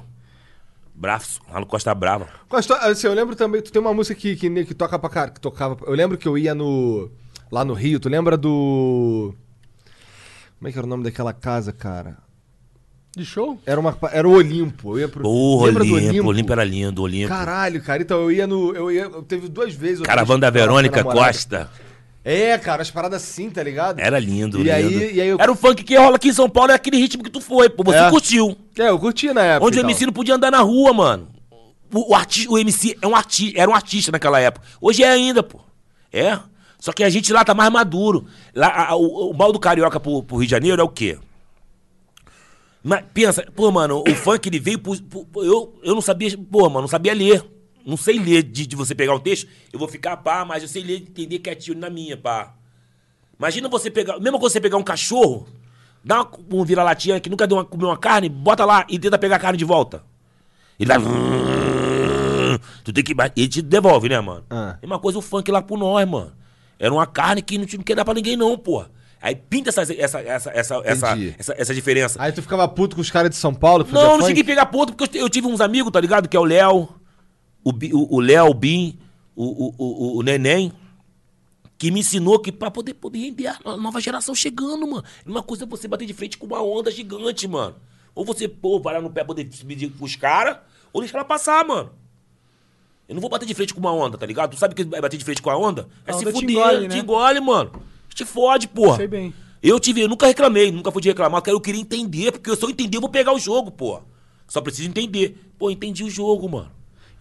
[SPEAKER 3] Braço, lá no Costa Brava.
[SPEAKER 1] Mas, tu- assim, eu lembro também, tu tem uma música que, que, ne- que toca pra cara, que tocava. Eu lembro que eu ia no. Lá no Rio, tu lembra do. Como é que era o nome daquela casa, cara?
[SPEAKER 2] De show?
[SPEAKER 1] Era, uma, pa- era o Olimpo. Eu ia pro,
[SPEAKER 3] Porra,
[SPEAKER 1] lembra do
[SPEAKER 3] Olimpo, Olimpo era lindo, Olimpo.
[SPEAKER 1] Caralho, cara, então eu ia no. Eu ia, eu teve duas vezes. eu
[SPEAKER 3] Caravana da
[SPEAKER 1] tava com a
[SPEAKER 3] Verônica
[SPEAKER 1] namorada.
[SPEAKER 3] Costa.
[SPEAKER 1] É, cara, as paradas assim, tá ligado?
[SPEAKER 3] Era lindo,
[SPEAKER 1] E
[SPEAKER 3] lindo.
[SPEAKER 1] aí- e aí eu-
[SPEAKER 3] Era o funk que rola aqui em São Paulo, é aquele ritmo que tu foi, pô. Você
[SPEAKER 1] É.
[SPEAKER 3] curtiu.
[SPEAKER 1] É, eu curti na época.
[SPEAKER 3] Onde
[SPEAKER 1] e
[SPEAKER 3] o
[SPEAKER 1] tal.
[SPEAKER 3] MC não podia andar na rua, mano. O, o, arti o MC é um arti era um artista naquela época. Hoje é ainda, pô. É. Só que a gente lá tá mais maduro. Lá, a- a- o, o mal do carioca pro, pro Rio de Janeiro é o quê? Mas pensa, pô, mano, o funk ele veio pro, pro- pro- eu, eu não sabia, pô, mano, não sabia ler. Não sei ler de, de você pegar um texto, eu vou ficar pá, mas eu sei ler, entender quietinho na minha, pá. Imagina você pegar, mesmo quando você pegar um cachorro, dá uma, um vira-latinha que nunca deu uma, comeu uma carne, bota lá e tenta pegar a carne de volta. Ele dá. Tu tem que. Ele te devolve, né, mano?
[SPEAKER 1] Ah.
[SPEAKER 3] Mesma coisa o funk lá pro nós, mano. Era uma carne que não tinha não quer dar pra ninguém, não, porra. Aí pinta essas- essa, essa, essa, essa,
[SPEAKER 1] Entendi.
[SPEAKER 3] essa, essa diferença.
[SPEAKER 1] Aí tu ficava puto com os caras de São Paulo? que fazia
[SPEAKER 3] Não, não
[SPEAKER 1] funk?
[SPEAKER 3] cheguei a pegar ponto, porque eu te- eu tive uns amigos, tá ligado? Que é o Léo, o Bi- o o Léo, o Bim, o, o, o, o- o Neném, que me ensinou que pra poder, poder render a no- nova geração chegando, mano. Uma coisa é você bater de frente com uma onda gigante, mano. Ou você, pô, parar no pé poder subir com os caras, ou deixar ela passar, mano. Eu não vou bater de frente com uma onda, tá ligado? Tu sabe que é bater de frente com a onda? É
[SPEAKER 2] A
[SPEAKER 3] se
[SPEAKER 2] onda te
[SPEAKER 3] fuder,
[SPEAKER 2] engole, né?
[SPEAKER 3] te engole, mano. Te fode, porra.
[SPEAKER 2] Sei bem.
[SPEAKER 3] Eu tive, eu nunca reclamei, nunca fui de reclamar, porque eu queria entender, porque se eu entender, eu vou pegar o jogo, pô. Só preciso entender. Pô, eu entendi o jogo, mano.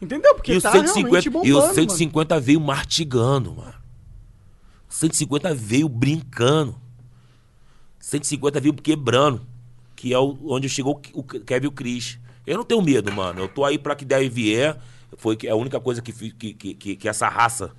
[SPEAKER 2] Entendeu? Porque
[SPEAKER 3] e o
[SPEAKER 2] tá realmente
[SPEAKER 3] 150,
[SPEAKER 2] bombando,
[SPEAKER 3] e o
[SPEAKER 2] mano.
[SPEAKER 3] 150 veio martigando, mano. O 150 veio brincando. O 150 veio quebrando, que é o- onde chegou o Ke- o Kevin e o Chris. Eu não tenho medo, mano. Eu tô aí pra que der e vier. Foi que- é a única coisa que, fi- que, que, que- que essa raça,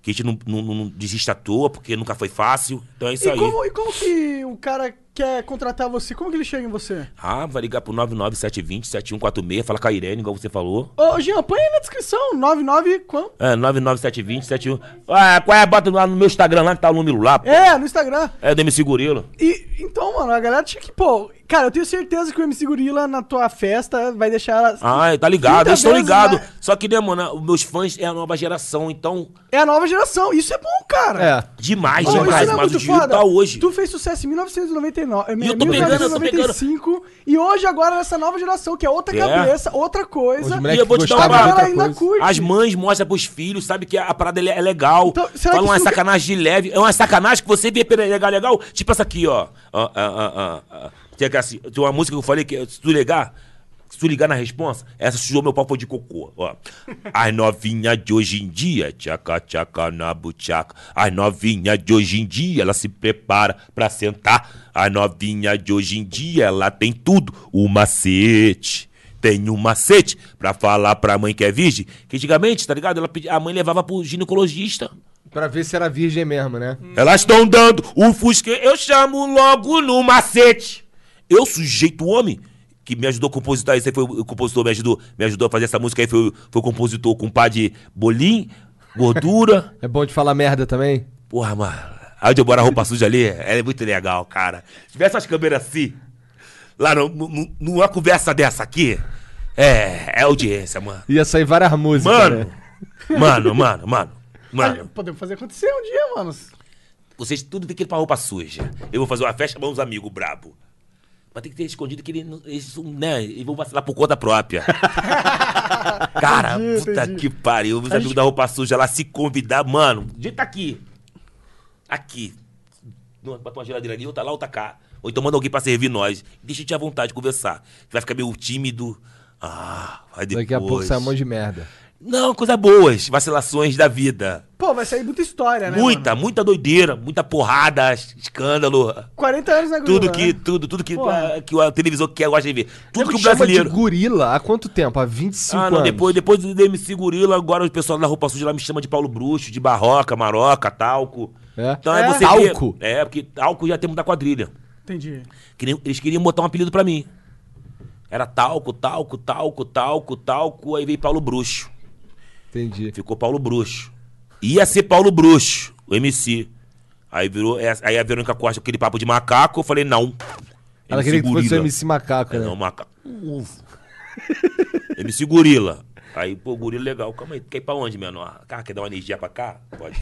[SPEAKER 3] que a gente não, não, não desiste à toa, porque nunca foi fácil. Então é isso
[SPEAKER 2] E
[SPEAKER 3] aí.
[SPEAKER 2] como, e como que o cara quer contratar você? Como que ele chega em você?
[SPEAKER 3] Ah, vai ligar pro 99720-7146, fala com a Irene, igual você falou.
[SPEAKER 2] Ô, Jean, põe aí na descrição. 99 quanto?
[SPEAKER 3] É, 99720-71... Ah, qual é? Bota lá no meu Instagram lá que tá o número lá, pô.
[SPEAKER 2] É, no Instagram.
[SPEAKER 3] É, do MC Gorila.
[SPEAKER 2] E, então, mano, a galera tinha que, pô... Cara, eu tenho certeza que o MC Gorila na tua festa vai deixar ela...
[SPEAKER 3] Ah, tá ligado,
[SPEAKER 2] 30
[SPEAKER 3] eles estão
[SPEAKER 2] vezes
[SPEAKER 3] ligados.
[SPEAKER 2] mais.
[SPEAKER 3] Só que, né, mano, os meus fãs é a nova geração, então...
[SPEAKER 2] É a nova geração. Isso é bom, cara.
[SPEAKER 1] É.
[SPEAKER 3] Demais,
[SPEAKER 2] Pô, isso
[SPEAKER 3] demais,
[SPEAKER 2] não é
[SPEAKER 3] mas o
[SPEAKER 2] muito
[SPEAKER 3] dinheiro
[SPEAKER 2] foda.
[SPEAKER 3] tá hoje.
[SPEAKER 2] Tu fez sucesso em 1999,
[SPEAKER 3] E eu tô pegando, eu tô
[SPEAKER 2] 1995 e hoje agora nessa nova geração que é outra
[SPEAKER 3] É.
[SPEAKER 2] cabeça, outra coisa.
[SPEAKER 1] Os
[SPEAKER 3] E
[SPEAKER 1] moleque
[SPEAKER 3] eu vou te dar uma
[SPEAKER 1] gostava de
[SPEAKER 3] parada.
[SPEAKER 1] outra
[SPEAKER 2] Ela ainda
[SPEAKER 1] coisa.
[SPEAKER 2] curte.
[SPEAKER 3] As mães mostram pros filhos, sabe que a, a parada é é legal.
[SPEAKER 2] Então, será
[SPEAKER 3] Falam
[SPEAKER 2] que
[SPEAKER 3] uma
[SPEAKER 2] isso-
[SPEAKER 3] sacanagem de leve. É uma sacanagem que você vê pela legal, legal. Tipo essa aqui, ó. Ah, ah, ah, ah, ah. Tem, aquela assim, tem uma música que eu falei que se tu ligar, se tu ligar na responsa, essa sujou meu papo de cocô. Ó. As novinhas de hoje em dia, tchaca, tchaca na buchaca. As novinhas de hoje em dia, ela se prepara pra sentar. As novinhas de hoje em dia, ela tem tudo. O macete. Tem um macete pra falar pra mãe que é virgem. Que antigamente, tá ligado? Ela pedi- a mãe levava pro ginecologista.
[SPEAKER 1] Pra ver se era virgem mesmo, né?
[SPEAKER 3] Elas estão dando o fusque. Eu chamo logo no macete. Eu, sujeito homem, que me ajudou a compositar isso aí, foi o compositor, me ajudou, me ajudou a fazer essa música aí, foi, o- foi o compositor com pá de bolim, gordura.
[SPEAKER 1] É bom de falar merda também?
[SPEAKER 3] Porra, mano. Aí onde eu moro a roupa suja ali, ela é muito legal, cara. Se tivesse as câmeras assim, lá no- no- numa conversa dessa aqui, é, é audiência, mano.
[SPEAKER 1] Ia sair várias músicas.
[SPEAKER 3] Mano,
[SPEAKER 1] né?
[SPEAKER 3] mano, mano, mano,
[SPEAKER 2] Ah,
[SPEAKER 3] mano.
[SPEAKER 2] Podemos fazer acontecer um dia, mano.
[SPEAKER 3] Vocês tudo tem que ir pra roupa suja. Eu vou fazer uma festa pra uns amigos brabo. Mas tem que ter escondido que eles, não- eles não- né, eles vão vacilar por conta própria. Cara,
[SPEAKER 2] Entendi,
[SPEAKER 3] puta
[SPEAKER 2] entendi.
[SPEAKER 3] que pariu. Os amigos da roupa suja lá se convidar, mano. O jeito tá aqui. Aqui. Numa- Bota uma geladeira ali, outra lá, outra cá. Ou então manda alguém pra servir nós. Deixa a gente à vontade de conversar. Vai ficar meio tímido. Ah, vai depois.
[SPEAKER 1] Daqui a pouco sai um monte de merda.
[SPEAKER 3] Não, coisas boas. Vacilações da vida.
[SPEAKER 2] Pô, vai sair muita história, né?
[SPEAKER 3] Muita,
[SPEAKER 2] mano?
[SPEAKER 3] muita doideira, muita porrada, escândalo.
[SPEAKER 2] 40 anos na gorila,
[SPEAKER 3] Tudo que,
[SPEAKER 2] né?
[SPEAKER 3] tudo, tudo que,
[SPEAKER 2] Porra.
[SPEAKER 3] a, que o televisor quer gosta de ver. Tudo que o
[SPEAKER 1] Chama
[SPEAKER 3] brasileiro.
[SPEAKER 1] de gorila há quanto tempo? Há 25
[SPEAKER 3] Ah,
[SPEAKER 1] anos.
[SPEAKER 3] não, depois, depois do MC Gorila, agora o pessoal da roupa suja lá me chama de Paulo Bruxo, de Barroca, Maroca, Talco.
[SPEAKER 1] É?
[SPEAKER 3] Então é,
[SPEAKER 2] É?
[SPEAKER 3] você ver-
[SPEAKER 1] Talco?
[SPEAKER 3] É, porque Talco já tem muita quadrilha.
[SPEAKER 2] Entendi.
[SPEAKER 3] Que nem- eles queriam botar um apelido pra mim. Era Talco, Talco, Talco, Talco, Talco, aí veio Paulo Bruxo.
[SPEAKER 1] Entendi.
[SPEAKER 3] Ficou Paulo Bruxo. Ia ser Paulo Bruxo, o MC. Aí virou. é, Aí a Verônica Costa, aquele papo de macaco, eu falei, não.
[SPEAKER 1] Ela
[SPEAKER 3] MC
[SPEAKER 1] queria que fosse o né?
[SPEAKER 3] Gorila.
[SPEAKER 1] MC Macaco,
[SPEAKER 3] É,
[SPEAKER 1] né?
[SPEAKER 3] não, macaco. Uvo. MC Gorila. Aí, pô, gorila legal. Calma aí, tu quer ir pra onde, menor? Cá, quer dar uma energia pra cá? Pode.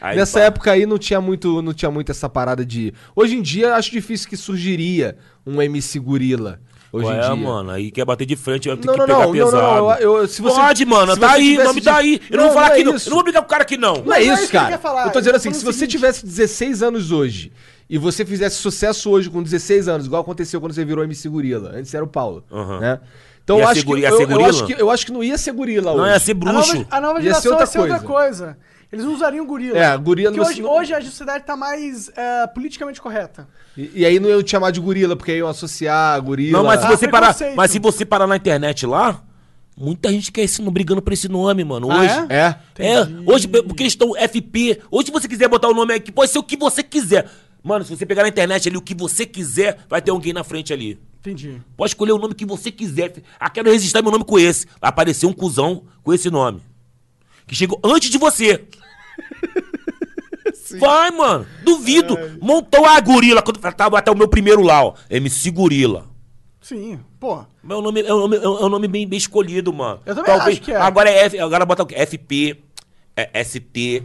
[SPEAKER 3] Aí,
[SPEAKER 1] Nessa
[SPEAKER 3] pá.
[SPEAKER 1] época aí não tinha, muito, não tinha muito essa parada de. Hoje em dia acho difícil que surgiria um MC gorila. Hoje
[SPEAKER 3] Qual
[SPEAKER 1] em
[SPEAKER 3] é,
[SPEAKER 1] dia.
[SPEAKER 3] mano, aí quer bater de frente, vai ter
[SPEAKER 1] Não,
[SPEAKER 3] que
[SPEAKER 1] não,
[SPEAKER 3] pegar
[SPEAKER 1] não, não,
[SPEAKER 3] pesado.
[SPEAKER 1] não, eu- eu- se você-
[SPEAKER 3] Pode, mano,
[SPEAKER 1] se
[SPEAKER 3] tá
[SPEAKER 1] você
[SPEAKER 3] aí,
[SPEAKER 1] tivesse
[SPEAKER 3] não me dá
[SPEAKER 1] de-
[SPEAKER 3] aí. Eu não,
[SPEAKER 1] Não,
[SPEAKER 3] vou falar
[SPEAKER 1] não é
[SPEAKER 3] aqui, não.
[SPEAKER 1] isso.
[SPEAKER 3] Eu não vou brigar com o cara aqui, não.
[SPEAKER 1] Não é
[SPEAKER 2] Mas não é
[SPEAKER 1] isso,
[SPEAKER 2] isso que
[SPEAKER 1] cara.
[SPEAKER 2] ele quer falar,
[SPEAKER 1] Eu tô
[SPEAKER 2] ele
[SPEAKER 1] dizendo
[SPEAKER 2] tá
[SPEAKER 1] assim, que se
[SPEAKER 2] falando
[SPEAKER 1] você
[SPEAKER 2] o seguinte.
[SPEAKER 1] tivesse 16 anos hoje e você fizesse sucesso hoje com 16 anos, igual aconteceu quando você virou MC Gorila. Antes era o Paulo,
[SPEAKER 3] Aham.
[SPEAKER 1] né? Então
[SPEAKER 3] Ia
[SPEAKER 1] eu
[SPEAKER 3] ser
[SPEAKER 1] acho, que,
[SPEAKER 3] guri- ia
[SPEAKER 1] eu,
[SPEAKER 3] ser
[SPEAKER 1] eu
[SPEAKER 3] gorila?
[SPEAKER 1] acho que eu acho que não ia ser gorila
[SPEAKER 3] Não é
[SPEAKER 1] hoje.
[SPEAKER 3] ia ser
[SPEAKER 2] A
[SPEAKER 3] bruxo.
[SPEAKER 2] nova, a nova
[SPEAKER 1] Ia ser
[SPEAKER 2] geração
[SPEAKER 1] outra
[SPEAKER 2] ia ser outra coisa. Eles não usariam gorila.
[SPEAKER 1] É, gorila
[SPEAKER 2] Porque
[SPEAKER 1] não-
[SPEAKER 2] hoje,
[SPEAKER 1] não-
[SPEAKER 2] hoje a sociedade tá mais eh, politicamente correta.
[SPEAKER 1] E, e aí não iam te chamar de gorila, porque aí iam associar gorila.
[SPEAKER 3] Não, mas se
[SPEAKER 2] Ah,
[SPEAKER 3] você parar,
[SPEAKER 2] preconceito.
[SPEAKER 3] mas se você parar na internet lá, muita gente quer esse, brigando por esse nome, mano.
[SPEAKER 2] Ah,
[SPEAKER 3] Hoje.
[SPEAKER 2] é?
[SPEAKER 1] É.
[SPEAKER 3] É, hoje, porque eles estão FP. Hoje, se você quiser botar o nome aqui, pode ser o que você quiser. Mano, se você pegar na internet ali o que você quiser, vai ter alguém na frente ali.
[SPEAKER 2] Entendi.
[SPEAKER 3] Pode escolher o nome que você quiser. Ah, quero registrar meu nome com esse. Vai aparecer um cuzão com esse nome. Que chegou antes de você. Vai, mano. Duvido. Montou a gorila. Quando tava até o meu primeiro lá, ó. MC Gorila.
[SPEAKER 2] Sim, pô.
[SPEAKER 3] Mas É um nome, é um nome, é um nome bem, bem escolhido, mano.
[SPEAKER 2] Eu também acho que é.
[SPEAKER 3] Agora é F, agora bota o quê? FP, é ST,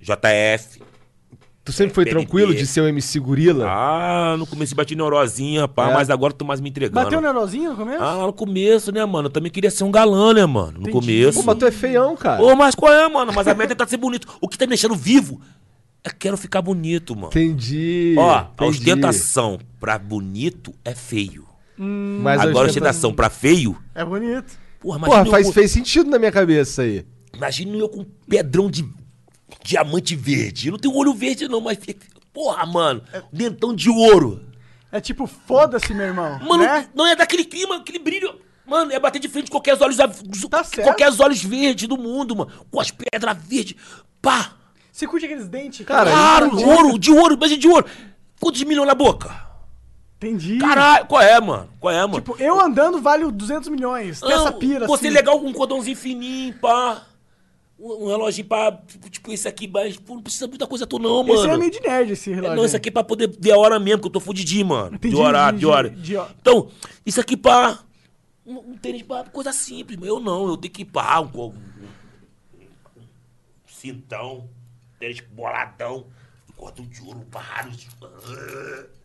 [SPEAKER 3] JF.
[SPEAKER 1] Tu sempre foi
[SPEAKER 3] PNB.
[SPEAKER 1] tranquilo de ser um MC gorila?
[SPEAKER 3] Ah, no começo bati neurosinha, pá,
[SPEAKER 1] É.
[SPEAKER 3] mas agora eu tô mais me entregando.
[SPEAKER 2] Bateu o neurozinho no começo?
[SPEAKER 3] Ah, lá no começo, né, mano? Eu também queria ser um galã, né, mano? No
[SPEAKER 1] Pô,
[SPEAKER 3] começo.
[SPEAKER 1] mas tu é feião, cara.
[SPEAKER 3] Ô, mas qual é, mano? Mas a meta é tentar ser bonito. O que tá me deixando vivo é quero ficar bonito, mano.
[SPEAKER 1] Entendi.
[SPEAKER 3] Ó, a
[SPEAKER 1] entendi.
[SPEAKER 3] ostentação pra bonito é feio.
[SPEAKER 1] Mas a
[SPEAKER 3] agora a
[SPEAKER 1] ostentação-
[SPEAKER 3] ostentação pra feio.
[SPEAKER 2] É bonito.
[SPEAKER 3] Porra,
[SPEAKER 1] Porra,
[SPEAKER 3] eu
[SPEAKER 1] faz,
[SPEAKER 3] com-
[SPEAKER 1] fez sentido na minha cabeça aí.
[SPEAKER 3] Imagina eu com um pedrão de diamante verde. Eu não tenho olho verde, não, mas. fica- Porra, mano. Dentão de ouro.
[SPEAKER 2] É tipo, foda-se, meu irmão.
[SPEAKER 3] Mano,
[SPEAKER 2] né?
[SPEAKER 3] não é daquele clima, aquele brilho. Mano, é bater de frente com qualquer os olhos. av- zo-
[SPEAKER 2] Tá certo.
[SPEAKER 3] Qualquer os olhos verdes do mundo, mano. Com as pedras verdes. Pá!
[SPEAKER 2] Você curte aqueles dentes?
[SPEAKER 1] Cara,
[SPEAKER 3] Claro,
[SPEAKER 1] entendi.
[SPEAKER 3] ouro, de ouro, imagina de ouro. Quantos milhões na boca?
[SPEAKER 2] Entendi.
[SPEAKER 3] Caralho, qual é, mano? Qual é, mano?
[SPEAKER 2] Tipo, eu andando valho 200 milhões. Tem essa
[SPEAKER 3] Não,
[SPEAKER 2] pira,
[SPEAKER 3] Ah, Você
[SPEAKER 2] assim.
[SPEAKER 3] legal com um cordãozinho fininho, pá. Um, um relógio pá, tipo, tipo esse aqui, mas pô, não precisa muita coisa tu não, mano.
[SPEAKER 2] Esse é meio de nerd, esse
[SPEAKER 3] É,
[SPEAKER 2] relógio.
[SPEAKER 3] Não, isso aqui é pra poder ver a hora mesmo, que eu tô fudidinho, mano.
[SPEAKER 2] Entendi,
[SPEAKER 3] de horário, de,
[SPEAKER 2] de-
[SPEAKER 3] hora.
[SPEAKER 2] de hora.
[SPEAKER 3] Então, isso aqui pra. Um, um tênis pra coisa simples, mano. Eu não, eu tenho que ir pra um, co- um, cintão, tênis boladão, cordão de ouro, barro,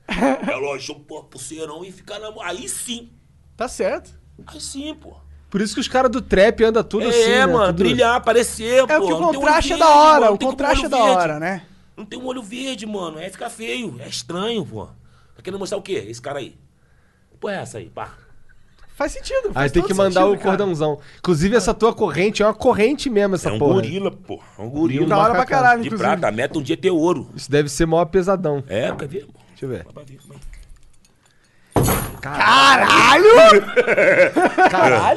[SPEAKER 3] relógio, pô, pulseirão e ficar na. Aí sim,
[SPEAKER 2] Tá certo.
[SPEAKER 3] aí sim, pô.
[SPEAKER 1] Por isso que os caras do trap andam tudo
[SPEAKER 3] É,
[SPEAKER 1] assim, né?
[SPEAKER 3] mano,
[SPEAKER 1] Tudo-
[SPEAKER 3] brilhar, aparecer, pô.
[SPEAKER 2] É o que
[SPEAKER 3] não
[SPEAKER 2] o
[SPEAKER 3] tem olho
[SPEAKER 2] contraste é
[SPEAKER 3] verde,
[SPEAKER 2] da
[SPEAKER 3] mano, não
[SPEAKER 2] hora. O
[SPEAKER 3] tem como um
[SPEAKER 2] contraste é
[SPEAKER 3] olho
[SPEAKER 2] da
[SPEAKER 3] verde.
[SPEAKER 2] hora, né?
[SPEAKER 3] Não tem um olho verde, mano. Aí fica feio. É estranho, pô. Tá querendo mostrar o quê? Esse cara aí. Pô, é essa aí, pá.
[SPEAKER 2] Faz sentido.
[SPEAKER 1] Aí
[SPEAKER 2] faz
[SPEAKER 1] tem
[SPEAKER 2] todo
[SPEAKER 1] que mandar
[SPEAKER 2] sentido,
[SPEAKER 1] o
[SPEAKER 2] cara.
[SPEAKER 1] cordãozão. Inclusive, essa tua corrente é uma corrente mesmo, essa
[SPEAKER 3] É um
[SPEAKER 1] porra.
[SPEAKER 3] gorila, pô. É um gorila.
[SPEAKER 2] Da hora pra
[SPEAKER 1] macacão.
[SPEAKER 2] caralho,
[SPEAKER 3] de
[SPEAKER 2] inclusive.
[SPEAKER 3] prata. A meta um dia é ter ouro.
[SPEAKER 1] Isso deve ser maior pesadão.
[SPEAKER 3] É, quer ver? pô?
[SPEAKER 1] Deixa eu ver.
[SPEAKER 3] Dá pra ver, mano.
[SPEAKER 1] Caralho!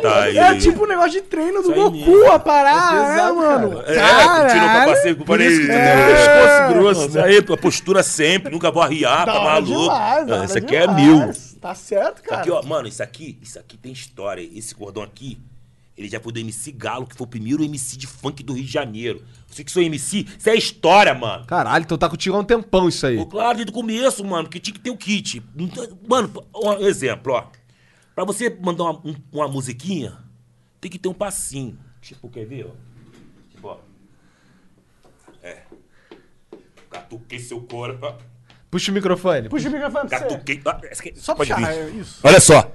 [SPEAKER 3] Tá aí.
[SPEAKER 2] É tipo um negócio de treino do
[SPEAKER 3] Isso aí
[SPEAKER 2] Goku,
[SPEAKER 3] mesmo.
[SPEAKER 2] a parada, né,
[SPEAKER 1] Exato,
[SPEAKER 2] mano?
[SPEAKER 3] É, tirou o capacete,
[SPEAKER 1] Por isso que tu
[SPEAKER 3] parei.
[SPEAKER 1] tem o pescoço grosso,
[SPEAKER 3] Isso aí, tua postura sempre, nunca vou arriar, tá
[SPEAKER 2] Da hora
[SPEAKER 3] maluco.
[SPEAKER 2] demais, da
[SPEAKER 3] Ah,
[SPEAKER 2] hora
[SPEAKER 3] Isso aqui é
[SPEAKER 2] demais.
[SPEAKER 3] mil.
[SPEAKER 2] Tá certo,
[SPEAKER 3] Tá
[SPEAKER 2] cara.
[SPEAKER 3] Aqui, ó, mano, isso aqui, isso aqui tem história. Esse cordão aqui, ele já foi do MC Galo, que foi o primeiro MC de funk do Rio de Janeiro. Você que sou MC, isso é história, mano.
[SPEAKER 1] Caralho, então tá contigo há um tempão isso
[SPEAKER 3] Pô,
[SPEAKER 1] aí.
[SPEAKER 3] claro, desde o começo, mano, porque tinha que ter o kit. Não tem- Mano, pô, ó, um exemplo, ó. Pra você mandar uma, um- uma musiquinha, tem que ter um passinho. Tipo, quer ver, ó? Tipo, ó. É. Catuquei seu corpo.
[SPEAKER 1] Puxa o microfone.
[SPEAKER 2] Puxa o microfone pra você.
[SPEAKER 3] Catuquei. Ah, essa aqui-
[SPEAKER 2] Só
[SPEAKER 3] pode
[SPEAKER 2] puxar,
[SPEAKER 3] vir.
[SPEAKER 2] é isso.
[SPEAKER 3] Olha só.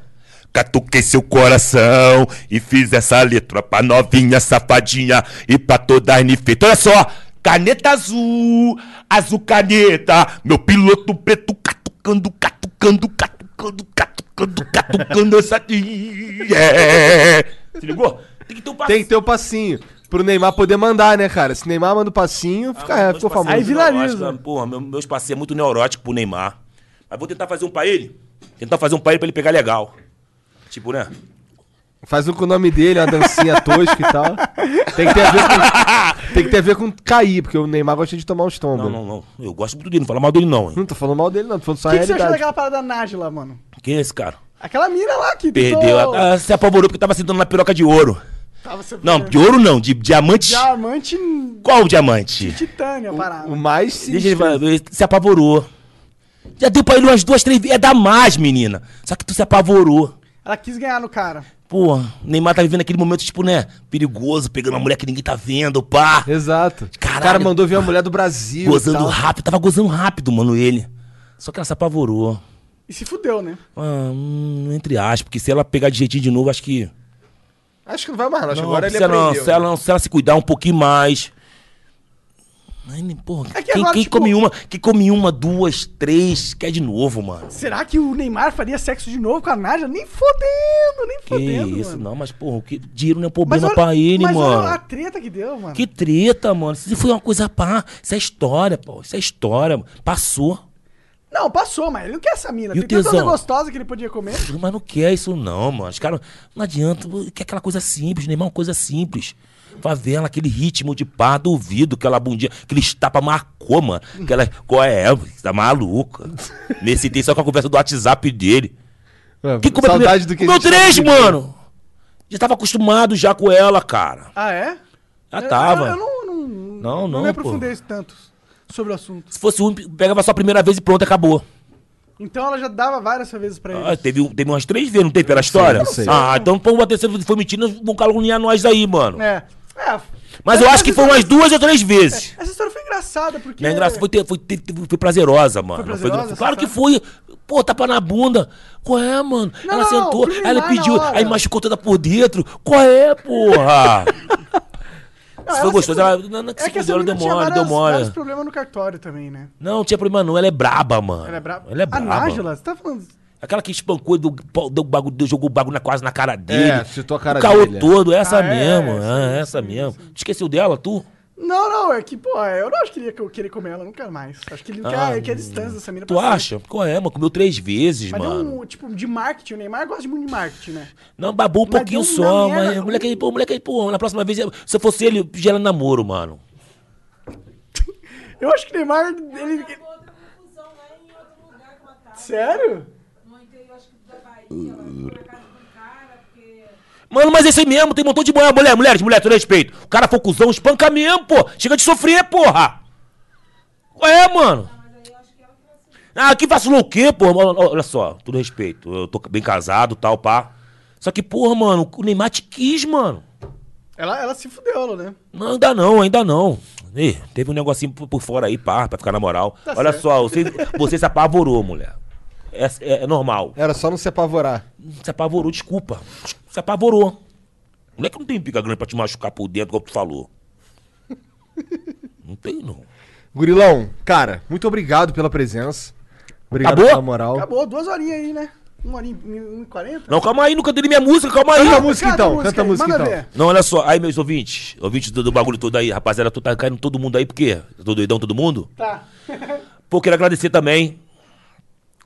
[SPEAKER 3] Catuquei seu coração e fiz essa letra pra novinha safadinha e pra toda a enfeita. Olha só. Caneta azul, azul caneta, meu piloto preto catucando, catucando, catucando, catucando, catucando essa aqui. É. Se ligou? Tem que ter um passo.
[SPEAKER 1] Tem que ter o passinho. Pro Neymar poder mandar, né, cara? Se Neymar manda o
[SPEAKER 3] Ah,
[SPEAKER 1] passinho, fica, é, ficou famoso.
[SPEAKER 2] Aí viraliza.
[SPEAKER 3] Porra, meu, meu espacinho é muito neurótico pro Neymar. Mas vou tentar fazer um pra ele. Tentar fazer um pra ele pra ele pegar legal. Tipo, né?
[SPEAKER 1] Faz um com o nome dele, uma dancinha tosca e tal. Tem que ter a ver com, tem que ter a ver com cair, porque o Neymar gosta de tomar uns tombos.
[SPEAKER 3] Não, não, não. Eu gosto muito dele, não fala mal dele, não. Hein?
[SPEAKER 1] Não tô falando mal dele, não. Tô falando só
[SPEAKER 2] O
[SPEAKER 1] a
[SPEAKER 2] que, que você achou
[SPEAKER 1] realidade.
[SPEAKER 2] daquela parada da Nájila, mano?
[SPEAKER 3] Quem é esse cara?
[SPEAKER 2] Aquela mina lá que
[SPEAKER 3] Perdeu.
[SPEAKER 2] tentou-
[SPEAKER 3] a- ah, se apavorou porque tava sentando na piroca de ouro.
[SPEAKER 2] Tava se-
[SPEAKER 3] Não, de um ouro não, de diamante.
[SPEAKER 2] Diamante
[SPEAKER 3] Qual diamante?
[SPEAKER 2] titânio,
[SPEAKER 3] Um-
[SPEAKER 2] a parada.
[SPEAKER 1] O mais
[SPEAKER 3] Deixa ele
[SPEAKER 1] sinistro.
[SPEAKER 3] falar, ele se apavorou. Já deu pra ele umas duas, três vezes. É da mais, menina. Só que tu se apavorou.
[SPEAKER 2] Ela quis ganhar no cara.
[SPEAKER 3] Pô, o Neymar tá vivendo aquele momento, tipo, né? Perigoso, pegando uma mulher que ninguém tá vendo, pá.
[SPEAKER 1] Exato.
[SPEAKER 3] Caralho.
[SPEAKER 1] O cara mandou ver a mulher do Brasil. e
[SPEAKER 3] Gozando
[SPEAKER 1] tal.
[SPEAKER 3] rápido. Tava gozando rápido, mano, ele. Só que ela se apavorou.
[SPEAKER 2] E se fudeu, né?
[SPEAKER 3] Ah, hum, entre aspas, porque se ela pegar de jeitinho de novo, acho que.
[SPEAKER 1] Acho que não vai mais, não. Acho que
[SPEAKER 3] Não,
[SPEAKER 1] agora ele
[SPEAKER 3] se, ela,
[SPEAKER 1] aprendeu.
[SPEAKER 3] se,
[SPEAKER 2] né?
[SPEAKER 3] ela, se ela se cuidar um pouquinho mais. Ai, nem- Porra,
[SPEAKER 2] É que
[SPEAKER 3] quem,
[SPEAKER 2] agora,
[SPEAKER 3] quem
[SPEAKER 2] tipo-
[SPEAKER 3] come uma, quem come uma, duas, três, quer de novo, mano.
[SPEAKER 2] Será que o Neymar faria sexo de novo com a Nádia? Nem fodendo, nem
[SPEAKER 3] Que
[SPEAKER 2] fodendo.
[SPEAKER 3] isso,
[SPEAKER 2] mano.
[SPEAKER 3] não, mas porra, o que, dinheiro não é problema pra
[SPEAKER 2] olha-
[SPEAKER 3] ele,
[SPEAKER 2] mas
[SPEAKER 3] mano.
[SPEAKER 2] olha a treta que deu, mano.
[SPEAKER 3] Que treta, mano. Isso foi uma coisa pá. Isso é história, pô. Isso é história, mano. Passou.
[SPEAKER 2] Não, passou, mas ele não quer essa mina.
[SPEAKER 3] E o
[SPEAKER 2] Tem tanta coisa
[SPEAKER 3] tesão?
[SPEAKER 2] gostosa que ele podia comer.
[SPEAKER 3] Mas não quer isso, não, mano. Os caras. Não adianta. Quer aquela coisa simples, Neymar, é uma coisa simples. Favela, aquele ritmo de pá, duvido, aquela bundinha, aquele estapa marcou, mano. Aquela. Qual é? Você tá maluca. Nesse tem só com a conversa do WhatsApp dele.
[SPEAKER 1] É,
[SPEAKER 3] Que como é
[SPEAKER 1] Saudade
[SPEAKER 3] primeiro?
[SPEAKER 1] do que
[SPEAKER 3] Meu
[SPEAKER 1] a gente tava
[SPEAKER 3] três,
[SPEAKER 1] vivendo.
[SPEAKER 3] mano! Já tava acostumado já com ela, cara.
[SPEAKER 2] Ah, é?
[SPEAKER 3] Já
[SPEAKER 2] Eu-
[SPEAKER 3] tava.
[SPEAKER 2] Eu, eu não, não,
[SPEAKER 3] Não, não,
[SPEAKER 2] me
[SPEAKER 3] pô.
[SPEAKER 2] aprofundei tanto sobre o assunto.
[SPEAKER 3] Se fosse um, pegava só a primeira vez e pronto, acabou.
[SPEAKER 2] Então ela já dava várias vezes pra ele.
[SPEAKER 3] Ah, teve, um- teve umas três vezes, não teve pela história?
[SPEAKER 1] não sei.
[SPEAKER 3] Ah, então, pô, uma terceira foi mentira, vão caluniar nós aí, mano.
[SPEAKER 2] É. É.
[SPEAKER 3] Mas eu acho que foi umas duas ou três vezes.
[SPEAKER 2] Essa história foi engraçada, porque.
[SPEAKER 3] Não é engraçado, foi, ter- foi, ter- foi prazerosa, mano.
[SPEAKER 2] Foi
[SPEAKER 3] Foi
[SPEAKER 2] prazerosa,
[SPEAKER 3] gra- claro
[SPEAKER 2] essa
[SPEAKER 3] que foi. Pô, tapa na bunda. Qual é, mano?
[SPEAKER 2] Não,
[SPEAKER 3] ela
[SPEAKER 2] não,
[SPEAKER 3] sentou,
[SPEAKER 2] pro
[SPEAKER 3] aí ela
[SPEAKER 2] Neymar
[SPEAKER 3] pediu,
[SPEAKER 2] na hora.
[SPEAKER 3] aí machucou toda por dentro. Qual é, porra?
[SPEAKER 2] Não,
[SPEAKER 3] foi
[SPEAKER 2] ela
[SPEAKER 3] gostoso,
[SPEAKER 2] se-
[SPEAKER 3] ela- não, não, que
[SPEAKER 2] é
[SPEAKER 3] se
[SPEAKER 2] que essa
[SPEAKER 3] fudeu, ela
[SPEAKER 2] menina
[SPEAKER 3] deu
[SPEAKER 2] tinha
[SPEAKER 3] mole,
[SPEAKER 2] várias,
[SPEAKER 3] deu mole.
[SPEAKER 2] vários problemas no cartório também, né?
[SPEAKER 3] não, não tinha problema, não. Ela é braba, mano.
[SPEAKER 2] Ela é brava.
[SPEAKER 3] Ela é
[SPEAKER 2] A
[SPEAKER 3] braba.
[SPEAKER 2] Nájila, você tá falando.
[SPEAKER 3] Aquela que espancou, deu, deu bagulho, deu, jogou o bagulho na, quase na
[SPEAKER 2] É,
[SPEAKER 3] cara dele.
[SPEAKER 1] chutou a cara
[SPEAKER 3] o caô
[SPEAKER 1] dele, é.
[SPEAKER 3] todo, essa
[SPEAKER 2] Ah, é,
[SPEAKER 3] mesmo.
[SPEAKER 2] sim,
[SPEAKER 3] é, essa mesmo. Tu esqueceu dela, tu?
[SPEAKER 2] Não, não, é que, pô, eu não acho que ele ia querer comer ela, eu não quero mais. Acho que ele não quer, ele quer distância dessa mina
[SPEAKER 3] Ah, Tu
[SPEAKER 2] pra sempre.
[SPEAKER 3] acha? Qual é, mano? Comeu três vezes,
[SPEAKER 2] Mas
[SPEAKER 3] mano.
[SPEAKER 2] deu um, tipo, de marketing, o Neymar gosta muito de marketing, né?
[SPEAKER 3] Não, babou um
[SPEAKER 2] Mas
[SPEAKER 3] pouquinho
[SPEAKER 2] deu uma
[SPEAKER 3] só,
[SPEAKER 2] merda.
[SPEAKER 3] mas o moleque aí, pô, o moleque aí, pô, na próxima vez, se eu fosse ele, gera namoro, mano.
[SPEAKER 2] Eu acho que o Neymar, ele... Sério?
[SPEAKER 3] Mano, mas é isso aí mesmo, tem um montão de mulher, mulher, mulheres, mulher, todo respeito. O cara for cuzão, espanca mesmo, pô. Chega de sofrer, porra. Qual é, mano? Ah, que vacilou o quê, porra? Olha- Olha só, todo respeito. Eu tô bem casado, tal, pá. Só que, porra, mano, o Neymar te quis, mano.
[SPEAKER 2] Ela, ela se fudeu, né?
[SPEAKER 3] Não, ainda não, ainda não. Ih, teve um negocinho por, por fora aí, pá, pra ficar na moral.
[SPEAKER 2] Tá
[SPEAKER 3] Olha
[SPEAKER 2] certo.
[SPEAKER 3] só, você, você se apavorou, mulher. É, é- é normal.
[SPEAKER 1] Era só não se apavorar.
[SPEAKER 3] Se apavorou, desculpa. Se apavorou. Moleque não tem pica grande pra te machucar por dentro, como tu falou. Não tem, não.
[SPEAKER 1] Gurilão, cara, muito obrigado pela presença. Obrigado
[SPEAKER 3] Acabou?
[SPEAKER 1] pela moral.
[SPEAKER 2] Acabou, duas horinhas aí, né? Uma horinha, um e quarenta?
[SPEAKER 3] Não, calma aí, nunca dei minha música, calma aí.
[SPEAKER 1] Canta a música
[SPEAKER 2] Canta a
[SPEAKER 1] então,
[SPEAKER 2] música
[SPEAKER 1] canta a
[SPEAKER 2] aí,
[SPEAKER 1] música
[SPEAKER 2] manda
[SPEAKER 1] então.
[SPEAKER 2] ver.
[SPEAKER 3] Não, olha só, aí meus ouvintes, ouvintes do, do bagulho todo aí, rapaziada, tu tá caindo todo mundo aí, por quê? Eu Tô doidão todo mundo?
[SPEAKER 2] Tá.
[SPEAKER 3] Pô, quero agradecer também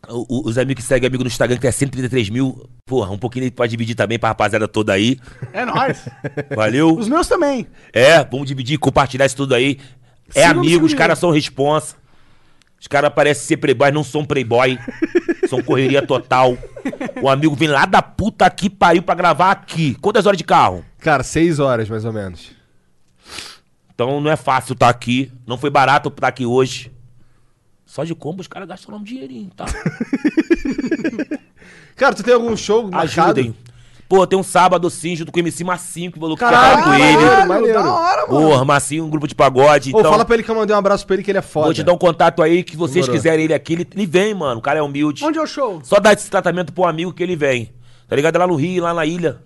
[SPEAKER 3] o- o- os amigos que seguem amigo no Instagram, que é 133 mil. Porra, um pouquinho aí pra dividir também pra rapaziada toda aí.
[SPEAKER 2] É nóis.
[SPEAKER 3] Valeu.
[SPEAKER 2] Os meus também.
[SPEAKER 3] É, vamos dividir, compartilhar isso tudo aí. É
[SPEAKER 2] Siga no
[SPEAKER 3] amigo, os
[SPEAKER 2] Instagram.
[SPEAKER 3] caras são responsa. Os caras parecem ser playboy, não são playboy. são correria total. O amigo vem lá da puta que pariu pra gravar aqui. Quantas horas de carro?
[SPEAKER 1] Cara, seis horas mais ou menos.
[SPEAKER 3] Então não é fácil estar aqui. Não foi barato estar aqui hoje. Só de combo os caras gastaram um dinheirinho, tá?
[SPEAKER 1] Cara, tu tem algum show marcado?
[SPEAKER 3] Ajudem. Pô, tem um sábado sim, junto com o MC Massinho, que vou
[SPEAKER 1] Caralho,
[SPEAKER 3] tocar com ele.
[SPEAKER 1] maneiro, maneiro.
[SPEAKER 2] da hora, mano.
[SPEAKER 3] Porra, Massinho, um grupo de pagode.
[SPEAKER 1] Ô,
[SPEAKER 3] Então,
[SPEAKER 1] fala pra ele que eu mandei um abraço pra ele que ele é foda.
[SPEAKER 3] vou te dar um contato aí que vocês
[SPEAKER 1] Demorou.
[SPEAKER 3] quiserem ele aqui. Ele, ele vem, mano. O cara é humilde.
[SPEAKER 2] Onde é o show?
[SPEAKER 3] Só dá esse tratamento pro amigo que ele vem. Tá ligado? É Lá no Rio, lá na ilha.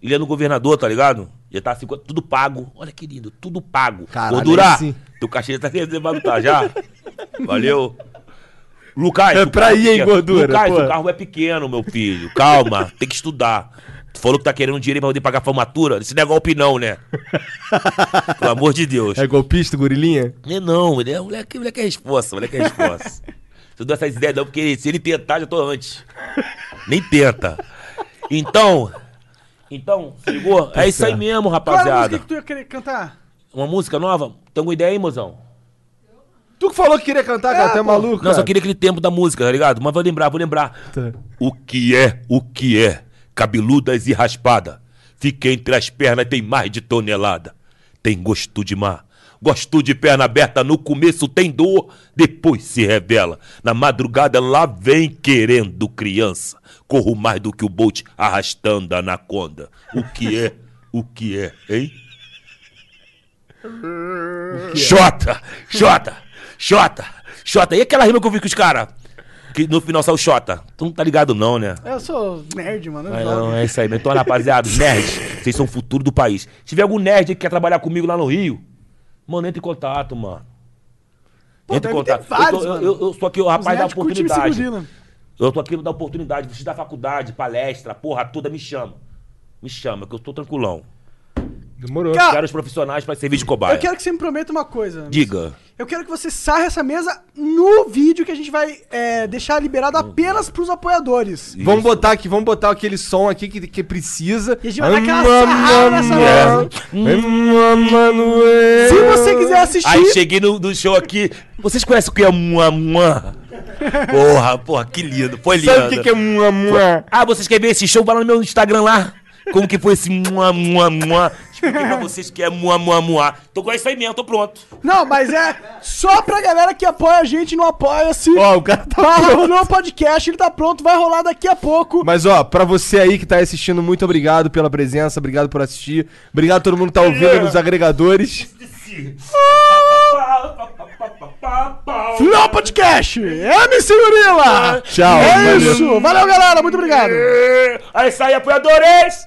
[SPEAKER 3] Ilha do governador, tá ligado? Já tá 50, tudo pago. Olha, querido, tudo pago.
[SPEAKER 1] Caralho,
[SPEAKER 3] Gordura,
[SPEAKER 1] aí sim.
[SPEAKER 3] teu cachê tá reservado, tá já? Valeu. Lucas.
[SPEAKER 1] É
[SPEAKER 3] o
[SPEAKER 1] pra
[SPEAKER 3] carro
[SPEAKER 1] ir, hein,
[SPEAKER 3] pequeno.
[SPEAKER 1] Gordura,
[SPEAKER 3] Lucas,
[SPEAKER 1] pô.
[SPEAKER 3] o carro é pequeno, meu filho. Calma, tem que estudar. Tu falou que tá querendo dinheiro pra poder pagar a formatura? Isso não é golpe, não, né? Pelo amor de Deus.
[SPEAKER 1] É golpista, gorilinha?
[SPEAKER 3] Ele não, ele é o moleque, o moleque é responsa, o moleque é responsa. Se eu dou essas ideias não, porque se ele tentar, já tô antes. Nem tenta. Então, então, se ligou? é isso aí mesmo,
[SPEAKER 2] Qual era a música
[SPEAKER 3] rapaziada.
[SPEAKER 2] que tu ia querer cantar?
[SPEAKER 3] Uma música nova? Tem alguma ideia aí, mozão?
[SPEAKER 1] Tu que falou que queria cantar, cara, tu é maluco.
[SPEAKER 3] Não, só
[SPEAKER 1] cara.
[SPEAKER 3] queria aquele tempo da música, tá ligado? Mas vou lembrar, vou lembrar.
[SPEAKER 1] Tá.
[SPEAKER 3] O que é, o que é? Cabeludas e raspada. Fica entre as pernas, tem mais de tonelada. Tem gosto de mar. Gostou de perna aberta no começo, tem dor, depois se revela. Na madrugada lá vem querendo criança. Corro mais do que o Bolt arrastando a anaconda. O que é? O que é, hein? Xota, Xota, Xota, Xota. E aquela rima que eu vi com os caras? Que no final saiu Xota. Tu não tá ligado não, né?
[SPEAKER 2] Eu sou nerd, mano. Eu
[SPEAKER 3] Mas
[SPEAKER 2] jogo.
[SPEAKER 3] não, é isso aí. mesmo. Então, rapaziada, nerds, vocês são o futuro do país. Se tiver algum nerd aí que quer trabalhar comigo lá no Rio, mano, entra em contato, mano.
[SPEAKER 2] Pô,
[SPEAKER 3] entra em
[SPEAKER 2] deve
[SPEAKER 3] contato.
[SPEAKER 2] ter vários,
[SPEAKER 3] eu, tô,
[SPEAKER 2] mano.
[SPEAKER 3] eu, eu sou aqui o rapaz da
[SPEAKER 2] nerds curtem esse
[SPEAKER 3] oportunidade.
[SPEAKER 2] guri, né?
[SPEAKER 3] Eu tô aqui da oportunidade, vestido da faculdade, palestra, porra toda, me chama. Me chama, que eu tô tranquilão.
[SPEAKER 4] Demorou.
[SPEAKER 2] Cara,
[SPEAKER 3] Quero os profissionais pra servir de cobaia.
[SPEAKER 2] Eu quero que você me prometa uma coisa.
[SPEAKER 3] Diga.
[SPEAKER 2] Eu quero que você sarre essa mesa no vídeo que a gente vai é, deixar liberado apenas pros apoiadores.
[SPEAKER 1] Vamos botar aqui, vamos botar aquele som aqui que, que precisa.
[SPEAKER 2] E a gente vai dar aquela sarrada nessa mesa. Se você quiser assistir,
[SPEAKER 3] Aí cheguei no, no show aqui. Vocês conhecem o que é mua mua? Porra, porra, que lindo. Foi lindo.
[SPEAKER 1] Sabe o que, que é mua mua?
[SPEAKER 3] Ah, vocês querem ver esse show? Vai lá no meu Instagram lá. Como que foi esse mua mua mua? Expliquei pra vocês que é mua mua mua. Tô com isso aí mesmo, tô pronto.
[SPEAKER 2] Não, mas é só pra galera que apoia a gente no Apoia-se.
[SPEAKER 1] Ó, o cara tá
[SPEAKER 2] Barra Flu podcast, ele tá pronto, vai rolar daqui a pouco.
[SPEAKER 1] Mas ó, pra você aí que tá assistindo, muito obrigado pela presença, obrigado por assistir. Obrigado a todo mundo que tá ouvindo nos agregadores.
[SPEAKER 2] Flow Podcast, MC Gorila!
[SPEAKER 1] Tchau.
[SPEAKER 2] É
[SPEAKER 1] valeu.
[SPEAKER 2] isso, valeu galera, muito obrigado.
[SPEAKER 3] É isso aí, apoiadores!